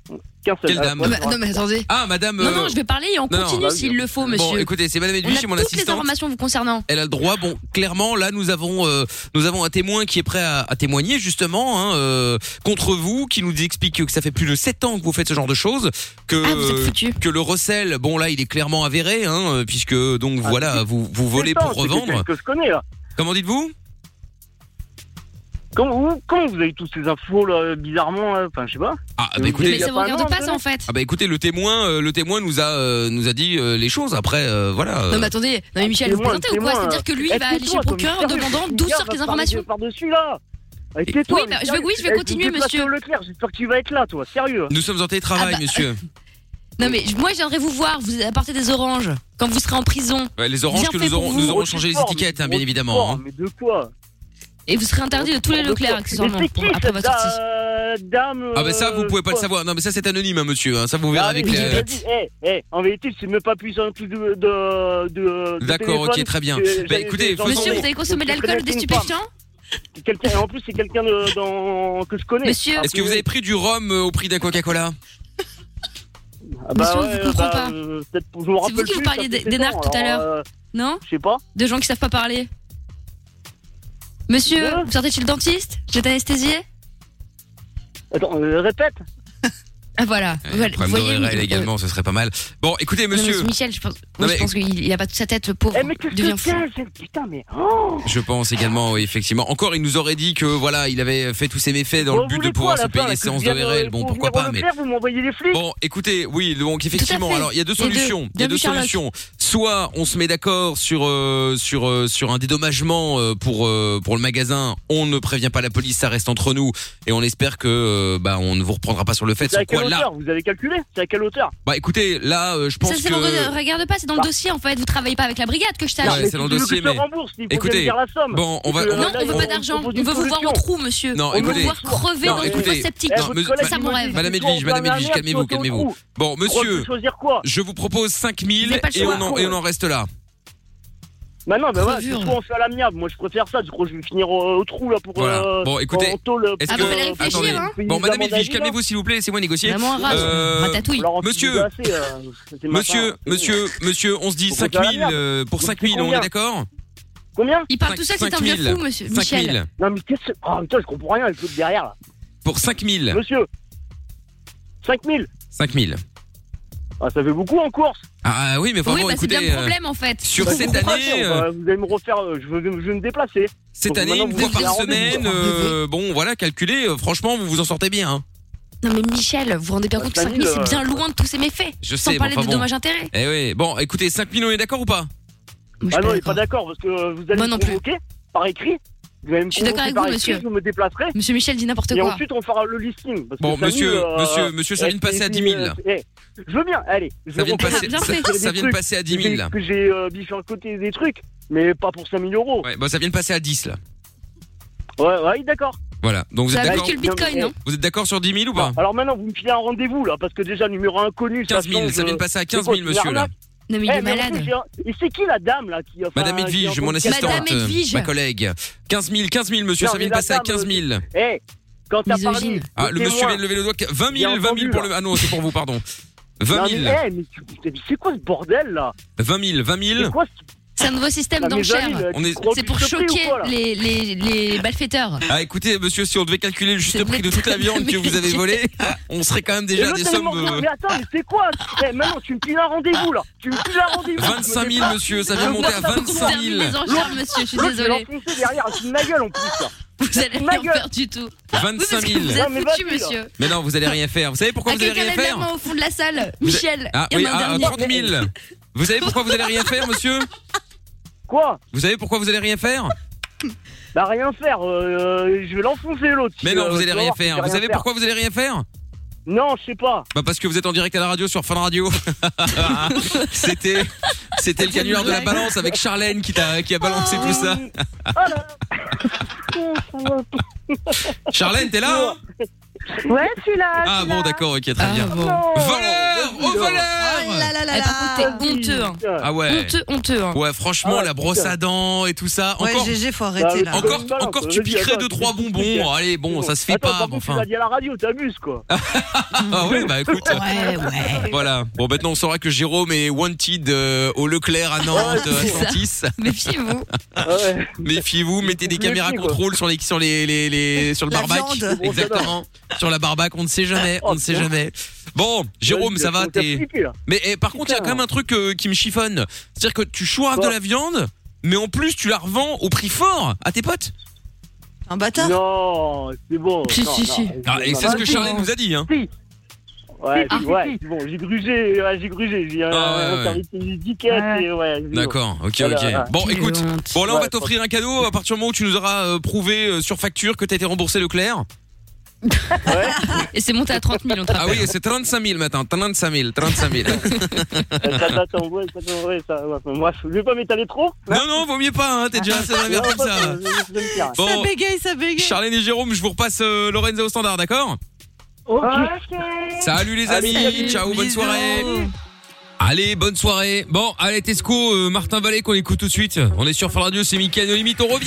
[SPEAKER 10] Qu'un seul.
[SPEAKER 1] Quelle dame
[SPEAKER 10] Ah,
[SPEAKER 2] Ah
[SPEAKER 10] ouais,
[SPEAKER 2] bah, non, mais attendez.
[SPEAKER 1] Ah, madame
[SPEAKER 2] Non,
[SPEAKER 1] euh,
[SPEAKER 2] non, je vais parler et on
[SPEAKER 1] non, non,
[SPEAKER 2] continue
[SPEAKER 10] bah oui.
[SPEAKER 2] s'il le faut,
[SPEAKER 1] Bon,
[SPEAKER 2] monsieur.
[SPEAKER 1] écoutez, c'est madame
[SPEAKER 2] On a
[SPEAKER 1] Edwige, c'est mon
[SPEAKER 2] toutes les
[SPEAKER 1] assistante.
[SPEAKER 2] informations vous concernant.
[SPEAKER 1] Elle a le droit. Bon, clairement, là, nous avons, euh, nous avons un témoin qui est prêt à, à témoigner justement hein, euh, contre vous, qui nous explique que ça fait plus de 7 ans que vous faites ce genre de choses, que
[SPEAKER 2] Ah, vous êtes foutu.
[SPEAKER 1] que le recel, bon là, il est clairement avéré, hein, euh, puisque donc
[SPEAKER 10] Ah,
[SPEAKER 1] voilà,
[SPEAKER 10] c'est-
[SPEAKER 1] vous vous volez
[SPEAKER 10] c'est ça,
[SPEAKER 1] pour
[SPEAKER 10] c'est quelqu'un
[SPEAKER 1] revendre.
[SPEAKER 10] Que je connais là.
[SPEAKER 1] Comment dites-vous
[SPEAKER 10] Comment, où- comment vous avez tous ces infos là, bizarrement là Enfin, je sais pas.
[SPEAKER 1] Ah, bah
[SPEAKER 10] Mais
[SPEAKER 1] écoutez.
[SPEAKER 2] Mais
[SPEAKER 10] il y a
[SPEAKER 2] ça vous
[SPEAKER 10] pas un
[SPEAKER 2] regarde
[SPEAKER 10] nom,
[SPEAKER 2] pas,
[SPEAKER 10] un
[SPEAKER 2] ça, en fait.
[SPEAKER 1] Ah bah écoutez le témoin euh, le témoin nous a euh, nous a dit euh, les choses après euh, voilà euh,
[SPEAKER 2] Non, mais attendez. Non, mais Michel, vous
[SPEAKER 10] Témoin,
[SPEAKER 2] présentez ou quoi
[SPEAKER 10] témoin,
[SPEAKER 2] C'est-à dire que lui, il
[SPEAKER 10] Eh,
[SPEAKER 2] va aller chez
[SPEAKER 10] tais-toi,
[SPEAKER 2] le procureur en
[SPEAKER 10] t'es sérieux,
[SPEAKER 2] demandant
[SPEAKER 10] le
[SPEAKER 2] 12
[SPEAKER 10] gars
[SPEAKER 2] sortes
[SPEAKER 10] va
[SPEAKER 2] des
[SPEAKER 10] parler
[SPEAKER 2] informations.
[SPEAKER 10] de- Par-dessus là Eh, tais-toi,
[SPEAKER 2] Oui, bah,
[SPEAKER 10] mais
[SPEAKER 2] je vais- oui, je vais
[SPEAKER 10] eh,
[SPEAKER 2] continuer,
[SPEAKER 10] tu te déplaces
[SPEAKER 2] monsieur.
[SPEAKER 10] sur Leclerc, j'espère que tu vas être là, toi, sérieux.
[SPEAKER 1] nous sommes en télétravail
[SPEAKER 2] Ah bah,
[SPEAKER 1] monsieur
[SPEAKER 2] Non, mais moi, je viendrai vous voir, vous apporter des oranges quand vous serez en prison
[SPEAKER 1] Ouais, les oranges
[SPEAKER 2] bien
[SPEAKER 1] que
[SPEAKER 2] fait
[SPEAKER 1] nous
[SPEAKER 2] pour
[SPEAKER 1] aurons
[SPEAKER 2] vous.
[SPEAKER 1] nous aurons
[SPEAKER 10] Oh,
[SPEAKER 1] changé les
[SPEAKER 10] tu te
[SPEAKER 1] étiquettes hein,
[SPEAKER 10] formes,
[SPEAKER 1] bien
[SPEAKER 10] tu te
[SPEAKER 1] évidemment hein.
[SPEAKER 10] formes, Mais de quoi
[SPEAKER 2] et vous serez interdit de tous les
[SPEAKER 10] De
[SPEAKER 2] Leclerc
[SPEAKER 10] quoi
[SPEAKER 2] accessoirement
[SPEAKER 10] Mais c'est
[SPEAKER 2] pour-
[SPEAKER 10] qui,
[SPEAKER 2] après votre
[SPEAKER 10] cette
[SPEAKER 2] sortie.
[SPEAKER 10] da- dame
[SPEAKER 1] Ah bah ça vous
[SPEAKER 10] euh,
[SPEAKER 1] pouvez pas le
[SPEAKER 10] quoi
[SPEAKER 1] savoir. Non mais ça c'est anonyme hein, monsieur, hein. ça vous verrez
[SPEAKER 10] Ah,
[SPEAKER 1] avec
[SPEAKER 10] mais
[SPEAKER 1] les
[SPEAKER 10] je te dis, eh, eh, en vérité, c'est même pas plus un truc de. de, de- de
[SPEAKER 1] D'accord,
[SPEAKER 10] téléphone
[SPEAKER 1] ok, très bien.
[SPEAKER 10] que
[SPEAKER 1] Bah
[SPEAKER 10] j'ai-
[SPEAKER 1] écoutez,
[SPEAKER 10] j'ai
[SPEAKER 2] Monsieur,
[SPEAKER 10] entendu.
[SPEAKER 2] vous avez consommé de
[SPEAKER 10] Je
[SPEAKER 2] l'alcool,
[SPEAKER 10] connais
[SPEAKER 2] des
[SPEAKER 10] une femme.
[SPEAKER 2] stupéfiants
[SPEAKER 10] Quelqu'un- et en plus, c'est quelqu'un de- dans- que je connais.
[SPEAKER 2] Monsieur,
[SPEAKER 1] Est-ce que vous avez pris du rhum euh, au prix d'un Coca-Cola
[SPEAKER 10] Ah bah
[SPEAKER 2] Monsieur, on
[SPEAKER 10] ouais,
[SPEAKER 2] vous comprend
[SPEAKER 10] bah,
[SPEAKER 2] pas.
[SPEAKER 10] euh, peut-être- je me rappelle
[SPEAKER 2] vous qui
[SPEAKER 10] plus,
[SPEAKER 2] vous parliez
[SPEAKER 10] ça
[SPEAKER 2] des-
[SPEAKER 10] fait
[SPEAKER 2] des
[SPEAKER 10] sept ans,
[SPEAKER 2] narcs tout à
[SPEAKER 10] alors, euh,
[SPEAKER 2] non
[SPEAKER 10] Je sais pas.
[SPEAKER 2] De gens qui savent pas parler. Monsieur,
[SPEAKER 10] Hein
[SPEAKER 2] vous sortez de chez le dentiste Vous êtes anesthésié
[SPEAKER 10] Attends, euh, répète.
[SPEAKER 2] Ah voilà. Voilà,
[SPEAKER 1] Eh, Problème
[SPEAKER 2] voyez,
[SPEAKER 1] d'oreille
[SPEAKER 2] mais-
[SPEAKER 1] également, ce serait pas mal. Bon, écoutez
[SPEAKER 2] Non, mais
[SPEAKER 1] monsieur,
[SPEAKER 2] Michel, je pense,
[SPEAKER 1] Non,
[SPEAKER 2] oui,
[SPEAKER 1] mais-
[SPEAKER 2] je pense qu'il il a pas toute sa tête, le pauvre.
[SPEAKER 10] Eh, mais qu'est-ce
[SPEAKER 2] devient
[SPEAKER 10] que
[SPEAKER 2] fou.
[SPEAKER 10] c'est c'est- Putain, mais. Oh
[SPEAKER 1] je pense également oui, effectivement. Encore il nous aurait dit que voilà, il avait fait tous ses méfaits dans
[SPEAKER 10] Vous
[SPEAKER 1] le but de
[SPEAKER 10] voulez
[SPEAKER 1] pouvoir
[SPEAKER 10] quoi,
[SPEAKER 1] se
[SPEAKER 10] à la
[SPEAKER 1] payer
[SPEAKER 10] fin,
[SPEAKER 1] des
[SPEAKER 10] là, que
[SPEAKER 1] séances
[SPEAKER 10] je
[SPEAKER 1] de
[SPEAKER 10] vienne, euh,
[SPEAKER 1] VRL. Bon,
[SPEAKER 10] pour
[SPEAKER 1] pourquoi
[SPEAKER 10] venir au
[SPEAKER 1] pas mais
[SPEAKER 10] Leclerc, Vous m'envoyez les flics
[SPEAKER 1] Bon, écoutez, oui, donc effectivement,
[SPEAKER 2] fait.
[SPEAKER 1] alors il y a deux
[SPEAKER 2] Les deux.
[SPEAKER 1] solutions. Il y a
[SPEAKER 2] Bien
[SPEAKER 1] deux
[SPEAKER 2] vu, Sherlock.
[SPEAKER 1] solutions. Soit on se met d'accord sur euh, sur euh, sur un dédommagement euh, pour euh, pour le magasin. On ne prévient pas la police, ça reste entre nous, et on espère que euh, bah on ne vous reprendra pas sur le fait.
[SPEAKER 10] C'est à
[SPEAKER 1] Sur
[SPEAKER 10] quelle
[SPEAKER 1] quoi là
[SPEAKER 10] hauteur Vous avez calculé C'est à quelle hauteur
[SPEAKER 1] Bah écoutez, là, euh, je
[SPEAKER 2] Ça,
[SPEAKER 1] pense
[SPEAKER 2] c'est
[SPEAKER 1] que
[SPEAKER 2] dans le- regarde pas, c'est dans le
[SPEAKER 10] Bah.
[SPEAKER 2] dossier en fait. Vous travaillez pas avec la brigade, que je sache.
[SPEAKER 1] Ouais,
[SPEAKER 10] mais
[SPEAKER 1] c'est dans le
[SPEAKER 10] tu veux
[SPEAKER 1] dossier,
[SPEAKER 10] que je te
[SPEAKER 1] mais-
[SPEAKER 10] rembourse, il faut
[SPEAKER 1] Écoutez,
[SPEAKER 10] bien me dire la somme.
[SPEAKER 1] bon, on va.
[SPEAKER 10] Euh,
[SPEAKER 1] on-
[SPEAKER 2] Non,
[SPEAKER 10] là,
[SPEAKER 2] on
[SPEAKER 10] ils
[SPEAKER 2] veut
[SPEAKER 10] ont-
[SPEAKER 2] pas
[SPEAKER 10] ils
[SPEAKER 2] d'argent.
[SPEAKER 10] ont
[SPEAKER 2] On veut vous voir
[SPEAKER 10] solution.
[SPEAKER 2] au trou, monsieur.
[SPEAKER 1] Non,
[SPEAKER 2] on veut
[SPEAKER 1] écoutez.
[SPEAKER 2] vous voir crever
[SPEAKER 1] Non,
[SPEAKER 2] dans
[SPEAKER 1] écoutez.
[SPEAKER 2] une fosse septique.
[SPEAKER 10] Eh,
[SPEAKER 1] Non,
[SPEAKER 10] vous
[SPEAKER 1] monsieur-
[SPEAKER 10] connaissez
[SPEAKER 2] ça, mon
[SPEAKER 10] la
[SPEAKER 2] rêve.
[SPEAKER 10] musique,
[SPEAKER 1] Madame
[SPEAKER 10] vous
[SPEAKER 1] Edwige,
[SPEAKER 10] vous
[SPEAKER 1] Madame
[SPEAKER 10] en
[SPEAKER 1] Edwige,
[SPEAKER 10] allez,
[SPEAKER 1] calmez-vous,
[SPEAKER 10] tu vas au
[SPEAKER 1] calmez-vous.
[SPEAKER 10] trou.
[SPEAKER 1] Bon, monsieur,
[SPEAKER 10] Vous choisir quoi
[SPEAKER 1] je vous propose 5000
[SPEAKER 2] Vous avez pas le
[SPEAKER 1] et on
[SPEAKER 2] choix.
[SPEAKER 1] en, et on en reste là.
[SPEAKER 10] Bah non, bah voilà, c'est
[SPEAKER 2] Crevure.
[SPEAKER 10] quoi on fait à l'amiable Moi je préfère ça, du coup je vais finir au, au trou là pour.
[SPEAKER 1] Voilà.
[SPEAKER 10] euh,
[SPEAKER 1] Bon, écoutez,
[SPEAKER 10] en tôle, euh,
[SPEAKER 1] Est-ce
[SPEAKER 2] Ah,
[SPEAKER 1] que
[SPEAKER 2] bah, fallait réfléchir,
[SPEAKER 1] attendez.
[SPEAKER 2] hein.
[SPEAKER 1] Bon, Madame
[SPEAKER 10] Payer les
[SPEAKER 1] Edwige,
[SPEAKER 10] amendes à
[SPEAKER 1] calmez-vous s'il vous plaît, laissez-moi
[SPEAKER 10] hein.
[SPEAKER 1] négocier.
[SPEAKER 2] Vraiment un rage.
[SPEAKER 1] Euh,
[SPEAKER 2] Ratatouille.
[SPEAKER 10] Laurent, tu
[SPEAKER 1] Monsieur.
[SPEAKER 10] nous as assez, euh, c'était ma
[SPEAKER 1] Monsieur,
[SPEAKER 10] part.
[SPEAKER 1] monsieur, monsieur, on se dit
[SPEAKER 10] Faut qu'on fasse la
[SPEAKER 1] 5000
[SPEAKER 10] merde.
[SPEAKER 1] euh, pour
[SPEAKER 10] Donc,
[SPEAKER 1] 5000,
[SPEAKER 10] c'est
[SPEAKER 1] on est
[SPEAKER 10] combien
[SPEAKER 1] d'accord
[SPEAKER 10] Combien
[SPEAKER 2] Il parle tout seul, c'est un vieux
[SPEAKER 1] 5000.
[SPEAKER 2] fou, monsieur. Michel.
[SPEAKER 1] 5000
[SPEAKER 10] Non mais qu'est-ce que. Oh putain, je comprends rien, le truc derrière là.
[SPEAKER 1] pour 5000.
[SPEAKER 10] Monsieur 5000
[SPEAKER 1] 5000.
[SPEAKER 10] Ah, ça fait beaucoup en course
[SPEAKER 1] Ah oui, mais enfin
[SPEAKER 2] Oui,
[SPEAKER 1] bon,
[SPEAKER 2] bah, c'est bien
[SPEAKER 1] écoutez,
[SPEAKER 2] le
[SPEAKER 1] euh,
[SPEAKER 2] problème en fait.
[SPEAKER 1] sur
[SPEAKER 10] Bah, je
[SPEAKER 1] cette
[SPEAKER 10] comprends pas,
[SPEAKER 1] année,
[SPEAKER 10] on
[SPEAKER 1] euh,
[SPEAKER 10] va- Vous allez me refaire. euh, Je veux, je vais me déplacer.
[SPEAKER 1] cette
[SPEAKER 10] Donc,
[SPEAKER 1] année
[SPEAKER 10] maintenant,
[SPEAKER 1] une
[SPEAKER 10] vous
[SPEAKER 1] fois
[SPEAKER 10] avez un
[SPEAKER 1] par
[SPEAKER 10] rendez-vous.
[SPEAKER 1] semaine, euh, bon voilà, calculez, euh, franchement, vous vous en sortez bien. hein.
[SPEAKER 2] Non, mais Michel, vous vous rendez bien
[SPEAKER 10] Bah,
[SPEAKER 2] compte que
[SPEAKER 10] ça
[SPEAKER 2] 5000,
[SPEAKER 10] dit,
[SPEAKER 2] c'est
[SPEAKER 10] euh,
[SPEAKER 2] bien loin de tous ces méfaits.
[SPEAKER 1] Je
[SPEAKER 2] Sans
[SPEAKER 1] sais, mais
[SPEAKER 2] parler
[SPEAKER 1] enfin
[SPEAKER 2] de
[SPEAKER 1] bon.
[SPEAKER 2] dommages-intérêts.
[SPEAKER 1] Eh oui, bon, écoutez, 5000, on est d'accord ou pas
[SPEAKER 2] Moi,
[SPEAKER 10] Ah
[SPEAKER 2] je suis
[SPEAKER 10] non, il
[SPEAKER 2] pas
[SPEAKER 10] est pas
[SPEAKER 2] d'accord.
[SPEAKER 10] d'accord parce que euh, vous allez
[SPEAKER 2] Moi
[SPEAKER 10] me
[SPEAKER 2] non plus.
[SPEAKER 10] convoquer par écrit. Vous allez me
[SPEAKER 2] Je suis d'accord
[SPEAKER 10] convoquer
[SPEAKER 2] avec
[SPEAKER 10] par
[SPEAKER 2] vous,
[SPEAKER 10] écrit,
[SPEAKER 2] monsieur.
[SPEAKER 10] Je me déplacerai.
[SPEAKER 2] Monsieur Michel dit n'importe
[SPEAKER 10] Et
[SPEAKER 2] quoi.
[SPEAKER 10] ensuite, on fera le listing. parce que
[SPEAKER 1] Bon,
[SPEAKER 10] ça
[SPEAKER 1] monsieur,
[SPEAKER 10] nous, euh,
[SPEAKER 1] monsieur, monsieur, ça vient de
[SPEAKER 10] eh,
[SPEAKER 1] passer à
[SPEAKER 10] c'est-
[SPEAKER 1] 10 000. là.
[SPEAKER 10] eh, je veux bien, allez. Je
[SPEAKER 1] Ça vient de
[SPEAKER 10] reprends-
[SPEAKER 1] passer,
[SPEAKER 2] bien
[SPEAKER 1] ça,
[SPEAKER 2] fait.
[SPEAKER 1] ça
[SPEAKER 10] Des
[SPEAKER 1] vient de
[SPEAKER 10] trucs
[SPEAKER 1] passer à 10 000. là.
[SPEAKER 10] Que j'ai euh, bifurcoté des trucs, mais pas pour 5000 euros.
[SPEAKER 1] Ouais, bon, ça vient de passer à 10 là.
[SPEAKER 10] Ouais, ouais, d'accord.
[SPEAKER 1] Voilà. Donc vous
[SPEAKER 2] Ça
[SPEAKER 1] êtes
[SPEAKER 2] a
[SPEAKER 10] plus
[SPEAKER 1] d'accord
[SPEAKER 2] que le bitcoin,
[SPEAKER 10] Non,
[SPEAKER 2] non
[SPEAKER 1] Vous êtes d'accord sur 10 000 ou pas
[SPEAKER 10] Alors maintenant, vous me filez un rendez-vous là, parce que déjà, numéro inconnu,
[SPEAKER 1] 15 000,
[SPEAKER 10] change,
[SPEAKER 1] ça vient de
[SPEAKER 10] euh,
[SPEAKER 1] passer à
[SPEAKER 10] c'est
[SPEAKER 1] 15
[SPEAKER 10] quoi,
[SPEAKER 1] 000,
[SPEAKER 10] c'est
[SPEAKER 1] monsieur
[SPEAKER 10] une
[SPEAKER 1] là.
[SPEAKER 10] arnaque
[SPEAKER 2] Non, mais il
[SPEAKER 10] Eh,
[SPEAKER 2] est
[SPEAKER 10] mais en plus,
[SPEAKER 2] malade.
[SPEAKER 10] j'ai un- Et c'est qui la dame là qui. enfin,
[SPEAKER 1] Madame
[SPEAKER 10] qui est en
[SPEAKER 1] Edwige,
[SPEAKER 10] train
[SPEAKER 1] mon
[SPEAKER 10] de casser-
[SPEAKER 1] assistante.
[SPEAKER 2] Madame Edwige.
[SPEAKER 1] Ma collègue. 15 000, 15 000, monsieur,
[SPEAKER 10] Non,
[SPEAKER 1] ça vient
[SPEAKER 10] mais
[SPEAKER 1] de passer à
[SPEAKER 10] la dame,
[SPEAKER 1] 15 000.
[SPEAKER 10] Eh, quand t'as
[SPEAKER 2] Misogyne.
[SPEAKER 10] parlé.
[SPEAKER 1] Ah, le monsieur
[SPEAKER 10] témoin-
[SPEAKER 1] vient de lever le doigt. 20 000,
[SPEAKER 10] Bien
[SPEAKER 1] 20 000
[SPEAKER 10] entendu,
[SPEAKER 1] pour le. Ah non, c'est pour vous, pardon.
[SPEAKER 10] Non,
[SPEAKER 1] 20
[SPEAKER 10] mais,
[SPEAKER 1] 000,
[SPEAKER 10] eh, mais tu- mais c'est quoi ce bordel là
[SPEAKER 1] 20 000, 20 000.
[SPEAKER 10] C'est quoi ce-
[SPEAKER 2] C'est un nouveau système
[SPEAKER 1] Ah, mes
[SPEAKER 2] d'enchères.
[SPEAKER 1] amis, là, tu On est- crois
[SPEAKER 2] C'est
[SPEAKER 1] que
[SPEAKER 2] pour
[SPEAKER 1] je te prie ou
[SPEAKER 2] choquer
[SPEAKER 1] quoi, là
[SPEAKER 2] les, les, les malfaiteurs.
[SPEAKER 1] Ah écoutez monsieur, si on devait calculer le juste prix de toute la viande que vous avez volée, on serait quand même déjà à des sommes euh,
[SPEAKER 10] Mais attends, mais c'est quoi Eh, Maintenant, tu me piles un rendez-vous là. Tu me piles un rendez-vous.
[SPEAKER 1] 25 000, monsieur, ça vient monter à 25 000. Termine les enchères,
[SPEAKER 2] monsieur, je suis
[SPEAKER 10] L'autre,
[SPEAKER 2] désolée.
[SPEAKER 10] l'autre, l'autre, derrière, tu me la gueule en plus. là.
[SPEAKER 2] Vous allez
[SPEAKER 10] Ma
[SPEAKER 2] rien
[SPEAKER 10] gueule.
[SPEAKER 2] faire du tout.
[SPEAKER 1] 25 000.
[SPEAKER 2] Vous êtes foutu, monsieur.
[SPEAKER 1] Mais non, vous allez rien faire. Vous savez pourquoi
[SPEAKER 2] Ah,
[SPEAKER 1] vous allez
[SPEAKER 2] quelqu'un
[SPEAKER 1] rien
[SPEAKER 2] lève la
[SPEAKER 1] faire
[SPEAKER 2] main au fond de la salle. Michel,
[SPEAKER 1] Ah
[SPEAKER 2] il y
[SPEAKER 1] oui,
[SPEAKER 2] en a un
[SPEAKER 1] ah,
[SPEAKER 2] dernier.
[SPEAKER 1] 30 000. Vous savez pourquoi vous allez rien faire monsieur
[SPEAKER 10] Quoi
[SPEAKER 1] Vous savez pourquoi vous allez rien faire
[SPEAKER 10] Bah rien faire, euh, je vais l'enfoncer l'autre.
[SPEAKER 1] Mais non,
[SPEAKER 10] Euh,
[SPEAKER 1] vous
[SPEAKER 10] tu
[SPEAKER 1] allez
[SPEAKER 10] vas
[SPEAKER 1] rien
[SPEAKER 10] voir, je
[SPEAKER 1] faire.
[SPEAKER 10] vais
[SPEAKER 1] Vous
[SPEAKER 10] rien
[SPEAKER 1] savez
[SPEAKER 10] faire.
[SPEAKER 1] pourquoi vous allez rien faire
[SPEAKER 10] Non, je sais pas.
[SPEAKER 1] Bah parce que vous êtes en direct à la radio sur Fun Radio. c'était c'était le canular de la balance avec Charlène qui t'a qui a balancé tout ça. Charlène, t'es là hein
[SPEAKER 9] Ouais, je suis là.
[SPEAKER 1] Ah bon, d'accord, ok, très bien. Voleur, au voleur
[SPEAKER 2] Eh, par contre, t'es honteux. hein.
[SPEAKER 1] Ah ouais.
[SPEAKER 2] Honteux, honteux. hein.
[SPEAKER 1] Ouais, franchement, la brosse à dents et tout ça.
[SPEAKER 2] Ouais,
[SPEAKER 1] encore, Bah,
[SPEAKER 2] GG,
[SPEAKER 10] Bah,
[SPEAKER 2] faut arrêter, Ah, là.
[SPEAKER 1] Encore,
[SPEAKER 2] balance,
[SPEAKER 1] encore, tu
[SPEAKER 2] vas-y,
[SPEAKER 1] piquerais
[SPEAKER 2] attends,
[SPEAKER 1] deux trois
[SPEAKER 2] c'est bon.
[SPEAKER 1] bonbons. hein. Allez, bon, ça se fait
[SPEAKER 10] Attends,
[SPEAKER 1] pas,
[SPEAKER 10] par
[SPEAKER 1] mais
[SPEAKER 10] contre,
[SPEAKER 1] enfin.
[SPEAKER 10] Tu l'as dit à la radio, t'amuses quoi.
[SPEAKER 1] Ah ouais, bah écoute.
[SPEAKER 10] Ouais, ouais.
[SPEAKER 1] Voilà. Bon, maintenant, on saura que Jérôme est wanted euh, au Leclerc à Nantes,
[SPEAKER 10] Ouais, c'est
[SPEAKER 1] à
[SPEAKER 10] ça.
[SPEAKER 1] Sentis.
[SPEAKER 2] Méfiez-vous.
[SPEAKER 10] Ah
[SPEAKER 1] Méfiez-vous, mettez des
[SPEAKER 10] Méfiez,
[SPEAKER 1] caméras
[SPEAKER 10] quoi.
[SPEAKER 1] contrôle sur les, sur les, les, les- sur le
[SPEAKER 10] La
[SPEAKER 1] barbac.
[SPEAKER 10] viande.
[SPEAKER 1] Exactement. sur la barbac, on ne sait jamais, on ne sait
[SPEAKER 10] Oh,
[SPEAKER 1] jamais. Bon, Jérôme,
[SPEAKER 10] Vas-y,
[SPEAKER 1] ça va,
[SPEAKER 10] on t'a
[SPEAKER 1] t'es.
[SPEAKER 10] flippé, là.
[SPEAKER 1] Mais eh, par contre, il y a quand même un truc euh, qui me chiffonne. C'est-à-dire que tu choisis de la viande, mais en plus, tu la revends au prix fort à tes potes.
[SPEAKER 10] Un bâtard Non, c'est bon.
[SPEAKER 1] Si,
[SPEAKER 10] Oh, Non,
[SPEAKER 1] si,
[SPEAKER 10] non,
[SPEAKER 1] si. Ah, et
[SPEAKER 10] non,
[SPEAKER 1] c'est ce
[SPEAKER 10] non,
[SPEAKER 1] que
[SPEAKER 10] si.
[SPEAKER 1] Charlène nous a dit, hein.
[SPEAKER 10] Si. Ouais,
[SPEAKER 1] Ah,
[SPEAKER 10] si, ouais, c'est bon, j'ai grugé, ouais, j'ai grugé, j'ai
[SPEAKER 1] Ah, ouais,
[SPEAKER 10] euh,
[SPEAKER 1] ouais.
[SPEAKER 10] j'ai tickets et ouais. c'est bon.
[SPEAKER 1] D'accord, ok,
[SPEAKER 10] Voilà,
[SPEAKER 1] ok.
[SPEAKER 10] voilà.
[SPEAKER 1] Bon, écoute, bon là on
[SPEAKER 10] Ouais,
[SPEAKER 1] va t'offrir un cadeau à partir du moment où tu nous auras euh, prouvé euh, sur facture que t'as été remboursé Leclerc.
[SPEAKER 2] Et c'est monté à 30 000, on te
[SPEAKER 1] Ah oui,
[SPEAKER 2] rappelle.
[SPEAKER 1] c'est 35 000 maintenant, 35 000, 35 000.
[SPEAKER 10] Attends, attends, ouais, attends, ouais, ça, ouais, moi, je vais pas m'étaler trop.
[SPEAKER 1] Non, non, vaut mieux pas, hein, t'es déjà assez
[SPEAKER 10] Non,
[SPEAKER 1] énervé comme ça.
[SPEAKER 10] je- je- je vais me faire.
[SPEAKER 1] Bon,
[SPEAKER 3] bégaye, ça bégaye.
[SPEAKER 1] Charlène et Jérôme, je vous repasse euh, Lorenzo au standard, d'accord
[SPEAKER 10] Ok.
[SPEAKER 1] Salut les amis,
[SPEAKER 10] Allez,
[SPEAKER 1] ciao, bonne
[SPEAKER 10] bisous.
[SPEAKER 1] soirée. Allez, bonne soirée. Bon, allez, Tesco, euh, Martin Vallée qu'on écoute tout de suite. On est sur Fun Radio, c'est Mickaël No Limite, on revient.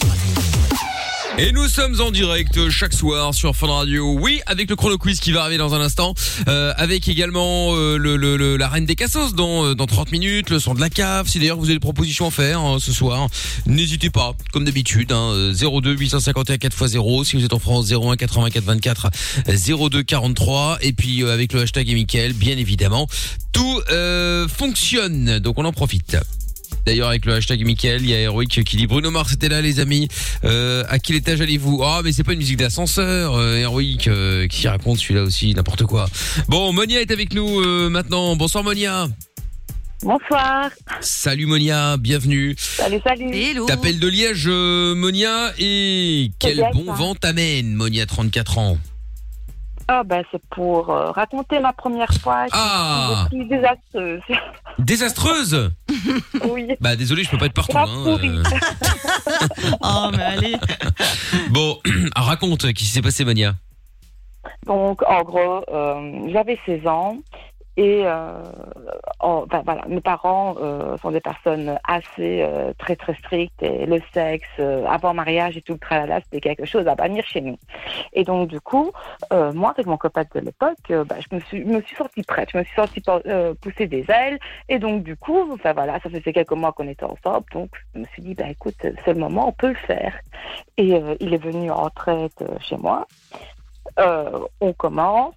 [SPEAKER 1] Et nous sommes en direct chaque soir sur Fun Radio. Oui, avec le chrono quiz qui va arriver dans un instant, euh, avec également euh, le, le- le- la reine des cassos dans euh, dans 30 minutes, le son de la cave. Si d'ailleurs vous avez des propositions à faire hein, ce soir, n'hésitez pas. Comme d'habitude, hein, euh, 02 851 4x0 si vous êtes en France 01 84 24 02 43 et puis euh, avec le hashtag et Mickaël, bien évidemment, tout euh, fonctionne. Donc on en profite. D'ailleurs, avec le hashtag Mickaël, il y a Heroic qui dit Bruno Mars était là, les amis. Euh, à quel étage allez-vous Ah, mais c'est pas une musique d'ascenseur. Euh, Heroic euh, qui raconte celui-là aussi, n'importe quoi. Bon, Monia est avec nous euh, maintenant. Bonsoir, Monia.
[SPEAKER 12] Bonsoir.
[SPEAKER 1] Salut, Monia. Bienvenue.
[SPEAKER 12] Salut, salut.
[SPEAKER 1] T'appelles de Liège, euh, Monia. Et
[SPEAKER 12] C'est
[SPEAKER 1] quel
[SPEAKER 12] bien
[SPEAKER 1] bon
[SPEAKER 12] ça.
[SPEAKER 1] vent t'amène, Monia, 34 ans.
[SPEAKER 12] Ah, ben, c'est pour euh, raconter ma première fois. qui
[SPEAKER 1] Ah.
[SPEAKER 12] qui est désastreuse.
[SPEAKER 1] Désastreuse
[SPEAKER 12] oui.
[SPEAKER 1] Bah, désolé, je peux pas être partout.
[SPEAKER 12] Grave
[SPEAKER 1] hein,
[SPEAKER 12] pourrie.
[SPEAKER 1] euh.
[SPEAKER 12] oh, mais allez.
[SPEAKER 1] Bon, raconte, euh, qu'est-ce qui s'est passé, Monia
[SPEAKER 12] Donc, en gros, euh, j'avais 16 ans. Et euh, oh, ben, voilà, mes parents euh, sont des personnes assez euh, très très strictes et le sexe euh, avant mariage et tout le tralala, c'était quelque chose à bannir chez nous. Et donc du coup, euh, moi avec mon copain de l'époque, euh, bah, je me suis, me suis sentie prête, je me suis sentie po- euh, pousser des ailes. Et donc du coup, enfin voilà, ça faisait quelques mois qu'on était ensemble, donc je me suis dit bah écoute, c'est le moment, on peut le faire. Et euh, il est venu en retraite euh, chez moi. Euh, on commence.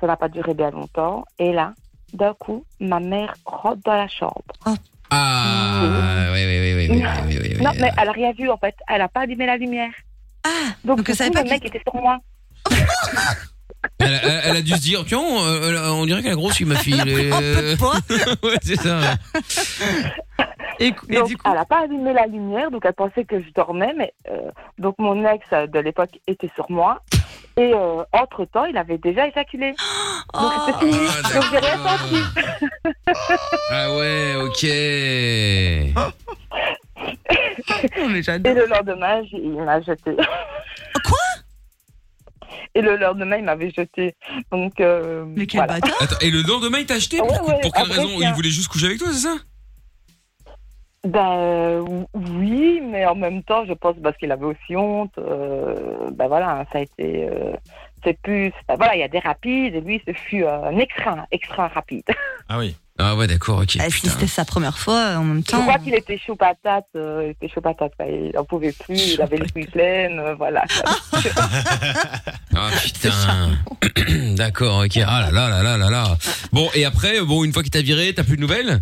[SPEAKER 12] Ça n'a pas duré bien longtemps. Et là, d'un coup, ma mère rentre dans la chambre.
[SPEAKER 1] Ah, oui, oui, oui, oui, oui, oui, oui, oui.
[SPEAKER 12] non, mais elle n'a rien vu, en fait. Elle n'a pas allumé la lumière. Ah, donc, du coup, le mec était sur moi.
[SPEAKER 1] Elle, elle- elle a dû se dire, tiens, euh, elle a- on dirait qu'elle a grossi, ma fille. euh,
[SPEAKER 12] Elle a pris un peu de poids.
[SPEAKER 1] ouais, c'est ça. ouais.
[SPEAKER 12] donc, Elle n'a pas allumé la lumière, donc elle pensait que je dormais. Mais, euh, donc, mon ex euh, de l'époque était sur moi. Et euh, entre-temps, il avait déjà éjaculé. Donc, c'était fini. donc, j'ai rien senti.
[SPEAKER 1] Ah ouais, ok.
[SPEAKER 12] Et le lendemain, j'ai- il m'a jeté. Quoi Et le lendemain, il m'avait jeté. Donc, euh, voilà.
[SPEAKER 1] Attends, et le lendemain, il t'a acheté Pour,
[SPEAKER 12] Ouais, ouais,
[SPEAKER 1] pour quelle
[SPEAKER 12] après,
[SPEAKER 1] raison
[SPEAKER 12] c'est
[SPEAKER 1] Il
[SPEAKER 12] un-
[SPEAKER 1] voulait juste coucher avec toi, c'est ça
[SPEAKER 12] Ben euh, oui, mais en même temps, je pense parce qu'il avait aussi honte. euh, ben voilà, hein, ça a été. euh, c'est plus. ben voilà, il y a des rapides et lui, ce fut un extra, extra rapide.
[SPEAKER 1] Ah oui. Ah ouais, d'accord, ok.
[SPEAKER 3] Bah, si c'était sa première fois euh, en même
[SPEAKER 12] Je
[SPEAKER 3] temps.
[SPEAKER 12] crois qu'il était chaud patate. euh, il était chaud patate. quoi. Il n'en pouvait plus. Il avait les couilles pleines. euh, voilà.
[SPEAKER 1] Ah putain. D'accord, ok. Ah là là là là là là. Bon, et après, bon, une fois qu'il t'a viré, t'as plus de nouvelles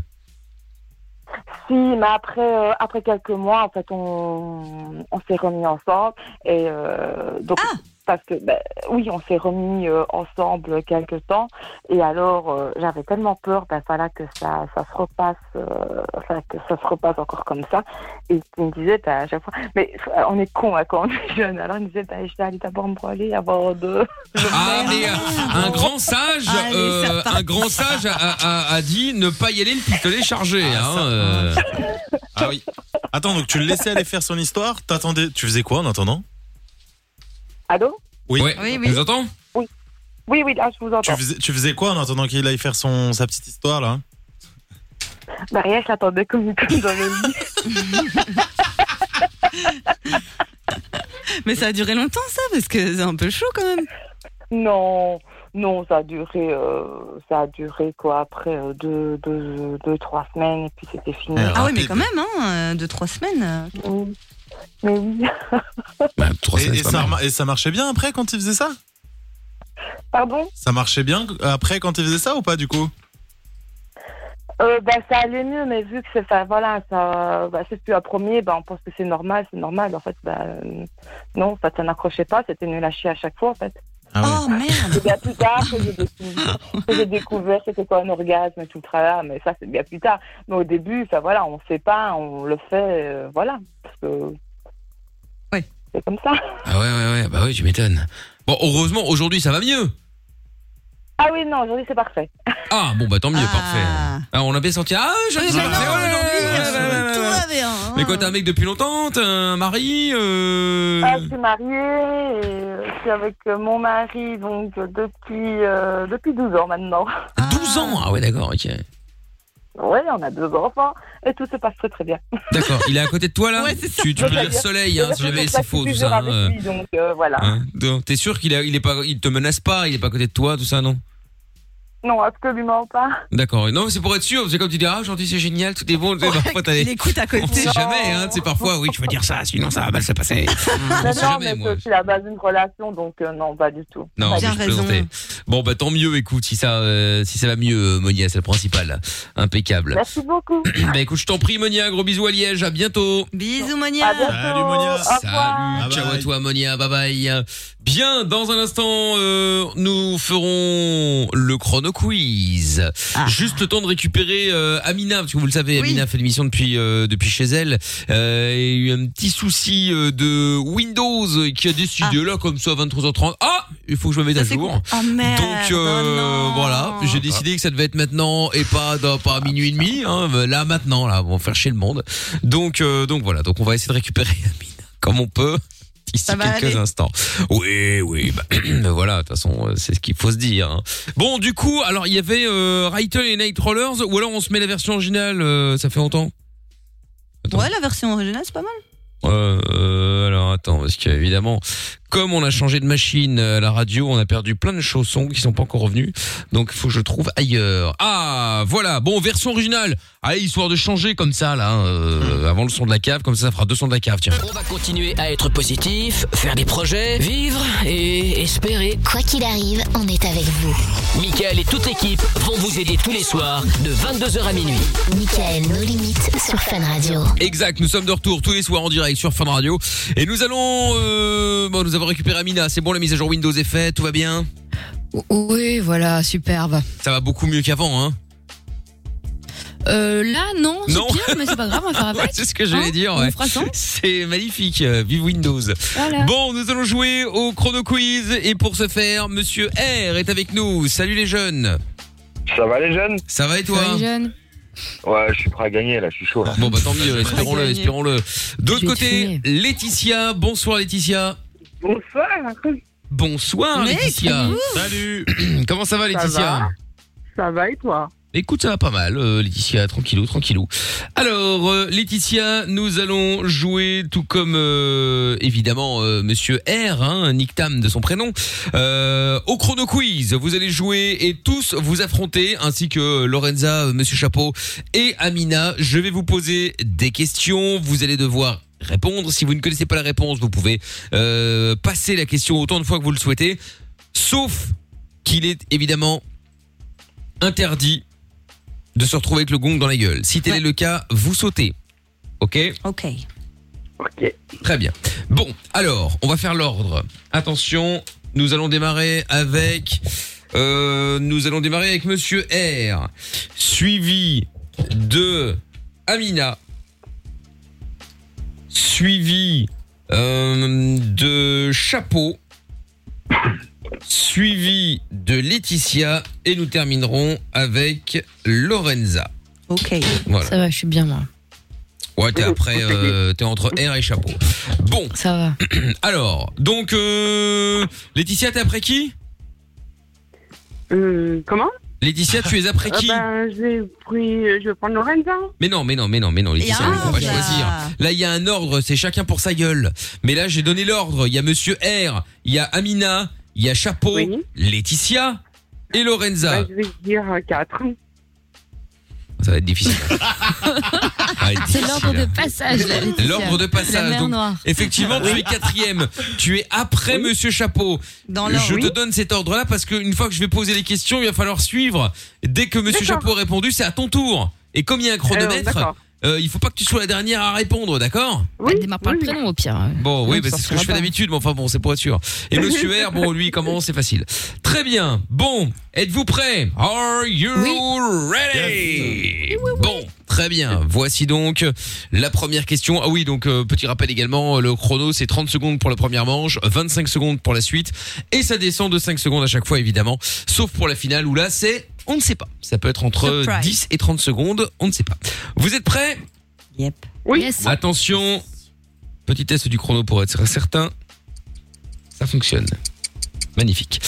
[SPEAKER 12] si, mais après, euh, après quelques mois, en fait, on, on s'est remis ensemble. Et euh, donc. Parce que, ben, oui, on s'est remis euh, ensemble quelques temps. Et alors, euh, j'avais tellement peur, ben voilà, que ça, ça se repasse, euh, enfin, que ça se repasse encore comme ça. Et il me disait, ben, à chaque fois, mais euh, on est con hein, quand on est jeune. Alors, il me disait, ben, je vais aller d'abord me brûler avant de.
[SPEAKER 1] Ah, mais euh, un grand sage,
[SPEAKER 12] Allez,
[SPEAKER 1] euh,
[SPEAKER 12] c'est reparti.
[SPEAKER 1] un grand sage a, a- a- a dit ne pas y aller le pistolet chargé. hein, euh.
[SPEAKER 5] Ah oui. Attends, donc tu le laissais aller faire son histoire T'attendais. Tu faisais quoi en attendant
[SPEAKER 12] Allô
[SPEAKER 5] Oui.
[SPEAKER 12] Oui, oui. Tu nous entends Oui. Oui, oui, là, je vous entends.
[SPEAKER 5] Tu faisais, tu faisais quoi en attendant qu'il aille faire son, sa petite histoire là
[SPEAKER 12] Bah rien, je l'attendais comme, comme dans le lit.
[SPEAKER 3] Mais ça a duré longtemps, ça, parce que c'est un peu chaud quand même.
[SPEAKER 12] Non, non, ça a duré, euh, ça a duré quoi après euh, deux, deux, deux, trois semaines et puis c'était fini.
[SPEAKER 3] Ah oui, mais quand même, hein, euh, deux, trois semaines.
[SPEAKER 12] euh. Mais
[SPEAKER 5] et,
[SPEAKER 12] oui.
[SPEAKER 5] et ça, rema- et ça marchait bien après quand il faisait ça
[SPEAKER 12] Pardon
[SPEAKER 5] Ça marchait bien après quand il faisait ça ou pas du coup
[SPEAKER 12] Euh, ben, ça allait mieux, mais vu que c'est, enfin, voilà, ça, bah, c'est plus un premier, ben, on pense que c'est normal, c'est normal. En fait, ben, euh, non, en fait, ça n'accrochait pas, c'était nul à chier à chaque fois, en fait.
[SPEAKER 1] Ah
[SPEAKER 3] Oh merde
[SPEAKER 12] C'est bien plus tard que j'ai découvert, que j'ai découvert c'était quoi un orgasme et tout le tralala, mais ça c'est bien plus tard. Mais au début, enfin voilà, on sait pas, on le fait, euh, voilà. Parce que...
[SPEAKER 3] Oui.
[SPEAKER 12] C'est comme ça.
[SPEAKER 1] Ah ouais, ouais, ouais, bah ouais, tu m'étonnes. Bon, heureusement, aujourd'hui, ça va mieux.
[SPEAKER 12] Ah oui, non, aujourd'hui c'est parfait.
[SPEAKER 1] Ah, bon, bah tant mieux, parfait. Ah, on a bien senti. Ah, j'ai
[SPEAKER 12] Oui,
[SPEAKER 1] j'ai-
[SPEAKER 12] bah non,
[SPEAKER 1] j'ai- ouais,
[SPEAKER 12] aujourd'hui,
[SPEAKER 1] ouais, ouais, ouais, ouais. Mais quoi, t'as un mec depuis longtemps T'as un mari euh...
[SPEAKER 12] Ah, je suis mariée, et euh, je suis avec euh, mon mari donc euh, depuis, euh, depuis 12 ans maintenant.
[SPEAKER 1] 12 ans Ah ouais, d'accord, ok.
[SPEAKER 12] Ouais, on a deux enfants et tout se passe très très bien.
[SPEAKER 1] D'accord, il est à côté de toi là Tu, tu peux dire soleil, hein, si jamais c'est faux, tout ça. hein, euh,
[SPEAKER 12] Avec lui, donc euh, voilà.
[SPEAKER 1] hein. Donc, T'es sûr qu'il a- il est pas, il te menace pas, il est pas à côté de toi, tout ça, non
[SPEAKER 12] Non, absolument pas.
[SPEAKER 1] D'accord. Non, mais c'est pour être sûr. C'est comme tu dis, ah, gentil, c'est génial, tout est bon. tu sais, parfois, t'as des-
[SPEAKER 12] il écoute à côté.
[SPEAKER 1] On sait
[SPEAKER 12] Non.
[SPEAKER 1] jamais, hein. C'est parfois, oui, tu vas dire ça, sinon ça va mal se passer.
[SPEAKER 12] Mais
[SPEAKER 1] Ah, On sait
[SPEAKER 12] non,
[SPEAKER 1] jamais,
[SPEAKER 12] mais
[SPEAKER 1] moi.
[SPEAKER 12] c'est aussi la base d'une relation, donc euh, non, pas du tout.
[SPEAKER 1] Non,
[SPEAKER 12] Pas
[SPEAKER 1] mais
[SPEAKER 12] du
[SPEAKER 1] je
[SPEAKER 12] tout.
[SPEAKER 1] plaisantais. Bon, bah tant mieux. Écoute, si ça, euh, si ça va mieux, euh, Monia, c'est le principal. Impeccable.
[SPEAKER 12] Merci beaucoup.
[SPEAKER 1] bah écoute, je t'en prie, Monia. Gros bisous à Liège. À bientôt.
[SPEAKER 3] Bisous, Monia
[SPEAKER 5] Salut, Monia
[SPEAKER 1] Salut, ciao à toi Monia, bye bye. Bien, dans un instant, euh, nous ferons le chrono quiz.
[SPEAKER 12] Ah.
[SPEAKER 1] Juste le temps de récupérer euh, Amina, parce que vous le savez, Amina fait l'émission depuis euh, depuis chez elle. Euh, il y a eu un petit souci euh, de Windows qui
[SPEAKER 12] Ah.
[SPEAKER 1] a décidé là comme ça à 23h30. Ah, il faut que je me mette à jour.
[SPEAKER 12] Ah.
[SPEAKER 3] Oh
[SPEAKER 6] Ah,
[SPEAKER 3] merde
[SPEAKER 1] Donc euh, voilà, j'ai décidé que ça devait être maintenant et pas dans- pas à minuit et demi. Hein, là maintenant, là, on va faire chier le monde. Donc euh, donc voilà, donc on va essayer de récupérer Amine comme on peut. Ici
[SPEAKER 6] Ça va
[SPEAKER 1] quelques
[SPEAKER 6] aller.
[SPEAKER 1] instants. Oui, oui, bah, voilà, de toute façon, euh, c'est ce qu'il faut se dire. hein. Bon, du coup, alors il y avait euh, Rytel et Night Rollers, ou alors on se met la version originale, euh, ça fait longtemps
[SPEAKER 3] Ouais, la version originale, c'est pas mal.
[SPEAKER 1] euh, euh, alors attends, parce que évidemment, comme on a changé de machine euh, à la radio, on a perdu plein de chaussons qui sont pas encore revenus. Donc il faut que je trouve ailleurs. Ah voilà, bon version originale. Allez, histoire de changer comme ça là, hein, euh, avant le son de la cave, comme ça ça fera deux sons de la cave, tiens.
[SPEAKER 6] On va continuer à être positif, faire des projets, vivre et espérer.
[SPEAKER 7] Quoi qu'il arrive, on est avec vous.
[SPEAKER 6] Michael et toute l'équipe vont vous aider tous les soirs de 22h à minuit.
[SPEAKER 7] Michael, nos limites sur Fun Radio.
[SPEAKER 1] Exact, nous sommes de retour tous les soirs en direct sur Fun Radio et nous allons euh, bon nous avons récupéré Amina, c'est bon la mise à jour Windows est faite, tout va bien
[SPEAKER 2] Oui, voilà, superbe.
[SPEAKER 1] Ça va beaucoup mieux qu'avant hein.
[SPEAKER 2] Euh, là, non, Oh, c'est
[SPEAKER 1] Non.
[SPEAKER 2] pire, mais c'est pas grave, on va faire
[SPEAKER 1] Ouais,
[SPEAKER 2] avec.
[SPEAKER 1] c'est ce que j'allais
[SPEAKER 2] Hein
[SPEAKER 1] dire.
[SPEAKER 2] On
[SPEAKER 1] ouais.
[SPEAKER 2] fera sans.
[SPEAKER 1] C'est magnifique. euh, Vive Windows.
[SPEAKER 2] Voilà.
[SPEAKER 1] Bon, nous allons jouer au chrono quiz et pour ce faire, Monsieur R est avec nous. Salut les jeunes.
[SPEAKER 10] Ça va les jeunes
[SPEAKER 1] Ça va et toi
[SPEAKER 10] Ouais, je suis prêt à gagner là, je suis chaud là.
[SPEAKER 1] Bon bah tant mieux, espérons-le, espérons-le. De l'autre côté, Laetitia. Bonsoir Laetitia.
[SPEAKER 13] Bonsoir.
[SPEAKER 1] Bonsoir
[SPEAKER 13] Mec,
[SPEAKER 1] Laetitia.
[SPEAKER 13] bonjour.
[SPEAKER 1] Salut. Comment ça va Laetitia
[SPEAKER 13] Ça va et toi
[SPEAKER 1] Écoute, ça va pas mal, euh, Laetitia, tranquillou, tranquillou. Alors, euh, Laetitia, nous allons jouer tout comme euh, évidemment euh, Monsieur R, hein, Nick Tam de son prénom, euh, au chrono quiz. Vous allez jouer et tous vous affronter, ainsi que Lorenza, euh, Monsieur Chapeau et Amina. Je vais vous poser des questions. Vous allez devoir répondre. Si vous ne connaissez pas la réponse, vous pouvez euh, passer la question autant de fois que vous le souhaitez, sauf qu'il est évidemment interdit de se retrouver avec le gong dans la gueule. Si tel est le cas, vous sautez. Ok
[SPEAKER 3] Ok.
[SPEAKER 1] Ok. Très bien. Bon, alors, on va faire l'ordre. Attention, nous allons démarrer avec... euh, nous allons démarrer avec Monsieur R, suivi de Amina, suivi euh, de Chapeau, suivi de Laetitia, et nous terminerons avec Lorenza.
[SPEAKER 3] Ok.
[SPEAKER 1] Voilà.
[SPEAKER 2] Ça va, je suis bien moi.
[SPEAKER 1] Ouais, t'es après, euh, t'es entre R et Chapeau. Bon. Ah,
[SPEAKER 2] Ça va.
[SPEAKER 1] Alors, donc, euh, Laetitia, t'es après qui
[SPEAKER 13] Euh, Comment
[SPEAKER 1] Laetitia, tu es après
[SPEAKER 12] Eh
[SPEAKER 1] qui
[SPEAKER 13] Ah ben, j'ai pris, je vais prendre Lorenza.
[SPEAKER 1] Mais non, mais non, mais non, mais non,
[SPEAKER 13] Ah,
[SPEAKER 1] Laetitia, on peut pas choisir. Là, il y a un ordre, c'est chacun pour sa gueule. Mais là, j'ai donné l'ordre. Il y a Monsieur R, il y a Amina, il y a Chapeau, Laetitia et Lorenza.
[SPEAKER 12] Bah,
[SPEAKER 13] Ben, je vais dire
[SPEAKER 12] euh,
[SPEAKER 13] 4.
[SPEAKER 1] Ça va être difficile. Ah,
[SPEAKER 2] C'est
[SPEAKER 1] difficile,
[SPEAKER 2] l'ordre
[SPEAKER 1] hein.
[SPEAKER 2] de passage. là, Laetitia.
[SPEAKER 1] L'ordre de
[SPEAKER 2] La
[SPEAKER 1] passage.
[SPEAKER 2] mer
[SPEAKER 1] donc,
[SPEAKER 2] Noire.
[SPEAKER 1] effectivement, tu es quatrième. Tu es après Monsieur Chapeau.
[SPEAKER 2] Dans l'ordre,
[SPEAKER 1] je
[SPEAKER 2] oui.
[SPEAKER 1] te donne cet ordre-là parce qu'une fois que je vais poser les questions, il va falloir suivre. Dès que Monsieur Chapeau a répondu, c'est à ton tour. Et comme il y a un chronomètre,
[SPEAKER 2] d'accord.
[SPEAKER 1] euh, il faut pas que tu sois la dernière à répondre, d'accord
[SPEAKER 2] Elle démarre par le prénom au pire.
[SPEAKER 1] Bon, oui,
[SPEAKER 2] Sinon,
[SPEAKER 1] bah,
[SPEAKER 2] ça
[SPEAKER 1] c'est ce que je fais
[SPEAKER 2] sortira pas.
[SPEAKER 1] d'habitude, mais enfin bon, c'est pour être sûr. Et Monsieur R, bon, lui, comment c'est facile. Très bien. Bon, êtes-vous prêts Are you ready Bon, très bien. Voici donc euh, la première question. Ah oui, donc euh, petit rappel également, le chrono c'est 30 secondes pour la première manche, 25 secondes pour la suite, et ça descend de 5 secondes à chaque fois évidemment, sauf pour la finale où là c'est, on ne sait pas. Ça peut être entre
[SPEAKER 6] Surprise.
[SPEAKER 1] 10 et 30 secondes, on ne sait pas. Vous êtes prêts
[SPEAKER 3] Yep.
[SPEAKER 13] Oui.
[SPEAKER 1] Attention, petit test du chrono pour être certain. Ça fonctionne. Magnifique.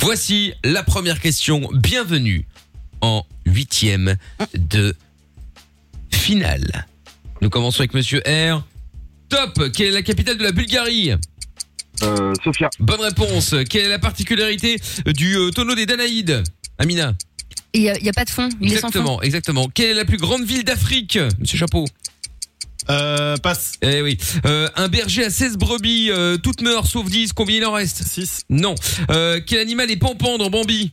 [SPEAKER 1] Voici la première question. Bienvenue en huitième de finale. Nous commençons avec Monsieur R. Top Quelle est la capitale de la Bulgarie
[SPEAKER 8] Sofia.
[SPEAKER 1] Bonne réponse. Quelle est la particularité du euh, tonneau des Danaïdes Amina
[SPEAKER 2] Il n'y a, il y a pas de fond. Il est sans fond.
[SPEAKER 1] Exactement, exactement. Quelle est la plus grande ville d'Afrique Monsieur Chapeau
[SPEAKER 5] Euh, passe.
[SPEAKER 1] Eh oui. Euh, un berger à 16 brebis, euh, toutes meurent sauf 10. Combien il en reste
[SPEAKER 5] 6.
[SPEAKER 1] Non. Euh, quel animal est pampant dans Bambi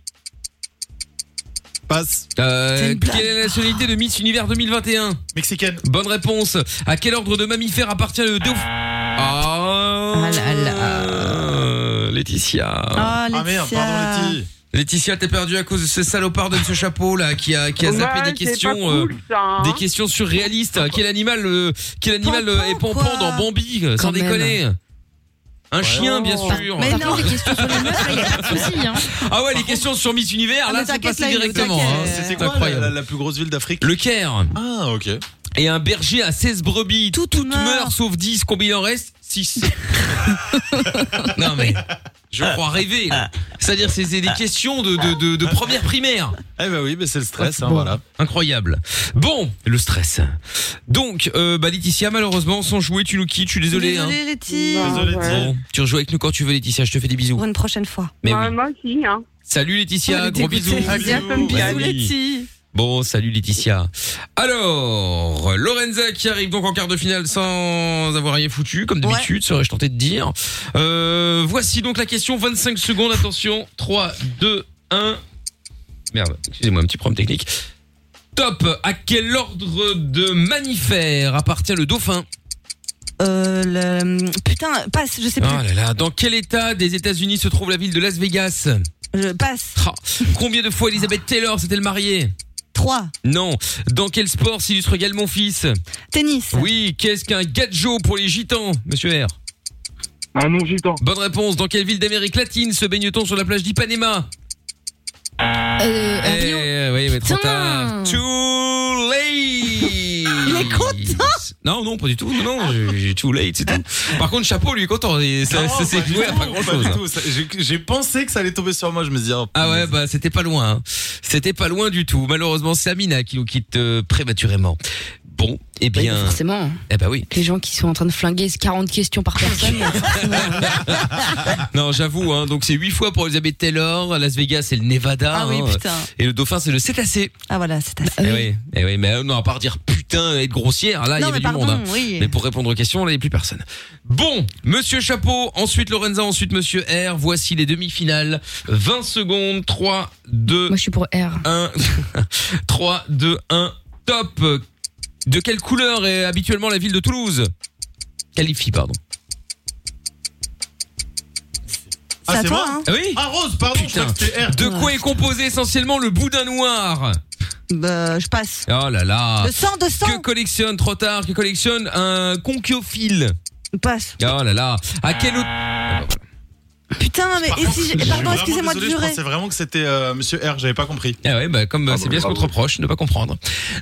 [SPEAKER 5] Passe.
[SPEAKER 1] Euh,
[SPEAKER 5] C'est une blague.
[SPEAKER 1] quelle est la nationalité de Miss Univers 2021
[SPEAKER 5] Mexicaine.
[SPEAKER 1] Bonne réponse. À quel ordre de mammifères appartient le dauphin Ah Euh, Laetitia.
[SPEAKER 5] Ah, Laetitia. Ah merde, pardon, Laetitia.
[SPEAKER 1] Laetitia, t'es perdue à cause de ce salopard de ce chapeau là qui a qui a zappé
[SPEAKER 13] Ouais,
[SPEAKER 1] des
[SPEAKER 13] c'est
[SPEAKER 1] questions euh,
[SPEAKER 13] pas cool, ça, hein.
[SPEAKER 1] des questions surréalistes. Quel animal euh, quel animal euh, est pampant dans Bambi euh, Sans
[SPEAKER 13] Quand même.
[SPEAKER 1] déconner. Un chien bien
[SPEAKER 2] Par-
[SPEAKER 1] sûr.
[SPEAKER 2] par contre, les questions sur les meufs, là, il n'y a pas de souci. Hein.
[SPEAKER 1] Ah ouais, les questions sur Miss Univers,
[SPEAKER 2] Ah,
[SPEAKER 1] là,
[SPEAKER 2] mais
[SPEAKER 1] c'est
[SPEAKER 2] t'inquiète,
[SPEAKER 1] passé
[SPEAKER 2] là, il-
[SPEAKER 1] directement.
[SPEAKER 2] t'inquiète.
[SPEAKER 1] hein.
[SPEAKER 5] C'était
[SPEAKER 1] C'est
[SPEAKER 5] quoi, la-
[SPEAKER 1] incroyable.
[SPEAKER 5] La, la plus grosse ville d'Afrique
[SPEAKER 1] Le Caire.
[SPEAKER 5] Ah, ok.
[SPEAKER 1] Et un berger à 16 brebis, tout, toutes meurent sauf 10. Combien il en reste 6. non mais, je crois rêver. là. C'est-à-dire, c'est c'est des questions de, de, de- de première primaire.
[SPEAKER 5] Ah. Eh ben oui, mais c'est le stress, hein,
[SPEAKER 1] Bon.
[SPEAKER 5] voilà.
[SPEAKER 1] Incroyable. Bon, le stress. Donc, euh, bah, Laetitia, malheureusement, sans jouer, tu nous quittes. Je suis désolé.
[SPEAKER 3] Désolée,
[SPEAKER 1] hein.
[SPEAKER 3] Laetitia. Désolée, Laetitia.
[SPEAKER 1] Bon, tu rejoues avec nous quand tu veux, Laetitia. Je te fais des bisous.
[SPEAKER 3] Pour une prochaine fois.
[SPEAKER 1] Mais oui.
[SPEAKER 13] Moi aussi, hein.
[SPEAKER 1] Salut Oh, Laetitia, gros bisous. Bah oui. Bon, salut Laetitia. Alors, Lorenza qui arrive donc en quart de finale sans avoir rien foutu, comme d'habitude, serais-je tenté de dire. Euh, voici donc la question, 25 secondes, attention, 3, 2, 1. Merde, excusez-moi, un petit problème technique. Top, à quel ordre de mammifères appartient le dauphin
[SPEAKER 3] Euh, le... Putain, passe, je sais
[SPEAKER 1] Oh là
[SPEAKER 3] plus.
[SPEAKER 1] là, dans quel état des États-Unis se trouve la ville de Las Vegas
[SPEAKER 3] Je passe.
[SPEAKER 1] Ah, Combien de fois Elizabeth Taylor s'est-elle mariée
[SPEAKER 3] 3.
[SPEAKER 1] Non. Dans quel sport s'illustre également mon fils
[SPEAKER 3] Tennis.
[SPEAKER 1] Oui, qu'est-ce qu'un gadjo pour les gitans, monsieur R
[SPEAKER 8] Un nom gitan.
[SPEAKER 1] Bonne réponse. Dans quelle ville d'Amérique latine se baigne-t-on sur la plage d'Ipanema
[SPEAKER 2] Euh,
[SPEAKER 1] Eh, oui, mais trop
[SPEAKER 2] Putain.
[SPEAKER 1] tard. Too late.
[SPEAKER 2] Il est content
[SPEAKER 1] Non, non, pas du tout. Non, non, j'ai- j'ai tout late, c'est tout. Par contre, chapeau, lui, est content. Et ça,
[SPEAKER 5] Non,
[SPEAKER 1] ça s'est
[SPEAKER 5] pas du
[SPEAKER 1] joué à
[SPEAKER 5] tout,
[SPEAKER 1] pas grand chose.
[SPEAKER 5] pas du tout. Ça- j'ai- J'ai pensé que ça allait tomber sur moi, je me disais. oh,
[SPEAKER 1] Ah ouais, bah c'était pas loin. hein. C'était pas loin du tout. Malheureusement, c'est Amina qui nous quitte euh, prématurément. Bon, eh
[SPEAKER 2] Bah,
[SPEAKER 1] bien.
[SPEAKER 2] forcément.
[SPEAKER 1] Eh bah oui.
[SPEAKER 2] Les gens qui sont en train de flinguer 40 questions par personne.
[SPEAKER 1] Non, j'avoue, hein, donc c'est 8 fois pour Elizabeth Taylor, Las Vegas c'est le Nevada.
[SPEAKER 3] Ah oui,
[SPEAKER 1] hein.
[SPEAKER 3] putain.
[SPEAKER 1] Et le dauphin c'est le cétacé.
[SPEAKER 3] Ah voilà, c'est assez.
[SPEAKER 1] Eh oui, eh oui, mais euh, non, à part dire putain et être grossière, là il y
[SPEAKER 3] Non,
[SPEAKER 1] avait
[SPEAKER 3] mais
[SPEAKER 1] du
[SPEAKER 3] pardon,
[SPEAKER 1] monde. hein.
[SPEAKER 3] oui.
[SPEAKER 1] Mais pour répondre aux questions, là il n'y a plus personne. Bon, Monsieur Chapeau, ensuite Lorenza, ensuite Monsieur R, voici les demi-finales. 20 secondes, 3, 2. Moi
[SPEAKER 2] je suis pour R.
[SPEAKER 1] 1, 3, 2, 1, top. De quelle couleur est habituellement la ville de Toulouse Qualifie, pardon.
[SPEAKER 5] Ah, c'est moi
[SPEAKER 1] Ah Oui
[SPEAKER 5] Ah, Rose, pardon, je crois que c'était R.
[SPEAKER 1] De quoi est composé essentiellement le boudin noir euh,
[SPEAKER 3] Bah, je passe.
[SPEAKER 1] Oh là là
[SPEAKER 3] Le sang, de sang.
[SPEAKER 1] Que collectionne, trop tard, que collectionne un conciophile
[SPEAKER 3] Passe.
[SPEAKER 1] Oh là là À quel autre...
[SPEAKER 3] Putain, mais et si j'ai- pardon,
[SPEAKER 5] vraiment
[SPEAKER 3] excusez-moi de
[SPEAKER 5] désolé, Je
[SPEAKER 3] jurer.
[SPEAKER 5] pensais vraiment que c'était euh, Monsieur R, j'avais pas compris.
[SPEAKER 1] Ah ouais, bah comme euh, c'est bien ce qu'on te reproche, ne pas comprendre.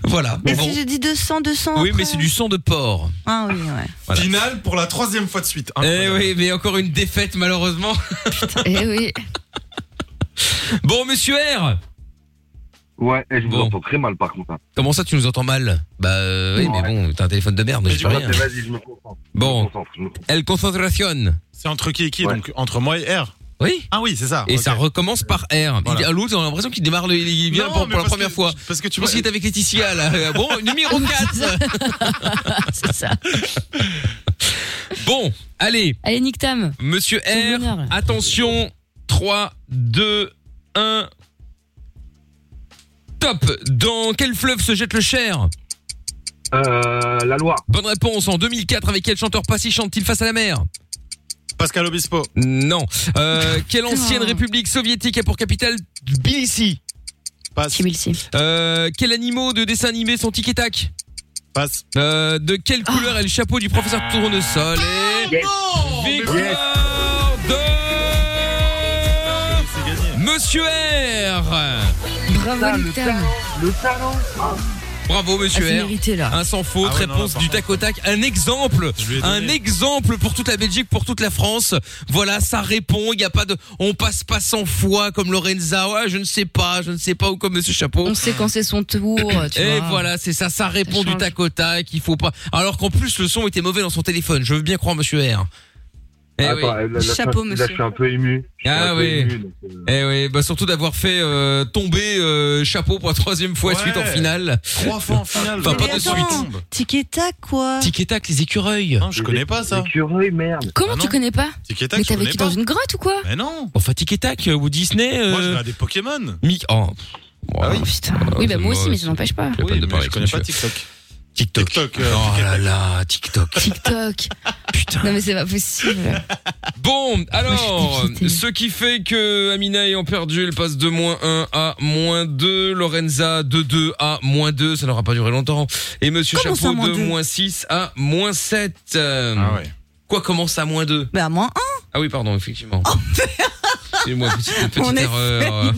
[SPEAKER 1] Voilà.
[SPEAKER 3] Et
[SPEAKER 1] Bon.
[SPEAKER 3] si j'ai dit 200, 200
[SPEAKER 1] Oui, mais
[SPEAKER 3] après
[SPEAKER 1] c'est du sang de porc.
[SPEAKER 3] Ah oui, ouais.
[SPEAKER 1] Final pour la troisième fois de suite. Eh oui, mais encore une défaite malheureusement.
[SPEAKER 2] Eh oui.
[SPEAKER 1] Bon, monsieur R
[SPEAKER 8] Ouais, et je vous entends très mal par contre. hein.
[SPEAKER 1] Comment ça, tu nous entends mal Bah euh, oui, mais bon, t'as un téléphone de merde,
[SPEAKER 8] Mais
[SPEAKER 1] j'ai
[SPEAKER 8] du
[SPEAKER 1] pas
[SPEAKER 8] coup,
[SPEAKER 1] rien.
[SPEAKER 8] Ah, Vas-y, je me concentre.
[SPEAKER 1] Bon,
[SPEAKER 8] je me
[SPEAKER 1] El Concentración.
[SPEAKER 5] C'est entre qui et qui Donc entre moi et R
[SPEAKER 1] Oui
[SPEAKER 5] Ah oui, c'est ça.
[SPEAKER 1] Et ça recommence par R. Il
[SPEAKER 5] Voilà.
[SPEAKER 1] dit à L'autre, on a l'impression qu'il démarre, le- il vient
[SPEAKER 5] Non,
[SPEAKER 1] pour, pour
[SPEAKER 5] mais
[SPEAKER 1] la
[SPEAKER 5] parce
[SPEAKER 1] première
[SPEAKER 5] que-
[SPEAKER 1] fois.
[SPEAKER 5] parce que tu
[SPEAKER 1] Je pense
[SPEAKER 5] vois-
[SPEAKER 1] qu'il est avec Laetitia, là. Euh, Bon, numéro 4.
[SPEAKER 2] c'est ça.
[SPEAKER 1] Bon, allez.
[SPEAKER 2] Allez, Nick Tam.
[SPEAKER 1] Monsieur R, attention. 3, 2, 1. Top. Dans quel fleuve se jette le Cher
[SPEAKER 8] Euh, la Loire.
[SPEAKER 1] Bonne réponse. En 2004, avec quel chanteur passé chante-t-il face à la mer
[SPEAKER 5] Pascal Obispo.
[SPEAKER 1] Non. Euh, quelle ancienne république soviétique a pour capitale Tbilissi
[SPEAKER 5] Passe.
[SPEAKER 2] Tbilissi.
[SPEAKER 1] Euh, quels animaux de dessin animé sont tic et tac
[SPEAKER 5] Passe.
[SPEAKER 1] Euh, de quelle couleur est le chapeau du professeur Tournesol et... Victoire de... Monsieur R
[SPEAKER 2] Bravo, Nick Tam.
[SPEAKER 8] Le talent.
[SPEAKER 1] Ah. Bravo monsieur
[SPEAKER 2] Ah, c'est
[SPEAKER 1] R.
[SPEAKER 2] mérité, là.
[SPEAKER 1] Un sans faute,
[SPEAKER 2] Ah ouais, non,
[SPEAKER 1] réponse du tac au tac, un exemple,
[SPEAKER 5] ai donné.
[SPEAKER 1] un exemple pour toute la Belgique, pour toute la France. Voilà, ça répond, il y a pas de on passe pas 100 fois comme Lorenza, ouais, je ne sais pas, je ne sais pas ou comme monsieur Chapeau.
[SPEAKER 2] On sait quand c'est son tour. Tu
[SPEAKER 1] Et
[SPEAKER 2] vois.
[SPEAKER 1] voilà, c'est ça, ça répond du
[SPEAKER 2] change.
[SPEAKER 1] tac au tac, il faut pas. Alors qu'en plus le son était mauvais dans son téléphone, je veux bien croire monsieur R. Eh oui.
[SPEAKER 8] Attends, là, là, je suis un- Là, je suis un peu ému. Je suis
[SPEAKER 1] Ah
[SPEAKER 8] un peu
[SPEAKER 1] oui.
[SPEAKER 8] ému, donc, euh,
[SPEAKER 1] Eh oui, bah surtout d'avoir fait euh, tomber euh, chapeau pour la troisième fois de suite en
[SPEAKER 5] Ouais.
[SPEAKER 1] finale.
[SPEAKER 5] Trois fois en finale.
[SPEAKER 1] Enfin,
[SPEAKER 5] Mais
[SPEAKER 1] pas de
[SPEAKER 5] attends.
[SPEAKER 1] suite.
[SPEAKER 3] Tic et tac, quoi.
[SPEAKER 1] Tic et tac, les écureuils.
[SPEAKER 5] Non, je connais pas ça.
[SPEAKER 8] Écureuils, merde.
[SPEAKER 1] Ah
[SPEAKER 2] Comment tu connais pas
[SPEAKER 5] Tic et tac,
[SPEAKER 2] Mais
[SPEAKER 5] je
[SPEAKER 2] t'as
[SPEAKER 5] connais
[SPEAKER 2] vécu
[SPEAKER 5] pas.
[SPEAKER 2] dans une grotte ou quoi
[SPEAKER 5] Mais non.
[SPEAKER 1] Enfin, tic et tac, euh, ou Disney.
[SPEAKER 5] Moi, je regarde des Pokémon.
[SPEAKER 1] Mick. Oh. oui.
[SPEAKER 2] Ah Oui, bah moi aussi, mais ça n'empêche pas.
[SPEAKER 1] Oui, mais
[SPEAKER 5] je connais pas TikTok.
[SPEAKER 1] TikTok.
[SPEAKER 5] euh,
[SPEAKER 1] oh là là, TikTok.
[SPEAKER 2] TikTok. Putain. Non, mais c'est pas possible.
[SPEAKER 1] Bon, alors, ce qui fait que Amina ayant perdu, elle passe de moins 1 à moins 2. Lorenza de 2 à moins 2. Ça n'aura pas duré longtemps. Et Monsieur
[SPEAKER 3] Comment ça,
[SPEAKER 1] Chapeau
[SPEAKER 3] moins
[SPEAKER 1] de
[SPEAKER 3] deux
[SPEAKER 1] moins 6 à moins 7.
[SPEAKER 5] Ah ouais.
[SPEAKER 1] Quoi commence à moins 2
[SPEAKER 3] Bah, à moins
[SPEAKER 1] Ah oui, pardon, effectivement. Excusez-moi, petite, petite
[SPEAKER 3] On essaye
[SPEAKER 1] erreur.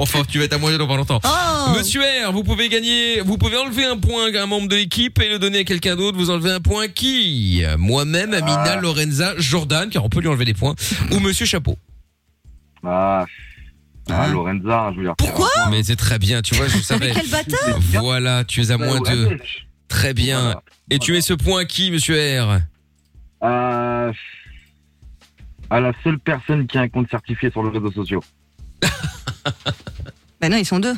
[SPEAKER 1] enfin, tu vas être à moins 2 dans pas longtemps.
[SPEAKER 3] Oh
[SPEAKER 1] Monsieur R, vous pouvez gagner, vous pouvez enlever un point à un membre de l'équipe et le donner à quelqu'un d'autre. Vous enlevez un point à qui Moi-même, Amina,
[SPEAKER 8] Ah.
[SPEAKER 1] Lorenza, Jordan, car on peut lui enlever des points, ou Monsieur Chapeau.
[SPEAKER 8] Ah, ah, Lorenza, je veux dire. Pourquoi
[SPEAKER 1] Mais c'est très bien, tu vois, je savais.
[SPEAKER 8] quel
[SPEAKER 3] bâtard
[SPEAKER 1] Voilà, tu es à moins
[SPEAKER 8] Ouais, ouais,
[SPEAKER 1] 2.
[SPEAKER 8] ouais.
[SPEAKER 1] Très bien. Et tu mets ce point à qui, Monsieur R
[SPEAKER 8] Euh, à la seule personne qui a un compte certifié sur les réseaux sociaux.
[SPEAKER 3] Bah non, ils sont deux.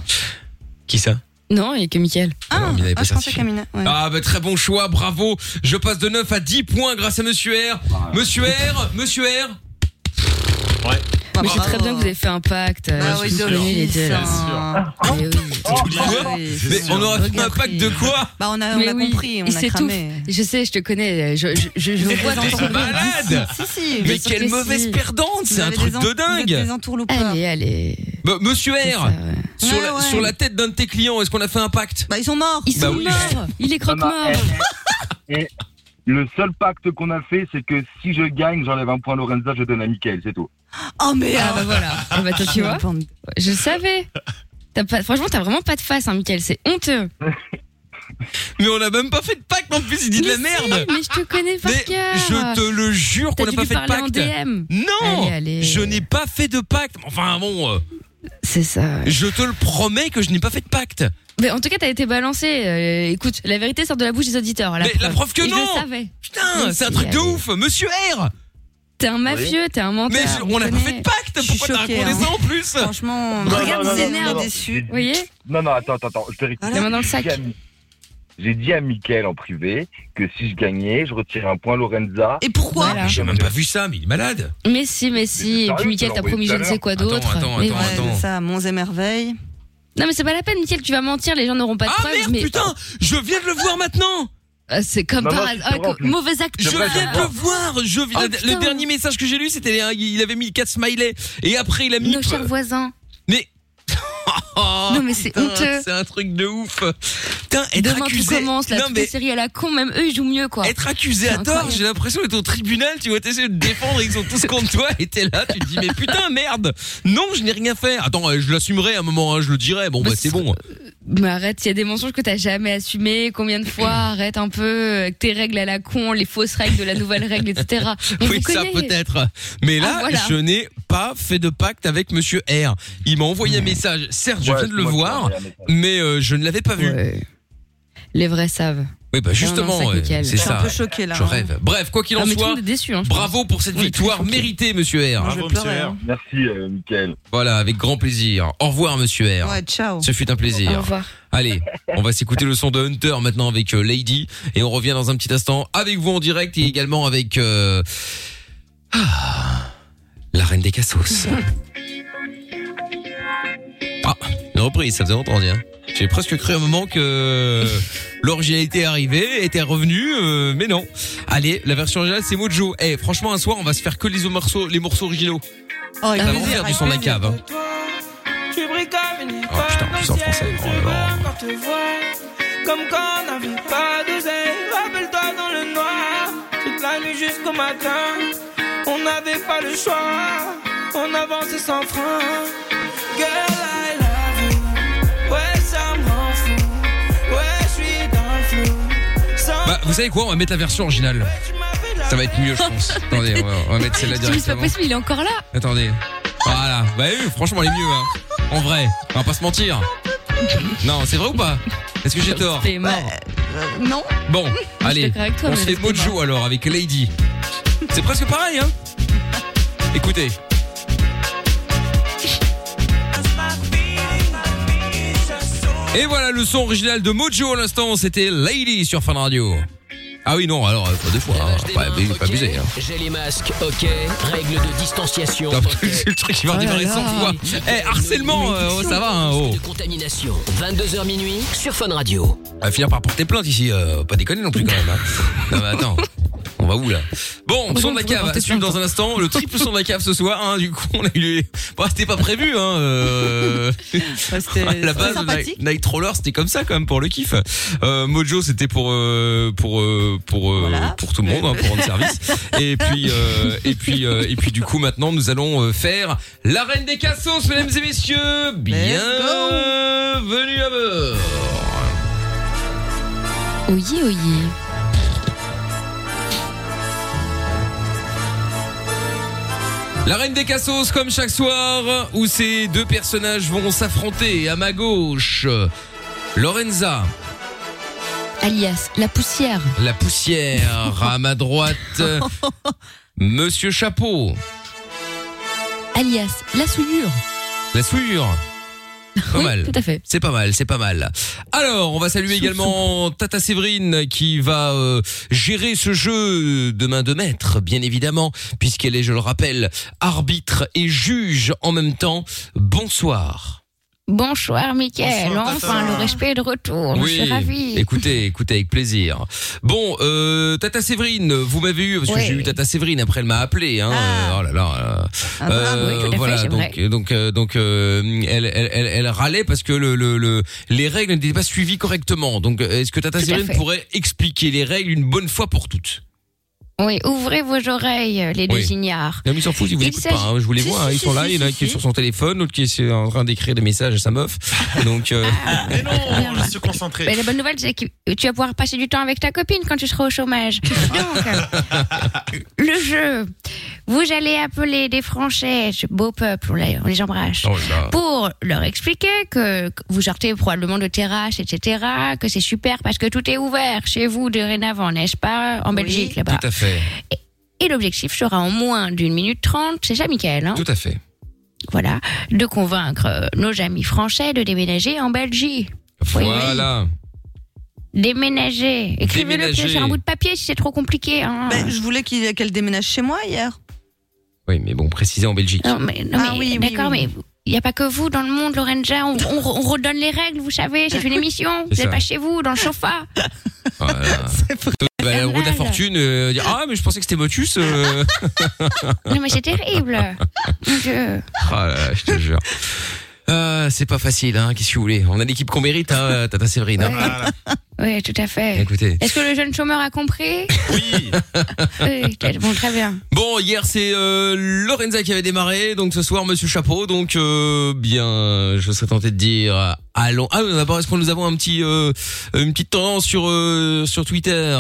[SPEAKER 1] Qui ça
[SPEAKER 2] Non, il n'y a que Mickaël.
[SPEAKER 3] Ah,
[SPEAKER 1] il avait pas
[SPEAKER 3] ah, je pensais
[SPEAKER 1] certifié.
[SPEAKER 3] Camina. Ouais.
[SPEAKER 1] Ah bah très bon choix, bravo. Je passe de 9 à 10 points grâce à Monsieur R. Monsieur R, Monsieur R. Ouais.
[SPEAKER 2] Mais c'est très bien que vous avez fait un pacte. euh,
[SPEAKER 3] Bah, Ah oui,
[SPEAKER 2] je vous
[SPEAKER 3] d'office,
[SPEAKER 2] connais les deux, hein. là.
[SPEAKER 3] Eh
[SPEAKER 2] Mais oui.
[SPEAKER 1] Mais on aura fait un pack de quoi
[SPEAKER 3] Bah on a, on
[SPEAKER 2] Mais
[SPEAKER 3] a
[SPEAKER 2] oui,
[SPEAKER 3] compris, on
[SPEAKER 2] il
[SPEAKER 3] a
[SPEAKER 2] s'étouffe.
[SPEAKER 3] cramé.
[SPEAKER 2] Je sais, je te connais. Je, je, je, je
[SPEAKER 3] Vous
[SPEAKER 2] vois
[SPEAKER 3] êtes
[SPEAKER 2] ton
[SPEAKER 3] des
[SPEAKER 2] sourire.
[SPEAKER 1] malades.
[SPEAKER 3] Si, si.
[SPEAKER 1] Mais
[SPEAKER 3] Bien sûr
[SPEAKER 1] quelle
[SPEAKER 3] que
[SPEAKER 1] mauvaise perdante, c'est
[SPEAKER 3] Vous
[SPEAKER 1] un
[SPEAKER 3] avez
[SPEAKER 1] truc
[SPEAKER 3] des en-
[SPEAKER 1] de
[SPEAKER 3] vous êtes
[SPEAKER 1] dingue.
[SPEAKER 3] des entourloupeurs.
[SPEAKER 2] Allez, allez.
[SPEAKER 1] Bah, Monsieur R, sur,
[SPEAKER 3] Ouais,
[SPEAKER 1] la,
[SPEAKER 3] ouais.
[SPEAKER 1] sur la tête d'un de tes clients, est-ce qu'on a fait un pacte
[SPEAKER 3] Bah ils sont morts.
[SPEAKER 2] Ils
[SPEAKER 1] Bah
[SPEAKER 2] sont
[SPEAKER 1] oui.
[SPEAKER 2] morts. Il est croque-mort.
[SPEAKER 8] Et le seul pacte qu'on a fait, c'est que si je gagne, j'enlève un point à Lorenza, je donne à Mickaël, c'est tout.
[SPEAKER 3] Oh mais
[SPEAKER 2] Ah bah voilà. Ah bah, toi, tu vois.
[SPEAKER 3] Bande
[SPEAKER 2] Je savais. T'as pas- franchement, t'as vraiment pas de face, hein, Michael. C'est honteux.
[SPEAKER 1] Mais on n'a même pas fait de pacte en plus, il dit de la merde.
[SPEAKER 2] Mais je te connais par cœur.
[SPEAKER 1] Je te le jure qu'on
[SPEAKER 2] T'as
[SPEAKER 1] n'a
[SPEAKER 2] dû
[SPEAKER 1] pas
[SPEAKER 2] lui
[SPEAKER 1] fait de
[SPEAKER 2] parler en
[SPEAKER 1] pacte.
[SPEAKER 2] DM.
[SPEAKER 1] Non,
[SPEAKER 2] Allez, allez.
[SPEAKER 1] je n'ai pas fait de pacte. Enfin bon. euh,
[SPEAKER 2] C'est ça.
[SPEAKER 1] Je te le promets que je n'ai pas fait de pacte.
[SPEAKER 2] Mais en tout cas, t'as été balancé. Euh, écoute, la vérité sort de la bouche des auditeurs. La
[SPEAKER 1] Mais la preuve que
[SPEAKER 2] Et
[SPEAKER 1] non.
[SPEAKER 2] Je le savais.
[SPEAKER 1] Putain, Hein, c'est un truc de ouf, Monsieur R.
[SPEAKER 2] T'es un mafieux, t'es un menteur.
[SPEAKER 1] Mais je- on n'a pas fait de pacte. Pourquoi t'as
[SPEAKER 2] choquée,
[SPEAKER 1] raconté ça
[SPEAKER 2] hein.
[SPEAKER 1] en plus
[SPEAKER 3] Franchement,
[SPEAKER 8] Non,
[SPEAKER 2] regarde
[SPEAKER 8] non, non,
[SPEAKER 2] ses
[SPEAKER 8] non,
[SPEAKER 2] nerfs
[SPEAKER 8] non, non.
[SPEAKER 2] déçus. Vous voyez
[SPEAKER 8] Non, non, attends, attends, attends, je vérifie.
[SPEAKER 2] Eh. Voilà. La main dans le
[SPEAKER 8] J'ai
[SPEAKER 2] sac.
[SPEAKER 8] dit à Mi- J'ai dit à Mickaël en privé que si je gagnais, je retirais un point à Lorenza.
[SPEAKER 3] Et pourquoi
[SPEAKER 1] J'ai même pas vu ça, mais il est malade.
[SPEAKER 2] Mais si, mais si. Et
[SPEAKER 8] sérieux,
[SPEAKER 2] puis Mickaël
[SPEAKER 8] tu
[SPEAKER 2] t'a
[SPEAKER 8] l'as
[SPEAKER 2] promis je
[SPEAKER 8] envoyé
[SPEAKER 2] ne sais quoi
[SPEAKER 1] tout à l'heure.
[SPEAKER 2] d'autre.
[SPEAKER 1] Attends, attends,
[SPEAKER 2] Mais
[SPEAKER 1] attends,
[SPEAKER 2] voilà.
[SPEAKER 1] attends.
[SPEAKER 3] Ça, monts et merveilles.
[SPEAKER 2] Non, mais c'est pas la peine, Mickaël, tu vas mentir, les gens n'auront pas de preuves. mais...
[SPEAKER 1] Ah, putain, je viens de le voir maintenant
[SPEAKER 2] Euh, C'est comme
[SPEAKER 1] Maman,
[SPEAKER 2] par
[SPEAKER 1] tu te
[SPEAKER 2] hasard.
[SPEAKER 1] rends
[SPEAKER 2] Ah,
[SPEAKER 1] plus.
[SPEAKER 2] mauvais acte.
[SPEAKER 1] Je viens de le voir. Je
[SPEAKER 2] Oh,
[SPEAKER 1] viens-
[SPEAKER 2] putain.
[SPEAKER 1] le dernier message que j'ai lu, c'était un- il avait mis 4 smileys et après il a mis.
[SPEAKER 2] Nos chers voisins.
[SPEAKER 1] Mais Oh,
[SPEAKER 2] Non, mais c'est
[SPEAKER 1] putain,
[SPEAKER 2] honteux.
[SPEAKER 1] C'est un truc de ouf. Putain, être
[SPEAKER 2] Demain, tu
[SPEAKER 1] accusé.
[SPEAKER 2] commences la
[SPEAKER 1] non, mais
[SPEAKER 2] série à la con, même eux, ils jouent mieux, quoi.
[SPEAKER 1] être accusé à tort, j'ai l'impression d'être au tribunal. Tu vois, t'essayes de te défendre, ils sont tous contre toi et t'es là, tu te dis mais putain merde. Non, je n'ai rien fait. Attends, euh, je l'assumerai à un moment, hein, je le dirai. Bon bah c'est bon.
[SPEAKER 2] Mais arrête, il y a des mensonges que t'as jamais assumés, combien de fois, arrête un peu, euh, avec tes règles à la con, les fausses règles de la nouvelle règle, etc. On
[SPEAKER 1] Oui,
[SPEAKER 2] vous
[SPEAKER 1] ça
[SPEAKER 2] connaît.
[SPEAKER 1] peut-être. Mais là,
[SPEAKER 2] Ah, voilà.
[SPEAKER 1] je n'ai pas fait de pacte avec Monsieur R. Il m'a envoyé un message. Certes, je
[SPEAKER 8] Hmm. Ouais,
[SPEAKER 1] viens de le
[SPEAKER 8] moi, je
[SPEAKER 1] voir,
[SPEAKER 8] t'ai envoyé un message.
[SPEAKER 1] mais euh, je ne l'avais pas vu.
[SPEAKER 2] Les vrais savent.
[SPEAKER 1] Oui, bah justement,
[SPEAKER 2] Non, non,
[SPEAKER 1] euh,
[SPEAKER 2] Mickaël.
[SPEAKER 1] c'est ça. Je rêve. Bref, quoi qu'il en
[SPEAKER 2] Ah, mais tout le
[SPEAKER 1] soit,
[SPEAKER 2] monde est déçu, hein, je
[SPEAKER 1] bravo pour cette victoire méritée, Monsieur R.
[SPEAKER 3] Moi, je Bravo, vais pleurer, Monsieur R. hein.
[SPEAKER 1] Merci, Michael. Voilà, avec grand plaisir. Au revoir, Monsieur R.
[SPEAKER 3] Ouais, ciao.
[SPEAKER 1] Ce fut un plaisir.
[SPEAKER 3] Au revoir.
[SPEAKER 1] Allez, on va s'écouter le son de Hunter maintenant avec euh, Lady et on revient dans un petit instant avec vous en direct et également avec euh, ah, la reine des cassos. Ah, une reprise, ça faisait longtemps, hein. J'ai presque cru un moment que l'originalité arrivée était revenue, euh, mais non. Allez, la version originale, c'est Mojo. Eh, franchement, un soir, on va se faire que les morceaux, les morceaux originaux.
[SPEAKER 3] Oh,
[SPEAKER 1] ça
[SPEAKER 3] avec
[SPEAKER 1] va en
[SPEAKER 3] plaisir,
[SPEAKER 1] faire du
[SPEAKER 3] avec
[SPEAKER 1] son de la
[SPEAKER 3] plaisir.
[SPEAKER 1] cave. hein.
[SPEAKER 14] Tu brilles comme une
[SPEAKER 1] Oh putain, plus en français. Oh là là.
[SPEAKER 14] quand te voir, comme quand on n'avait pas d'oseille. Rappelle-toi dans le noir, toute la nuit jusqu'au matin. On n'avait pas le choix, on avançait sans frein. Girl, I love you. Ouais, ça m'en fout. Ouais, je suis dans le flou. Sans
[SPEAKER 1] Bah, vous savez quoi On va mettre la version originale. Ça va être mieux, je pense. Attendez, on va, on va mettre celle-là
[SPEAKER 2] Je te dis, c'est pas
[SPEAKER 1] directement.
[SPEAKER 2] possible, il est encore là.
[SPEAKER 1] Attendez. Voilà. Bah oui, franchement, elle est mieux. hein. En vrai, on va pas se mentir. Non, c'est vrai ou pas Est-ce que j'ai tort
[SPEAKER 2] T'es mort.
[SPEAKER 3] Bah, euh, non.
[SPEAKER 1] Bon,
[SPEAKER 2] je
[SPEAKER 1] allez,
[SPEAKER 2] d'accord avec toi,
[SPEAKER 1] on
[SPEAKER 2] mais
[SPEAKER 1] se fait
[SPEAKER 2] restez
[SPEAKER 1] Mojo alors avec Lady. C'est presque pareil, hein Écoutez. Et voilà le son original de Mojo à l'instant, c'était Lady sur Fan Radio. Ah oui, non, alors, euh, pas deux fois, hein. pas, abusé, pas abusé, hein.
[SPEAKER 6] J'ai les masques, ok. Règles de distanciation.
[SPEAKER 1] Putain,
[SPEAKER 6] ok.
[SPEAKER 1] c'est le truc qui va redémarrer
[SPEAKER 6] Oh là
[SPEAKER 1] 100
[SPEAKER 6] là.
[SPEAKER 1] fois. Eh, harcèlement, euh, oh, ça va, hein, oh.
[SPEAKER 6] De contamination. 22h minuit sur Fun Radio.
[SPEAKER 1] On va finir par porter plainte ici, euh, pas déconner non plus quand même. hein. Non mais attends, on va où là Bon, son de la cave, à suivre dans un instant, le triple son de la cave ce soir, hein, du coup on a eu... les- Bah, c'était pas prévu, hein. euh, à la
[SPEAKER 3] c'était
[SPEAKER 1] base,
[SPEAKER 3] sympathique.
[SPEAKER 1] Night- Night Roller c'était comme ça quand même pour le kiff. Euh, Mojo c'était pour euh, pour euh, pour euh, pour tout le monde, hein, pour rendre service. Et puis euh, et puis euh, et puis du coup maintenant nous allons euh, faire la reine des cassos, mesdames et messieurs. Bienvenue à bord.
[SPEAKER 2] Oyez, oyez.
[SPEAKER 1] La reine des cassos, comme chaque soir, où ces deux personnages vont s'affronter. À ma gauche, Lorenza,
[SPEAKER 2] Alias, la poussière.
[SPEAKER 1] la poussière. à ma droite, Monsieur Chapeau,
[SPEAKER 2] Alias, la souillure.
[SPEAKER 1] la souillure. Pas
[SPEAKER 2] Oui,
[SPEAKER 1] mal.
[SPEAKER 2] tout à fait.
[SPEAKER 1] C'est pas mal, c'est pas mal. Alors, on va saluer également Tata Séverine qui va euh, gérer ce jeu de main de maître, bien évidemment, puisqu'elle est, je le rappelle, arbitre et juge en même temps. Bonsoir.
[SPEAKER 2] Bonsoir, Mickaël.
[SPEAKER 15] Bonsoir,
[SPEAKER 2] enfin, le respect est de retour. Je suis ravie.
[SPEAKER 1] Écoutez, écoutez avec plaisir. Bon, euh, Tata Séverine, vous m'avez eu parce que
[SPEAKER 2] Ouais.
[SPEAKER 1] j'ai eu Tata Séverine. Après, elle m'a appelé.
[SPEAKER 13] Ah.
[SPEAKER 1] Hein. Oh là là. Euh,
[SPEAKER 2] Ah, bravo, oui, tout à fait,
[SPEAKER 1] voilà.
[SPEAKER 2] c'est vrai.
[SPEAKER 1] donc, donc, euh, donc, euh, elle, elle, elle, elle râlait parce que le, le, le- les règles n'étaient pas suivies correctement. Donc, est-ce que Tata
[SPEAKER 2] Tout à
[SPEAKER 1] Séverine
[SPEAKER 2] fait.
[SPEAKER 1] pourrait expliquer les règles une bonne fois pour toutes
[SPEAKER 13] Oui, ouvrez vos oreilles, euh, les deux
[SPEAKER 1] Oui.
[SPEAKER 13] ignards.
[SPEAKER 1] Non, mais ils s'en foutent, ils vous
[SPEAKER 13] Il
[SPEAKER 1] écoutent pas. hein. Je vous les
[SPEAKER 13] s'agit-
[SPEAKER 1] vois, hein,
[SPEAKER 13] si,
[SPEAKER 1] ils
[SPEAKER 13] si,
[SPEAKER 1] sont là.
[SPEAKER 13] si,
[SPEAKER 1] Il y en a
[SPEAKER 13] si,
[SPEAKER 1] qui est
[SPEAKER 13] si.
[SPEAKER 1] sur son téléphone, l'autre qui est en train d'écrire des messages à sa meuf. Donc, euh,
[SPEAKER 5] je suis concentré.
[SPEAKER 13] Mais la bonne nouvelle, c'est que tu vas pouvoir passer du temps avec ta copine quand tu seras au chômage. Donc, le jeu. Vous allez appeler des Français, ce beau peuple, on les- on les embrasse,
[SPEAKER 14] Oh là.
[SPEAKER 13] pour leur expliquer que que vous sortez probablement de terrasse, etc., que c'est super parce que tout est ouvert chez vous dorénavant, n'est-ce pas, en Belgique, là-bas.
[SPEAKER 1] tout à fait,
[SPEAKER 13] Et l'objectif sera en moins d'une minute trente, c'est ça, Michael hein
[SPEAKER 1] tout à fait.
[SPEAKER 13] Voilà, de convaincre euh, nos amis français de déménager en Belgique.
[SPEAKER 1] Voilà.
[SPEAKER 13] Déménager. Écrivez-le
[SPEAKER 1] Déménager.
[SPEAKER 13] sur un bout de papier si c'est trop compliqué. hein.
[SPEAKER 3] Bah, Je voulais qu'il- qu'elle déménage chez moi hier.
[SPEAKER 1] Oui, mais bon, précisé en Belgique.
[SPEAKER 13] Non, mais, non,
[SPEAKER 3] Ah
[SPEAKER 13] mais,
[SPEAKER 3] oui, oui,
[SPEAKER 13] d'accord,
[SPEAKER 3] oui.
[SPEAKER 13] mais il n'y a pas que vous dans le monde, Lorenza. On, on- on redonne les règles, vous savez. C'est une émission.
[SPEAKER 1] C'est
[SPEAKER 13] Vous n'êtes
[SPEAKER 1] ça.
[SPEAKER 13] pas chez vous, dans le sofa.
[SPEAKER 1] Voilà. Bah, la roue de la fortune, euh, dire, ah, mais je pensais que c'était Motus. euh.
[SPEAKER 13] Non, mais c'est terrible. Mon Dieu.
[SPEAKER 1] Ah là là, je te jure. Ah, c'est pas facile, hein. Qu'est-ce que vous voulez On a l'équipe qu'on mérite, hein, Tata Séverine. hein.
[SPEAKER 13] Oui, tout à fait.
[SPEAKER 1] Écoutez.
[SPEAKER 13] Est-ce que le jeune chômeur a compris Oui, bon, très bien.
[SPEAKER 1] Bon, hier c'est euh, Lorenza qui avait démarré, donc ce soir Monsieur Chapeau. Donc euh, bien, je serais tenté de dire allons. Ah, d'abord est-ce que nous avons un petit, euh, une petite tendance sur euh, sur Twitter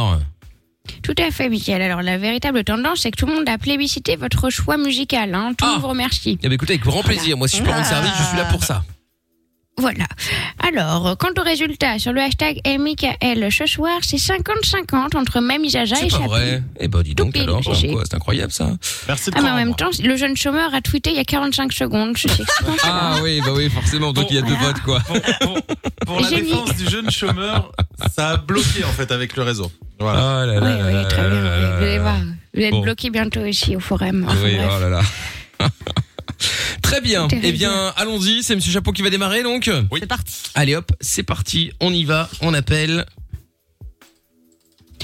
[SPEAKER 13] Tout à fait, Michael. Alors, la véritable tendance, c'est que tout le monde a plébiscité votre choix musical. Hein. Tout le monde vous remercie.
[SPEAKER 1] Eh ben écoutez, avec grand plaisir. Moi, si je peux rendre service, je suis là pour ça.
[SPEAKER 13] Voilà. Alors, euh, quant au résultat, sur le hashtag MIKL ce soir, c'est 50-50 entre Mamie Jaja et
[SPEAKER 1] C'est pas
[SPEAKER 13] Chapeau.
[SPEAKER 1] vrai. Eh ben dis donc
[SPEAKER 13] Toupie,
[SPEAKER 1] alors,
[SPEAKER 13] le
[SPEAKER 1] comme
[SPEAKER 13] GG.
[SPEAKER 1] quoi, c'est incroyable ça. Merci
[SPEAKER 13] Ah, mais en même temps, le jeune chômeur a tweeté il y a 45 secondes. Je sais.
[SPEAKER 1] Ah oui, bah oui, forcément. Donc il y a deux votes quoi.
[SPEAKER 5] Pour la
[SPEAKER 13] Génie.
[SPEAKER 5] défense du jeune chômeur, ça a bloqué en fait avec le réseau. Voilà.
[SPEAKER 1] là là là là là là là
[SPEAKER 13] Vous allez
[SPEAKER 1] là.
[SPEAKER 13] voir. Vous êtes
[SPEAKER 1] Euh, Bon.
[SPEAKER 13] bloqué bientôt ici au forum. Enfin,
[SPEAKER 1] Oui,
[SPEAKER 13] bref.
[SPEAKER 1] oh là là. Très bien.
[SPEAKER 13] Terrible.
[SPEAKER 1] Eh bien, allons-y. C'est Monsieur Chapeau qui va démarrer, donc.
[SPEAKER 3] C'est parti.
[SPEAKER 1] Allez, hop, c'est parti. On y va. On appelle.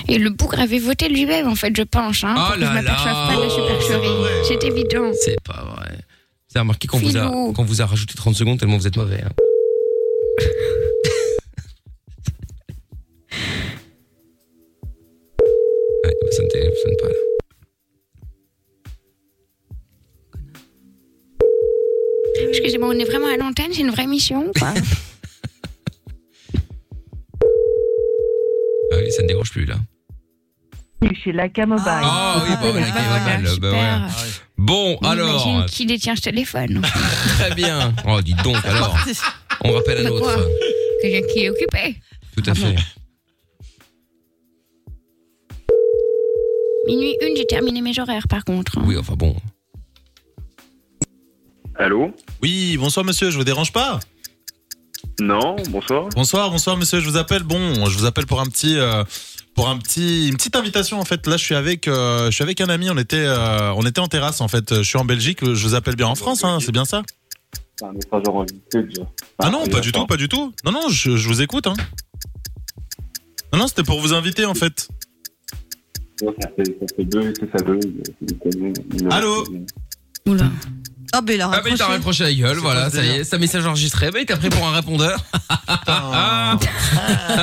[SPEAKER 13] Et le bougre avait voté lui-même, en fait, je pense. Hein,
[SPEAKER 1] Oh
[SPEAKER 13] pour que
[SPEAKER 1] là
[SPEAKER 13] je m'aperçoive
[SPEAKER 1] là.
[SPEAKER 13] pas de la supercherie. C'est évident.
[SPEAKER 1] C'est pas vrai. Vous avez remarqué qu'on vous, a,
[SPEAKER 13] Filou.
[SPEAKER 1] qu'on vous a rajouté 30 secondes tellement vous êtes mauvais. hein. Ouais, bah, ça ne téléphone pas là.
[SPEAKER 13] Excusez-moi, on est vraiment à l'antenne, c'est une vraie mission ou quoi
[SPEAKER 1] Ah oui, ça ne dérange plus là.
[SPEAKER 16] Chez la Camobile.
[SPEAKER 1] Ah oui, bon, voilà, qui va mal, bah, voilà. Bon, alors,
[SPEAKER 13] Imagine qui détient ce téléphone.
[SPEAKER 1] très bien. Oh, dites donc, alors, on rappelle à
[SPEAKER 13] Quoi
[SPEAKER 1] l'autre.
[SPEAKER 13] Quelqu'un qui est occupé.
[SPEAKER 1] Tout à fait.
[SPEAKER 13] Minuit une, j'ai terminé mes horaires par contre. hein.
[SPEAKER 1] Oui, enfin bon.
[SPEAKER 5] Allô Oui, bonsoir monsieur, je vous dérange pas Non, bonsoir. Bonsoir, bonsoir monsieur, je vous appelle. Bon, je vous appelle pour un petit euh, pour un petit une petite invitation en fait. Là, je suis avec euh, je suis avec un ami, on était euh, on était en terrasse en fait. Je suis en Belgique, je vous appelle bien en France hein, c'est bien ça
[SPEAKER 10] C'est un message enregistré déjà.
[SPEAKER 5] Ah non, pas du tout, pas du tout. Non non, je, je vous écoute hein. Non non, c'était pour vous inviter en fait.
[SPEAKER 10] Ça fait, ça fait deux, c'est ça deux.
[SPEAKER 5] Allô
[SPEAKER 13] Oula.
[SPEAKER 3] Ah, ben il a
[SPEAKER 1] Ah bah il t'a raccroché
[SPEAKER 3] raccroché.
[SPEAKER 1] la gueule,
[SPEAKER 5] C'est
[SPEAKER 1] voilà,
[SPEAKER 5] quoi ce
[SPEAKER 1] ça y est,
[SPEAKER 5] délire
[SPEAKER 1] ça message enregistré, bah il t'a pris pour un répondeur.
[SPEAKER 3] Oh.
[SPEAKER 1] Ah.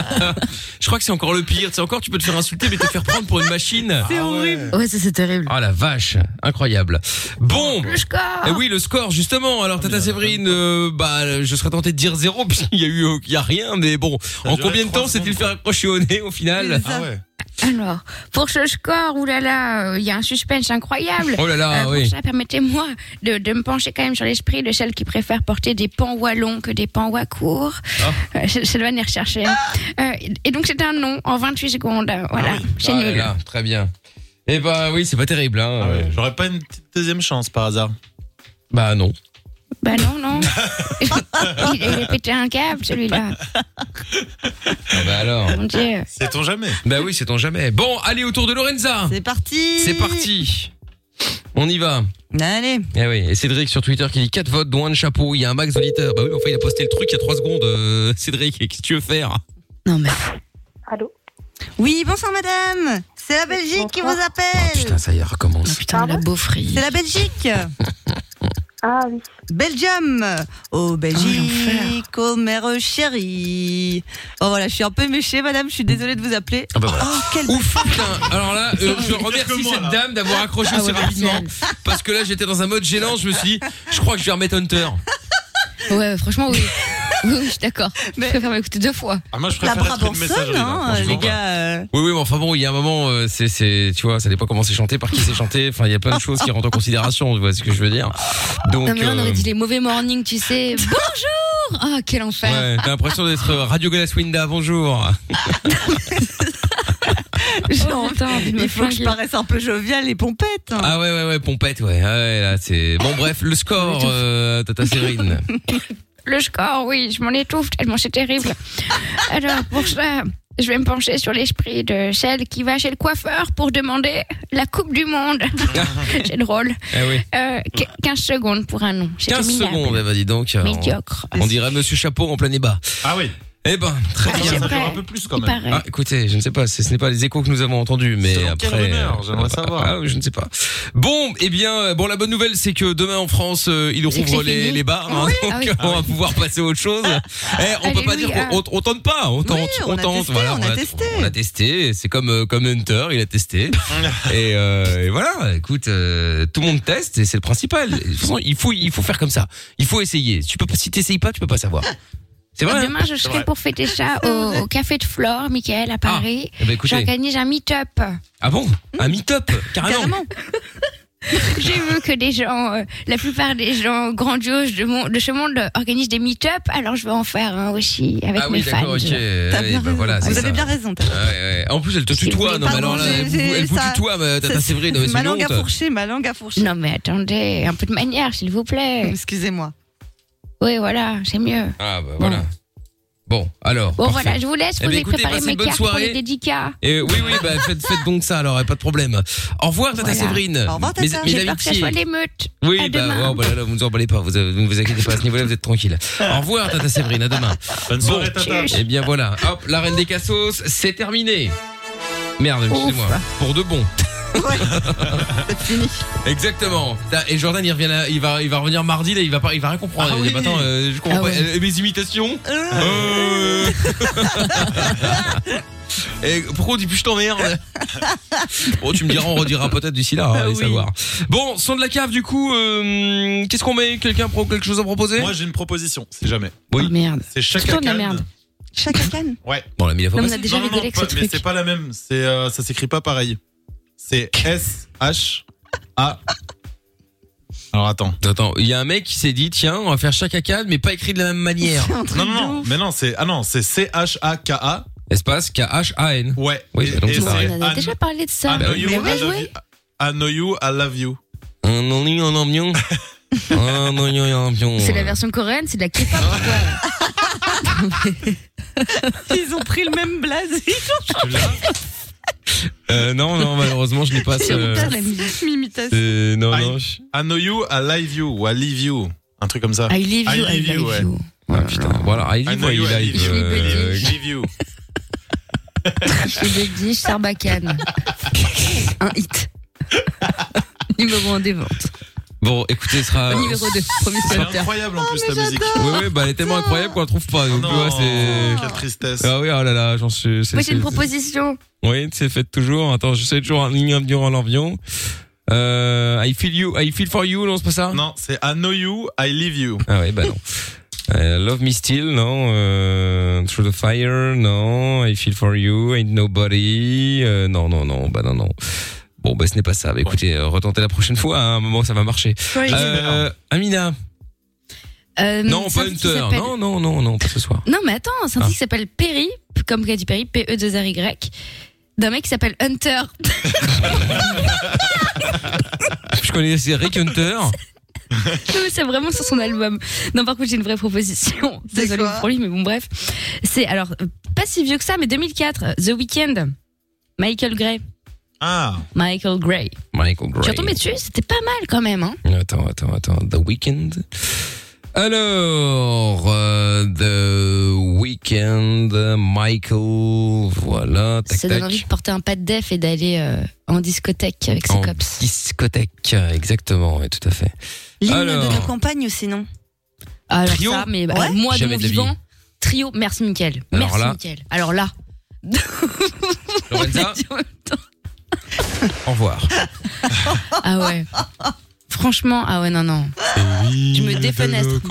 [SPEAKER 1] Je crois que c'est encore le pire, tu sais encore tu peux te faire insulter mais te faire prendre pour une
[SPEAKER 2] Ah
[SPEAKER 1] machine.
[SPEAKER 3] C'est horrible. Ouais, ça c'est terrible.
[SPEAKER 1] Ah la vache, incroyable. Bon.
[SPEAKER 13] Le score
[SPEAKER 1] Eh oui, le score justement. Alors
[SPEAKER 3] Ah,
[SPEAKER 1] Tata Séverine, euh, bah je serais tenté de dire zéro puis il y a eu euh, il y a rien mais bon, en combien de temps s'est-il fait raccrocher au nez au final
[SPEAKER 5] Ah ouais.
[SPEAKER 13] Alors, pour ce score, oulala, euh, il y a un suspense incroyable. Euh,
[SPEAKER 1] Oh là là,
[SPEAKER 13] pour
[SPEAKER 1] oui.
[SPEAKER 13] ça, permettez-moi de, de me pencher quand même sur l'esprit de celles qui préfèrent porter des pans wallons que des pans wacours.
[SPEAKER 1] Ah.
[SPEAKER 13] Euh, c'est c'est le van est recherché. hein. Euh, et donc, c'est un non en 28 secondes. euh, Voilà, c'est
[SPEAKER 1] Ah là
[SPEAKER 13] nul.
[SPEAKER 1] là, très bien. Eh bah oui, c'est pas terrible hein.
[SPEAKER 5] Ah J'aurais pas une petite deuxième chance par hasard.
[SPEAKER 1] Bah non.
[SPEAKER 13] Bah non, non. il, il a pété un câble, celui-là.
[SPEAKER 1] Ah bah alors.
[SPEAKER 13] Mon Dieu.
[SPEAKER 5] Sait-on jamais
[SPEAKER 1] Bah oui, sait-on jamais. Bon, allez autour de Lorenza.
[SPEAKER 3] C'est parti.
[SPEAKER 1] C'est parti. On y va.
[SPEAKER 3] Allez.
[SPEAKER 1] Eh oui, et Cédric sur Twitter qui dit 4 votes, douane de chapeau, il y a un max d'auditeurs. Bah oui, mais enfin, il a posté le truc il y a 3 secondes, euh, Cédric, qu'est-ce que tu veux faire
[SPEAKER 3] Non mais...
[SPEAKER 17] Allô
[SPEAKER 3] Oui, bonsoir madame. C'est la
[SPEAKER 1] Oh,
[SPEAKER 3] Belgique qui vous appelle.
[SPEAKER 1] Putain, ça y est, recommence.
[SPEAKER 13] Putain, la beaufrie.
[SPEAKER 3] C'est la Belgique. Belgium Oh, Belgique, oh, mère chérie Oh, voilà, je suis un peu méchée, madame, je suis désolée de vous appeler.
[SPEAKER 1] Ah bah voilà.
[SPEAKER 3] Oh, quel
[SPEAKER 1] Ouf, putain Alors là, euh, je
[SPEAKER 3] Pire que
[SPEAKER 1] remercie
[SPEAKER 3] moi,
[SPEAKER 1] cette
[SPEAKER 3] là.
[SPEAKER 1] dame d'avoir accroché
[SPEAKER 3] Ah
[SPEAKER 1] aussi
[SPEAKER 3] ouais, merci,
[SPEAKER 1] rapidement. Parce que là, j'étais dans un mode gênant, je me suis dit, je crois que je vais remettre Hunter.
[SPEAKER 2] Ouais, franchement, oui. oui, oui, je suis d'accord. Je préfère m'écouter deux fois.
[SPEAKER 1] Ah, moi, je
[SPEAKER 2] préfère La être une Brabançonne, messagerie, hein, hein, franchement. les gars,
[SPEAKER 3] euh.
[SPEAKER 1] Oui, oui, mais enfin bon, il y a un moment, euh, c'est, c'est, tu vois, ça dépend comment c'est chanté, par qui c'est chanté. Enfin, il y a plein de choses qui rentrent en considération, tu vois ce que je veux dire. Donc,
[SPEAKER 2] non, mais là, on aurait
[SPEAKER 1] euh,
[SPEAKER 2] dit les mauvais mornings, tu sais. Bonjour Ah, quel enfer
[SPEAKER 1] ouais, t'as l'impression d'être euh, Radio Galas Winda, bonjour.
[SPEAKER 13] Ah.
[SPEAKER 3] Genre, Oh, il faut que je paraisse un peu joviale et pompette.
[SPEAKER 1] Ah ouais, ouais, ouais, pompette, ouais. Ah ouais, là, c'est... Bon, bref, le score, euh, Tata Séverine.
[SPEAKER 13] Le score, oui, je m'en étouffe tellement c'est terrible. Alors, pour ça, je vais me pencher sur l'esprit de celle qui va chez le coiffeur pour demander la Coupe du Monde. c'est drôle.
[SPEAKER 1] Eh oui.
[SPEAKER 13] Euh, qu- 15 secondes pour un nom. C'était
[SPEAKER 1] 15
[SPEAKER 13] minable.
[SPEAKER 1] secondes, eh ben, dis donc. euh, on-
[SPEAKER 13] Médiocre.
[SPEAKER 1] On dirait Monsieur Chapeau en plein débat. Ah oui. Eh ben,
[SPEAKER 5] Ah,
[SPEAKER 1] très bien.
[SPEAKER 13] Ça dure un peu plus quand même. paraît.
[SPEAKER 1] Ah, écoutez, je ne sais pas, ce, ce n'est pas les échos que nous avons entendus, mais
[SPEAKER 5] Selon quelle
[SPEAKER 1] après.
[SPEAKER 5] rumeur,
[SPEAKER 1] euh,
[SPEAKER 5] j'aimerais
[SPEAKER 1] ah,
[SPEAKER 5] savoir.
[SPEAKER 1] ah, je ne sais pas. Bon, eh bien, euh, bon, la bonne nouvelle, c'est que demain en France, euh, ils
[SPEAKER 5] C'est que
[SPEAKER 1] rouvrent
[SPEAKER 5] c'est
[SPEAKER 1] les,
[SPEAKER 5] fini.
[SPEAKER 1] les bars, hein,
[SPEAKER 5] Oui.
[SPEAKER 1] donc
[SPEAKER 5] Ah oui. Ah.
[SPEAKER 1] euh, on va pouvoir passer à autre chose. Eh, on peut pas dire
[SPEAKER 5] Alléluia.
[SPEAKER 1] qu'on on, on tente pas, on tente,
[SPEAKER 5] ah.
[SPEAKER 1] on,
[SPEAKER 5] on a
[SPEAKER 1] tente.
[SPEAKER 5] testé,
[SPEAKER 1] voilà,
[SPEAKER 5] on a testé.
[SPEAKER 1] On a testé. C'est comme euh, comme Hunter, il a testé. et, euh, et voilà, écoute, euh, tout le monde teste et c'est le principal. De toute façon, il faut il faut faire comme ça. Il faut essayer. Tu peux pas- si t'essayes pas, tu peux pas savoir. C'est vrai.
[SPEAKER 13] Et
[SPEAKER 1] hein
[SPEAKER 13] Demain, je
[SPEAKER 1] C'est
[SPEAKER 13] serai
[SPEAKER 1] vrai.
[SPEAKER 13] pour fêter ça au, au café de Flore, Michael, à Paris.
[SPEAKER 1] eh ben, écoutez.
[SPEAKER 13] J'organise un meet-up.
[SPEAKER 1] Ah bon
[SPEAKER 13] Hmm.
[SPEAKER 1] Un meet-up carrément.
[SPEAKER 13] J'ai vu que des gens, euh, la plupart des gens grandioses de, mon- de ce monde euh, organisent des meet-up, alors je vais en faire un aussi avec
[SPEAKER 1] ah
[SPEAKER 13] mes
[SPEAKER 1] oui,
[SPEAKER 13] fans.
[SPEAKER 1] d'accord, ok. Ouais, bah voilà,
[SPEAKER 3] Vous
[SPEAKER 1] c'est
[SPEAKER 3] avez
[SPEAKER 1] ça.
[SPEAKER 3] bien raison,
[SPEAKER 1] Ouais, ouais. En plus, elle te tutoie. Non, mais alors là, elle vous, elle vous tutoie, mais Tata Séverine, non, mais c'est
[SPEAKER 3] Ma
[SPEAKER 1] une
[SPEAKER 3] langue à
[SPEAKER 1] honte.
[SPEAKER 3] fourcher, ma langue à fourcher.
[SPEAKER 13] Non, mais attendez, un peu de manière, s'il vous plaît.
[SPEAKER 3] Excusez-moi.
[SPEAKER 13] Oui, voilà, c'est mieux.
[SPEAKER 1] Ah bah voilà. Bon, alors.
[SPEAKER 13] Bon,
[SPEAKER 1] parfait.
[SPEAKER 13] voilà, je vous laisse,
[SPEAKER 1] Eh ben,
[SPEAKER 13] vous avez
[SPEAKER 1] écoutez,
[SPEAKER 13] préparé
[SPEAKER 1] passez
[SPEAKER 13] mes
[SPEAKER 1] une bonne
[SPEAKER 13] cartes pour les
[SPEAKER 1] soirée.
[SPEAKER 13] dédicats.
[SPEAKER 1] Et oui, oui, bah faites, faites donc ça alors, pas de problème. Au revoir, Tata
[SPEAKER 13] Voilà.
[SPEAKER 1] Séverine.
[SPEAKER 13] Au revoir, Tata.
[SPEAKER 1] Mes- mes
[SPEAKER 13] J'ai peur que ça
[SPEAKER 1] amitiés.
[SPEAKER 13] soit l'émeute.
[SPEAKER 1] Oui,
[SPEAKER 13] À
[SPEAKER 1] bah,
[SPEAKER 13] demain.
[SPEAKER 1] ouais, bah là, là, vous ne vous emballez pas, vous ne vous inquiétez pas, à ce niveau-là, vous êtes tranquille. Au revoir, Tata Séverine, à demain. Bonne
[SPEAKER 5] soirée, Tata.
[SPEAKER 1] Et bien voilà, hop, la reine des cassos, c'est terminé. Merde, excusez-moi, pour de bon.
[SPEAKER 3] fini.
[SPEAKER 1] Exactement. Putain, Et Jordan, il revient, là, il va, il va revenir mardi, là, il va pas, il va rien comprendre.
[SPEAKER 5] Ah
[SPEAKER 1] il va dire,
[SPEAKER 5] oui.
[SPEAKER 1] attends, euh, je comprends
[SPEAKER 5] Ah
[SPEAKER 1] pas.
[SPEAKER 5] ouais.
[SPEAKER 1] euh, Mes imitations. Euh. Et Euh, eh, pourquoi on dit plus je t'emmerde Bon, tu me diras, on redira peut-être d'ici là, hein,
[SPEAKER 5] Ah
[SPEAKER 1] allez savoir. Bon, son de la cave, du coup, euh, qu'est-ce qu'on met Quelqu'un pro quelque chose à proposer
[SPEAKER 5] Moi, j'ai une proposition, si jamais.
[SPEAKER 1] Oui.
[SPEAKER 2] merde.
[SPEAKER 5] C'est Chaka
[SPEAKER 2] de la
[SPEAKER 5] Khan.
[SPEAKER 2] merde.
[SPEAKER 3] Chaka Khan
[SPEAKER 5] Ouais.
[SPEAKER 1] Bon, on l'a mis la fois
[SPEAKER 2] Non, mais on a passée. déjà rigolé avec
[SPEAKER 5] pas-
[SPEAKER 2] ce
[SPEAKER 5] Mais
[SPEAKER 2] truc.
[SPEAKER 5] c'est pas la même. C'est, euh, ça s'écrit pas pareil. C'est S-H-A.
[SPEAKER 1] Alors attends. Attends, il y a un mec qui s'est dit, tiens, on va faire chaque acade, mais pas écrit de la même manière.
[SPEAKER 5] Non, non, non. Mais non, c'est, ah non, c'est C-H-A-K-A.
[SPEAKER 1] Espace K-H-A-N.
[SPEAKER 5] Ouais.
[SPEAKER 1] Oui, bah, donc
[SPEAKER 5] Et
[SPEAKER 1] c'est
[SPEAKER 5] c'est
[SPEAKER 1] pareil.
[SPEAKER 2] On a déjà parlé de ça.
[SPEAKER 5] I know
[SPEAKER 2] Mais
[SPEAKER 5] you,
[SPEAKER 2] bien
[SPEAKER 5] I love
[SPEAKER 2] joué.
[SPEAKER 5] you. I know you, I love you.
[SPEAKER 1] Un oignon, un oignon. Un oignon et un oignon.
[SPEAKER 2] C'est la version coréenne, c'est de la K-pop.
[SPEAKER 3] Ils ont pris le même blaze.
[SPEAKER 1] Euh, non, non, malheureusement, je n'ai pas
[SPEAKER 3] J'ai honte à
[SPEAKER 1] ce...
[SPEAKER 3] la mi- M'imitation.
[SPEAKER 1] Euh, non,
[SPEAKER 5] I,
[SPEAKER 1] non.
[SPEAKER 5] I know you, I live you, ou I leave you. Un truc comme ça.
[SPEAKER 1] I leave you, I live
[SPEAKER 5] ouais.
[SPEAKER 1] you. Ah, putain, voilà, I
[SPEAKER 5] I
[SPEAKER 1] live,
[SPEAKER 5] know
[SPEAKER 1] I
[SPEAKER 5] you, I
[SPEAKER 1] live,
[SPEAKER 5] live you.
[SPEAKER 1] euh,
[SPEAKER 5] I leave you.
[SPEAKER 2] Je l'ai dit, je Sarbacane. Un hit. Numéro 1 des ventes.
[SPEAKER 1] Bon, écoutez, ce sera.
[SPEAKER 2] Numéro 2, premier
[SPEAKER 5] C'est
[SPEAKER 2] solitaire.
[SPEAKER 5] incroyable en plus la musique.
[SPEAKER 1] Oui, oui, bah elle est tellement incroyable qu'on la trouve pas. Donc, ouais, c'est.
[SPEAKER 5] Oh Quelle tristesse.
[SPEAKER 1] Ah oui, oh là là, j'en suis. c'est-
[SPEAKER 2] Moi, j'ai une
[SPEAKER 1] c'est-
[SPEAKER 2] proposition.
[SPEAKER 1] Oui, c'est fait toujours. Attends, je sais toujours un ligne durant l'avion. Euh, I feel you, I feel for you, non, c'est pas ça
[SPEAKER 5] Non, c'est I know you, I leave you.
[SPEAKER 1] Ah oui, bah non. Euh, Love me still, non. Euh, Through the fire, non. I feel for you, ain't nobody. Euh, non, non, non, bah non, non. Bon, bah ce n'est pas ça. Bah, écoutez, euh, retentez la prochaine fois. hein, à un moment, ça va marcher.
[SPEAKER 2] Oui.
[SPEAKER 1] Euh, Amina.
[SPEAKER 2] Euh,
[SPEAKER 1] non,
[SPEAKER 2] c'est
[SPEAKER 1] pas
[SPEAKER 2] un
[SPEAKER 1] une
[SPEAKER 2] qui s'appelle-
[SPEAKER 1] Non, non, non, non, pas ce soir.
[SPEAKER 2] Non, mais attends, c'est un
[SPEAKER 1] Ah.
[SPEAKER 2] titre qui s'appelle Perry, comme Katy Perry, P-E-2-R-Y, d'un mec qui s'appelle Hunter.
[SPEAKER 1] Je connais c'est Rick Hunter.
[SPEAKER 2] Non, mais c'est vraiment sur son album. Non, par contre, j'ai une vraie proposition. Désolée pour lui, mais bon, bref. C'est alors, euh, pas si vieux que ça, mais 2004, euh, The Weeknd, Michael Gray.
[SPEAKER 5] Ah.
[SPEAKER 2] Michael Gray.
[SPEAKER 1] Michael
[SPEAKER 2] Je suis
[SPEAKER 1] Gray.
[SPEAKER 2] retombée dessus, c'était pas mal quand même. Hein.
[SPEAKER 1] Attends, attends, attends. The Weeknd. Alors, euh, The Weeknd, Michael, voilà, tac,
[SPEAKER 2] Ça donne
[SPEAKER 1] tac.
[SPEAKER 2] envie de porter un pas de def et d'aller euh, en discothèque avec ses
[SPEAKER 1] En
[SPEAKER 2] cops.
[SPEAKER 1] discothèque, exactement, oui, tout à fait.
[SPEAKER 3] L'hymne
[SPEAKER 1] Alors.
[SPEAKER 3] de nos campagnes, sinon.
[SPEAKER 2] Alors
[SPEAKER 3] Trio
[SPEAKER 2] ça, mais bah,
[SPEAKER 3] Ouais.
[SPEAKER 2] moi de
[SPEAKER 1] Jamais
[SPEAKER 2] mon
[SPEAKER 1] de la vie.
[SPEAKER 2] vivant, trio, merci Mickaël.
[SPEAKER 1] Alors
[SPEAKER 2] Merci
[SPEAKER 1] là.
[SPEAKER 2] Mickaël. Alors là,
[SPEAKER 1] Lorenza Au revoir.
[SPEAKER 2] ah ouais. Franchement, ah ouais, non, non. Je me défenestre.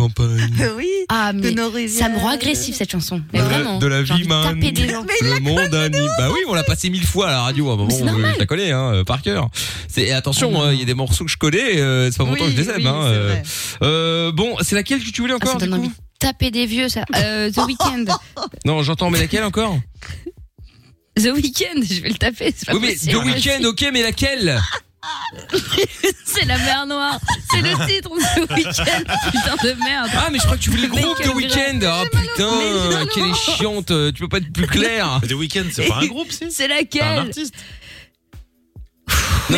[SPEAKER 3] Oui.
[SPEAKER 2] Ah, mais ça me rend agressif cette chanson. Mais
[SPEAKER 1] de,
[SPEAKER 2] vraiment.
[SPEAKER 1] la, de la
[SPEAKER 2] j'ai envie
[SPEAKER 1] vie,
[SPEAKER 2] de
[SPEAKER 1] man.
[SPEAKER 2] taper des gens.
[SPEAKER 1] Le monde anime. Bah oui, on l'a passé mille fois à la radio. À un moment,
[SPEAKER 2] c'est
[SPEAKER 1] euh,
[SPEAKER 2] normal. Ah
[SPEAKER 1] je la connais, hein, euh, par cœur. C'est et attention, hein, il y a des morceaux que je connais. euh, c'est pas mon
[SPEAKER 2] Oui,
[SPEAKER 1] temps que je les aime.
[SPEAKER 2] oui,
[SPEAKER 1] hein,
[SPEAKER 2] c'est
[SPEAKER 1] euh.
[SPEAKER 2] vrai.
[SPEAKER 1] Euh, bon, c'est laquelle que tu voulais
[SPEAKER 2] Ah, ça
[SPEAKER 1] encore
[SPEAKER 2] donne
[SPEAKER 1] du coup
[SPEAKER 2] envie de taper des vieux, ça. Euh, The Weeknd.
[SPEAKER 1] Non, j'entends, mais laquelle encore
[SPEAKER 2] The Weeknd, je vais le taper. c'est pas
[SPEAKER 1] Oui, mais
[SPEAKER 2] possible.
[SPEAKER 1] The Weeknd, ok, mais laquelle
[SPEAKER 2] c'est la mer noire. C'est le titre The Weeknd. Putain de merde.
[SPEAKER 1] Ah, mais je crois que tu voulais le
[SPEAKER 2] Mais
[SPEAKER 1] groupe
[SPEAKER 2] quel
[SPEAKER 1] The Weeknd. Ah putain, qu'elle est chiante. euh, Tu peux pas être plus clair. The Weeknd, c'est
[SPEAKER 2] C'est laquelle
[SPEAKER 1] C'est un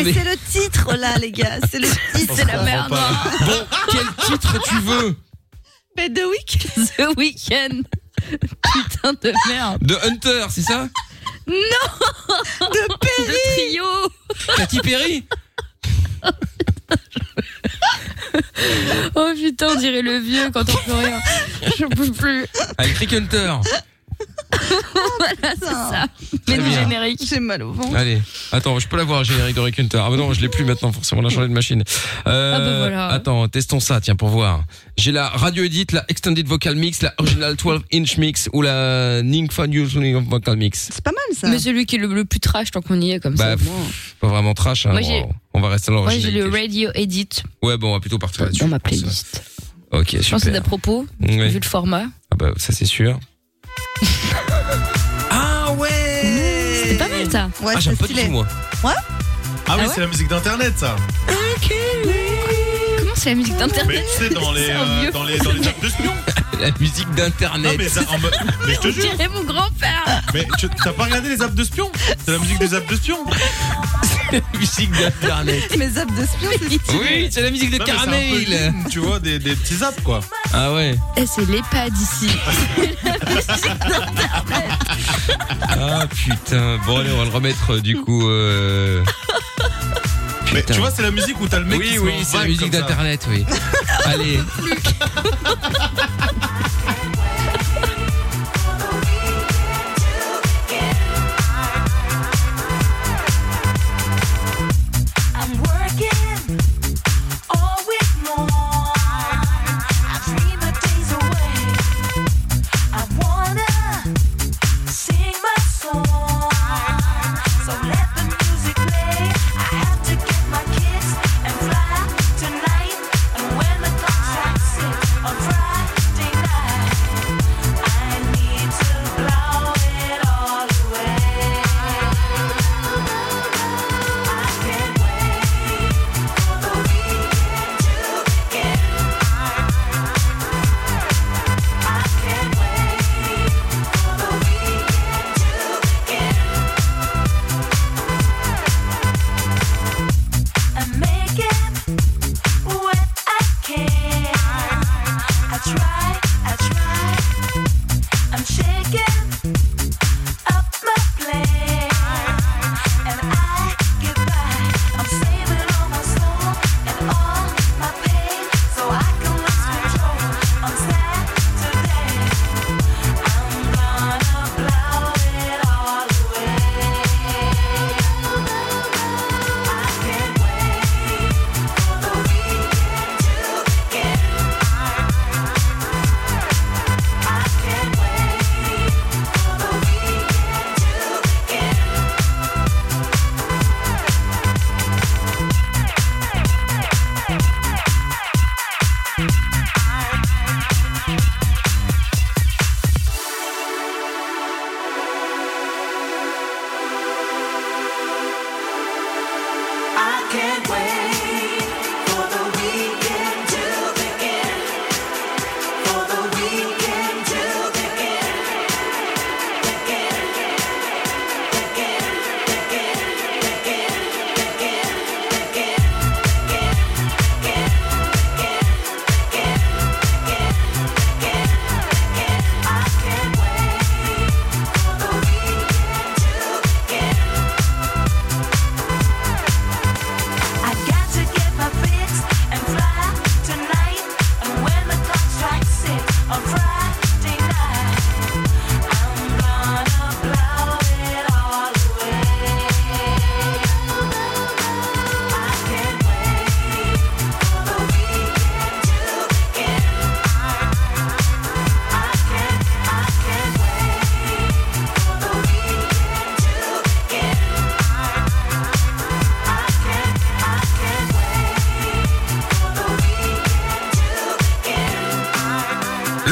[SPEAKER 3] Mais, c'est le titre là, les gars. C'est Ah, le titre.
[SPEAKER 2] C'est la merde.
[SPEAKER 1] Bon, quel titre tu veux
[SPEAKER 2] Mais The Weeknd. The Weeknd. Putain de merde.
[SPEAKER 1] The Hunter, c'est ça
[SPEAKER 2] Non De Perry De trio
[SPEAKER 1] Katy Perry
[SPEAKER 2] Oh putain, on dirait le vieux quand on peut rien. J'en peux plus.
[SPEAKER 1] Avec Rick Hunter.
[SPEAKER 2] Oh, voilà, c'est ça. Mais
[SPEAKER 1] Très
[SPEAKER 2] du
[SPEAKER 1] bien.
[SPEAKER 2] générique.
[SPEAKER 3] J'ai mal au ventre.
[SPEAKER 1] Allez, attends, je peux l'avoir, le générique de Rick Hunter. Ah bah non, je l'ai plus maintenant, forcément, on a changé de machine. Euh,
[SPEAKER 2] Ah bah voilà.
[SPEAKER 1] Attends, testons ça, tiens, pour voir. J'ai la Radio Edit, la Extended Vocal Mix, la Original 12 Inch Mix ou la Ningfa News Vocal Mix.
[SPEAKER 3] pas mal ça.
[SPEAKER 2] Mais celui qui est le, le plus trash tant qu'on y est comme
[SPEAKER 1] Bah,
[SPEAKER 2] ça.
[SPEAKER 1] pff, pas vraiment trash, hein.
[SPEAKER 2] Moi,
[SPEAKER 1] on-
[SPEAKER 2] j'ai-
[SPEAKER 1] on va rester à
[SPEAKER 2] Moi j'ai
[SPEAKER 1] l'original.
[SPEAKER 2] le radio edit.
[SPEAKER 1] Ouais, bon, on va plutôt partir là-dessus.
[SPEAKER 2] Dans ma
[SPEAKER 1] je pense.
[SPEAKER 2] playlist.
[SPEAKER 1] Ok, super.
[SPEAKER 2] Je pense que c'est à propos,
[SPEAKER 1] Ouais.
[SPEAKER 2] vu le format.
[SPEAKER 1] Ah bah, ça c'est sûr. Ah ouais
[SPEAKER 2] C'était pas mal ça.
[SPEAKER 3] Ouais,
[SPEAKER 5] Ah, j'aime pas du tout, moi.
[SPEAKER 3] Ouais
[SPEAKER 5] Ah oui,
[SPEAKER 2] Ah ouais
[SPEAKER 5] c'est la musique d'internet ça.
[SPEAKER 2] Comment c'est la musique
[SPEAKER 5] Mais
[SPEAKER 2] d'internet
[SPEAKER 5] tu sais dans les
[SPEAKER 2] un
[SPEAKER 5] euh,
[SPEAKER 2] vieux.
[SPEAKER 5] dans les dans les apps de spions.
[SPEAKER 1] La musique d'internet.
[SPEAKER 5] mais ça en mode- mais je te
[SPEAKER 2] On
[SPEAKER 5] jure.
[SPEAKER 2] dirait mon grand-père.
[SPEAKER 5] Mais tu- t'as pas regardé les apps de spions C'est la musique des apps de spions.
[SPEAKER 1] musique d'internet.
[SPEAKER 3] Mes apps de spion, c'est
[SPEAKER 1] Oui, c'est la musique de
[SPEAKER 5] Non, mais c'est un peu
[SPEAKER 1] caramel.
[SPEAKER 5] l'hymne, Tu vois des des petits apps quoi.
[SPEAKER 1] Ah ouais.
[SPEAKER 2] Eh, c'est l'EHPAD ici.
[SPEAKER 1] Ah putain, bon allez on va le remettre euh, du coup. Euh...
[SPEAKER 5] Mais
[SPEAKER 1] Putain.
[SPEAKER 5] tu vois c'est la musique où t'as le mec qui
[SPEAKER 1] oui
[SPEAKER 5] se
[SPEAKER 1] oui
[SPEAKER 5] met en
[SPEAKER 1] c'est la
[SPEAKER 5] vibe
[SPEAKER 1] musique
[SPEAKER 5] comme ça.
[SPEAKER 1] d'internet oui. allez.
[SPEAKER 14] I'm working all week long. I dream my days away. I wanna sing my song. So let the music play. I have to get my kids and fly tonight. And when the clock strikes six on Friday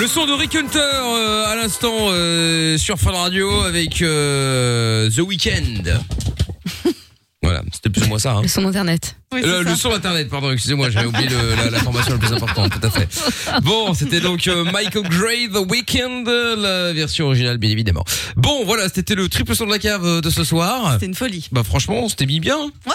[SPEAKER 1] son de Rick Hunter euh, à l'instant euh, sur Fun Radio avec euh, The Weeknd. voilà, c'était plus ou moins ça. Hein. Euh,
[SPEAKER 2] Le son internet.
[SPEAKER 1] le, le son internet, pardon, excusez-moi, j'avais oublié le- la, la formation la plus importante, tout à fait. Bon, c'était donc euh, Michael Gray, The Weeknd, euh, la version originale, bien évidemment. Bon, voilà, c'était le triple son de la cave euh, de ce soir. C'était
[SPEAKER 3] une folie.
[SPEAKER 1] Bah franchement, on s'était mis bien. Ouais.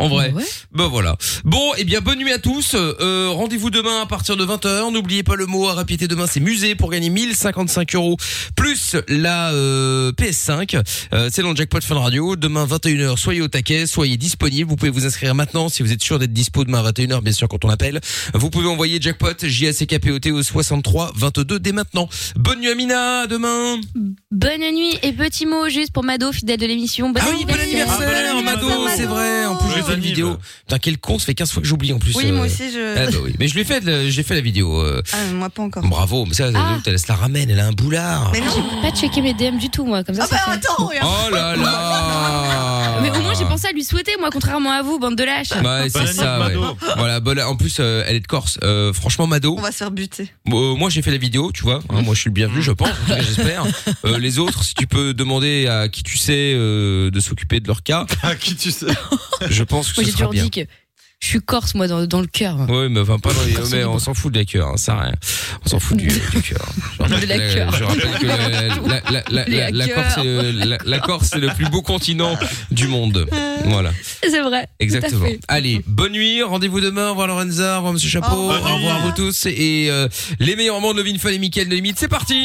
[SPEAKER 1] En vrai. Bah voilà. Bon, et bien bonne nuit à tous. Euh, Rendez-vous demain à partir de 20h. N'oubliez pas le mot à répéter demain, c'est musée pour gagner 1055 euros plus la euh, PS5. Euh, c'est dans le jackpot Fun Radio. Demain 21h, soyez au taquet, soyez disponible. Vous pouvez vous inscrire maintenant si vous êtes sûr d'être dispo demain à 21h, bien sûr quand on appelle. Vous pouvez envoyer jackpot J A C K P O T au 63 22 dès maintenant. Bonne nuit Amina, à demain.
[SPEAKER 2] Bonne nuit et petit mot juste pour Mado, fidèle de l'émission. Bonne ah oui, bon
[SPEAKER 1] anniversaire, Mado, c'est vrai. En plus, je lui ai fait une vidéo. Putain, quel con, ça fait 15 fois que j'oublie en plus.
[SPEAKER 3] bah. Oui, moi aussi, je-
[SPEAKER 1] Ah bah oui, mais je lui ai fait, le- j'ai fait la vidéo. euh,
[SPEAKER 3] Ah, moi pas encore.
[SPEAKER 1] Bravo, mais ça,
[SPEAKER 2] Ah.
[SPEAKER 1] elle se la ramène, elle a un boulard.
[SPEAKER 2] J'ai pas checké mes DM du tout, moi,
[SPEAKER 3] Ah
[SPEAKER 2] comme ça. ça
[SPEAKER 3] bah,
[SPEAKER 2] fait-
[SPEAKER 1] Oh là là
[SPEAKER 2] Mais au moins, j'ai pensé à lui souhaiter, moi, contrairement à vous, bande de lâches.
[SPEAKER 1] Ouais, c'est ça, ouais. Voilà, bonne- en plus, euh, elle est de Corse. Euh, franchement, Mado.
[SPEAKER 3] On va se faire buter.
[SPEAKER 1] Euh, moi j'ai fait la vidéo, tu vois. hein, moi je suis le bienvenu, je pense. en tout cas, J'espère. Euh, les autres, si tu peux demander à qui tu sais euh, de s'occuper de leur cas. À qui tu sais. Je pense que
[SPEAKER 2] Moi,
[SPEAKER 1] ce
[SPEAKER 2] j'ai
[SPEAKER 1] sera
[SPEAKER 2] toujours
[SPEAKER 1] bien.
[SPEAKER 2] dit que je suis corse, moi, dans, dans le cœur.
[SPEAKER 1] Oui, mais enfin pas dans les.
[SPEAKER 2] Personne
[SPEAKER 1] mais
[SPEAKER 2] ne
[SPEAKER 1] on
[SPEAKER 2] boit.
[SPEAKER 1] s'en fout de la cœur, hein, ça rien. On s'en fout du, du cœur. Je rappelle
[SPEAKER 2] De la
[SPEAKER 1] que la-
[SPEAKER 2] cœur.
[SPEAKER 1] Je rappelle que la, la- la- la-
[SPEAKER 2] Les
[SPEAKER 1] la- la
[SPEAKER 2] cœurs.
[SPEAKER 1] Corse est le, la- la Corse est le plus beau continent du monde. Voilà.
[SPEAKER 2] C'est vrai. tout à
[SPEAKER 1] Exactement.
[SPEAKER 2] fait.
[SPEAKER 1] Allez, bonne nuit, rendez-vous demain, au revoir Lorenza, au revoir Monsieur Chapeau, au revoir, à vous tous et euh, les meilleurs moments de Levin Fun et Mickaël de Limite, c'est parti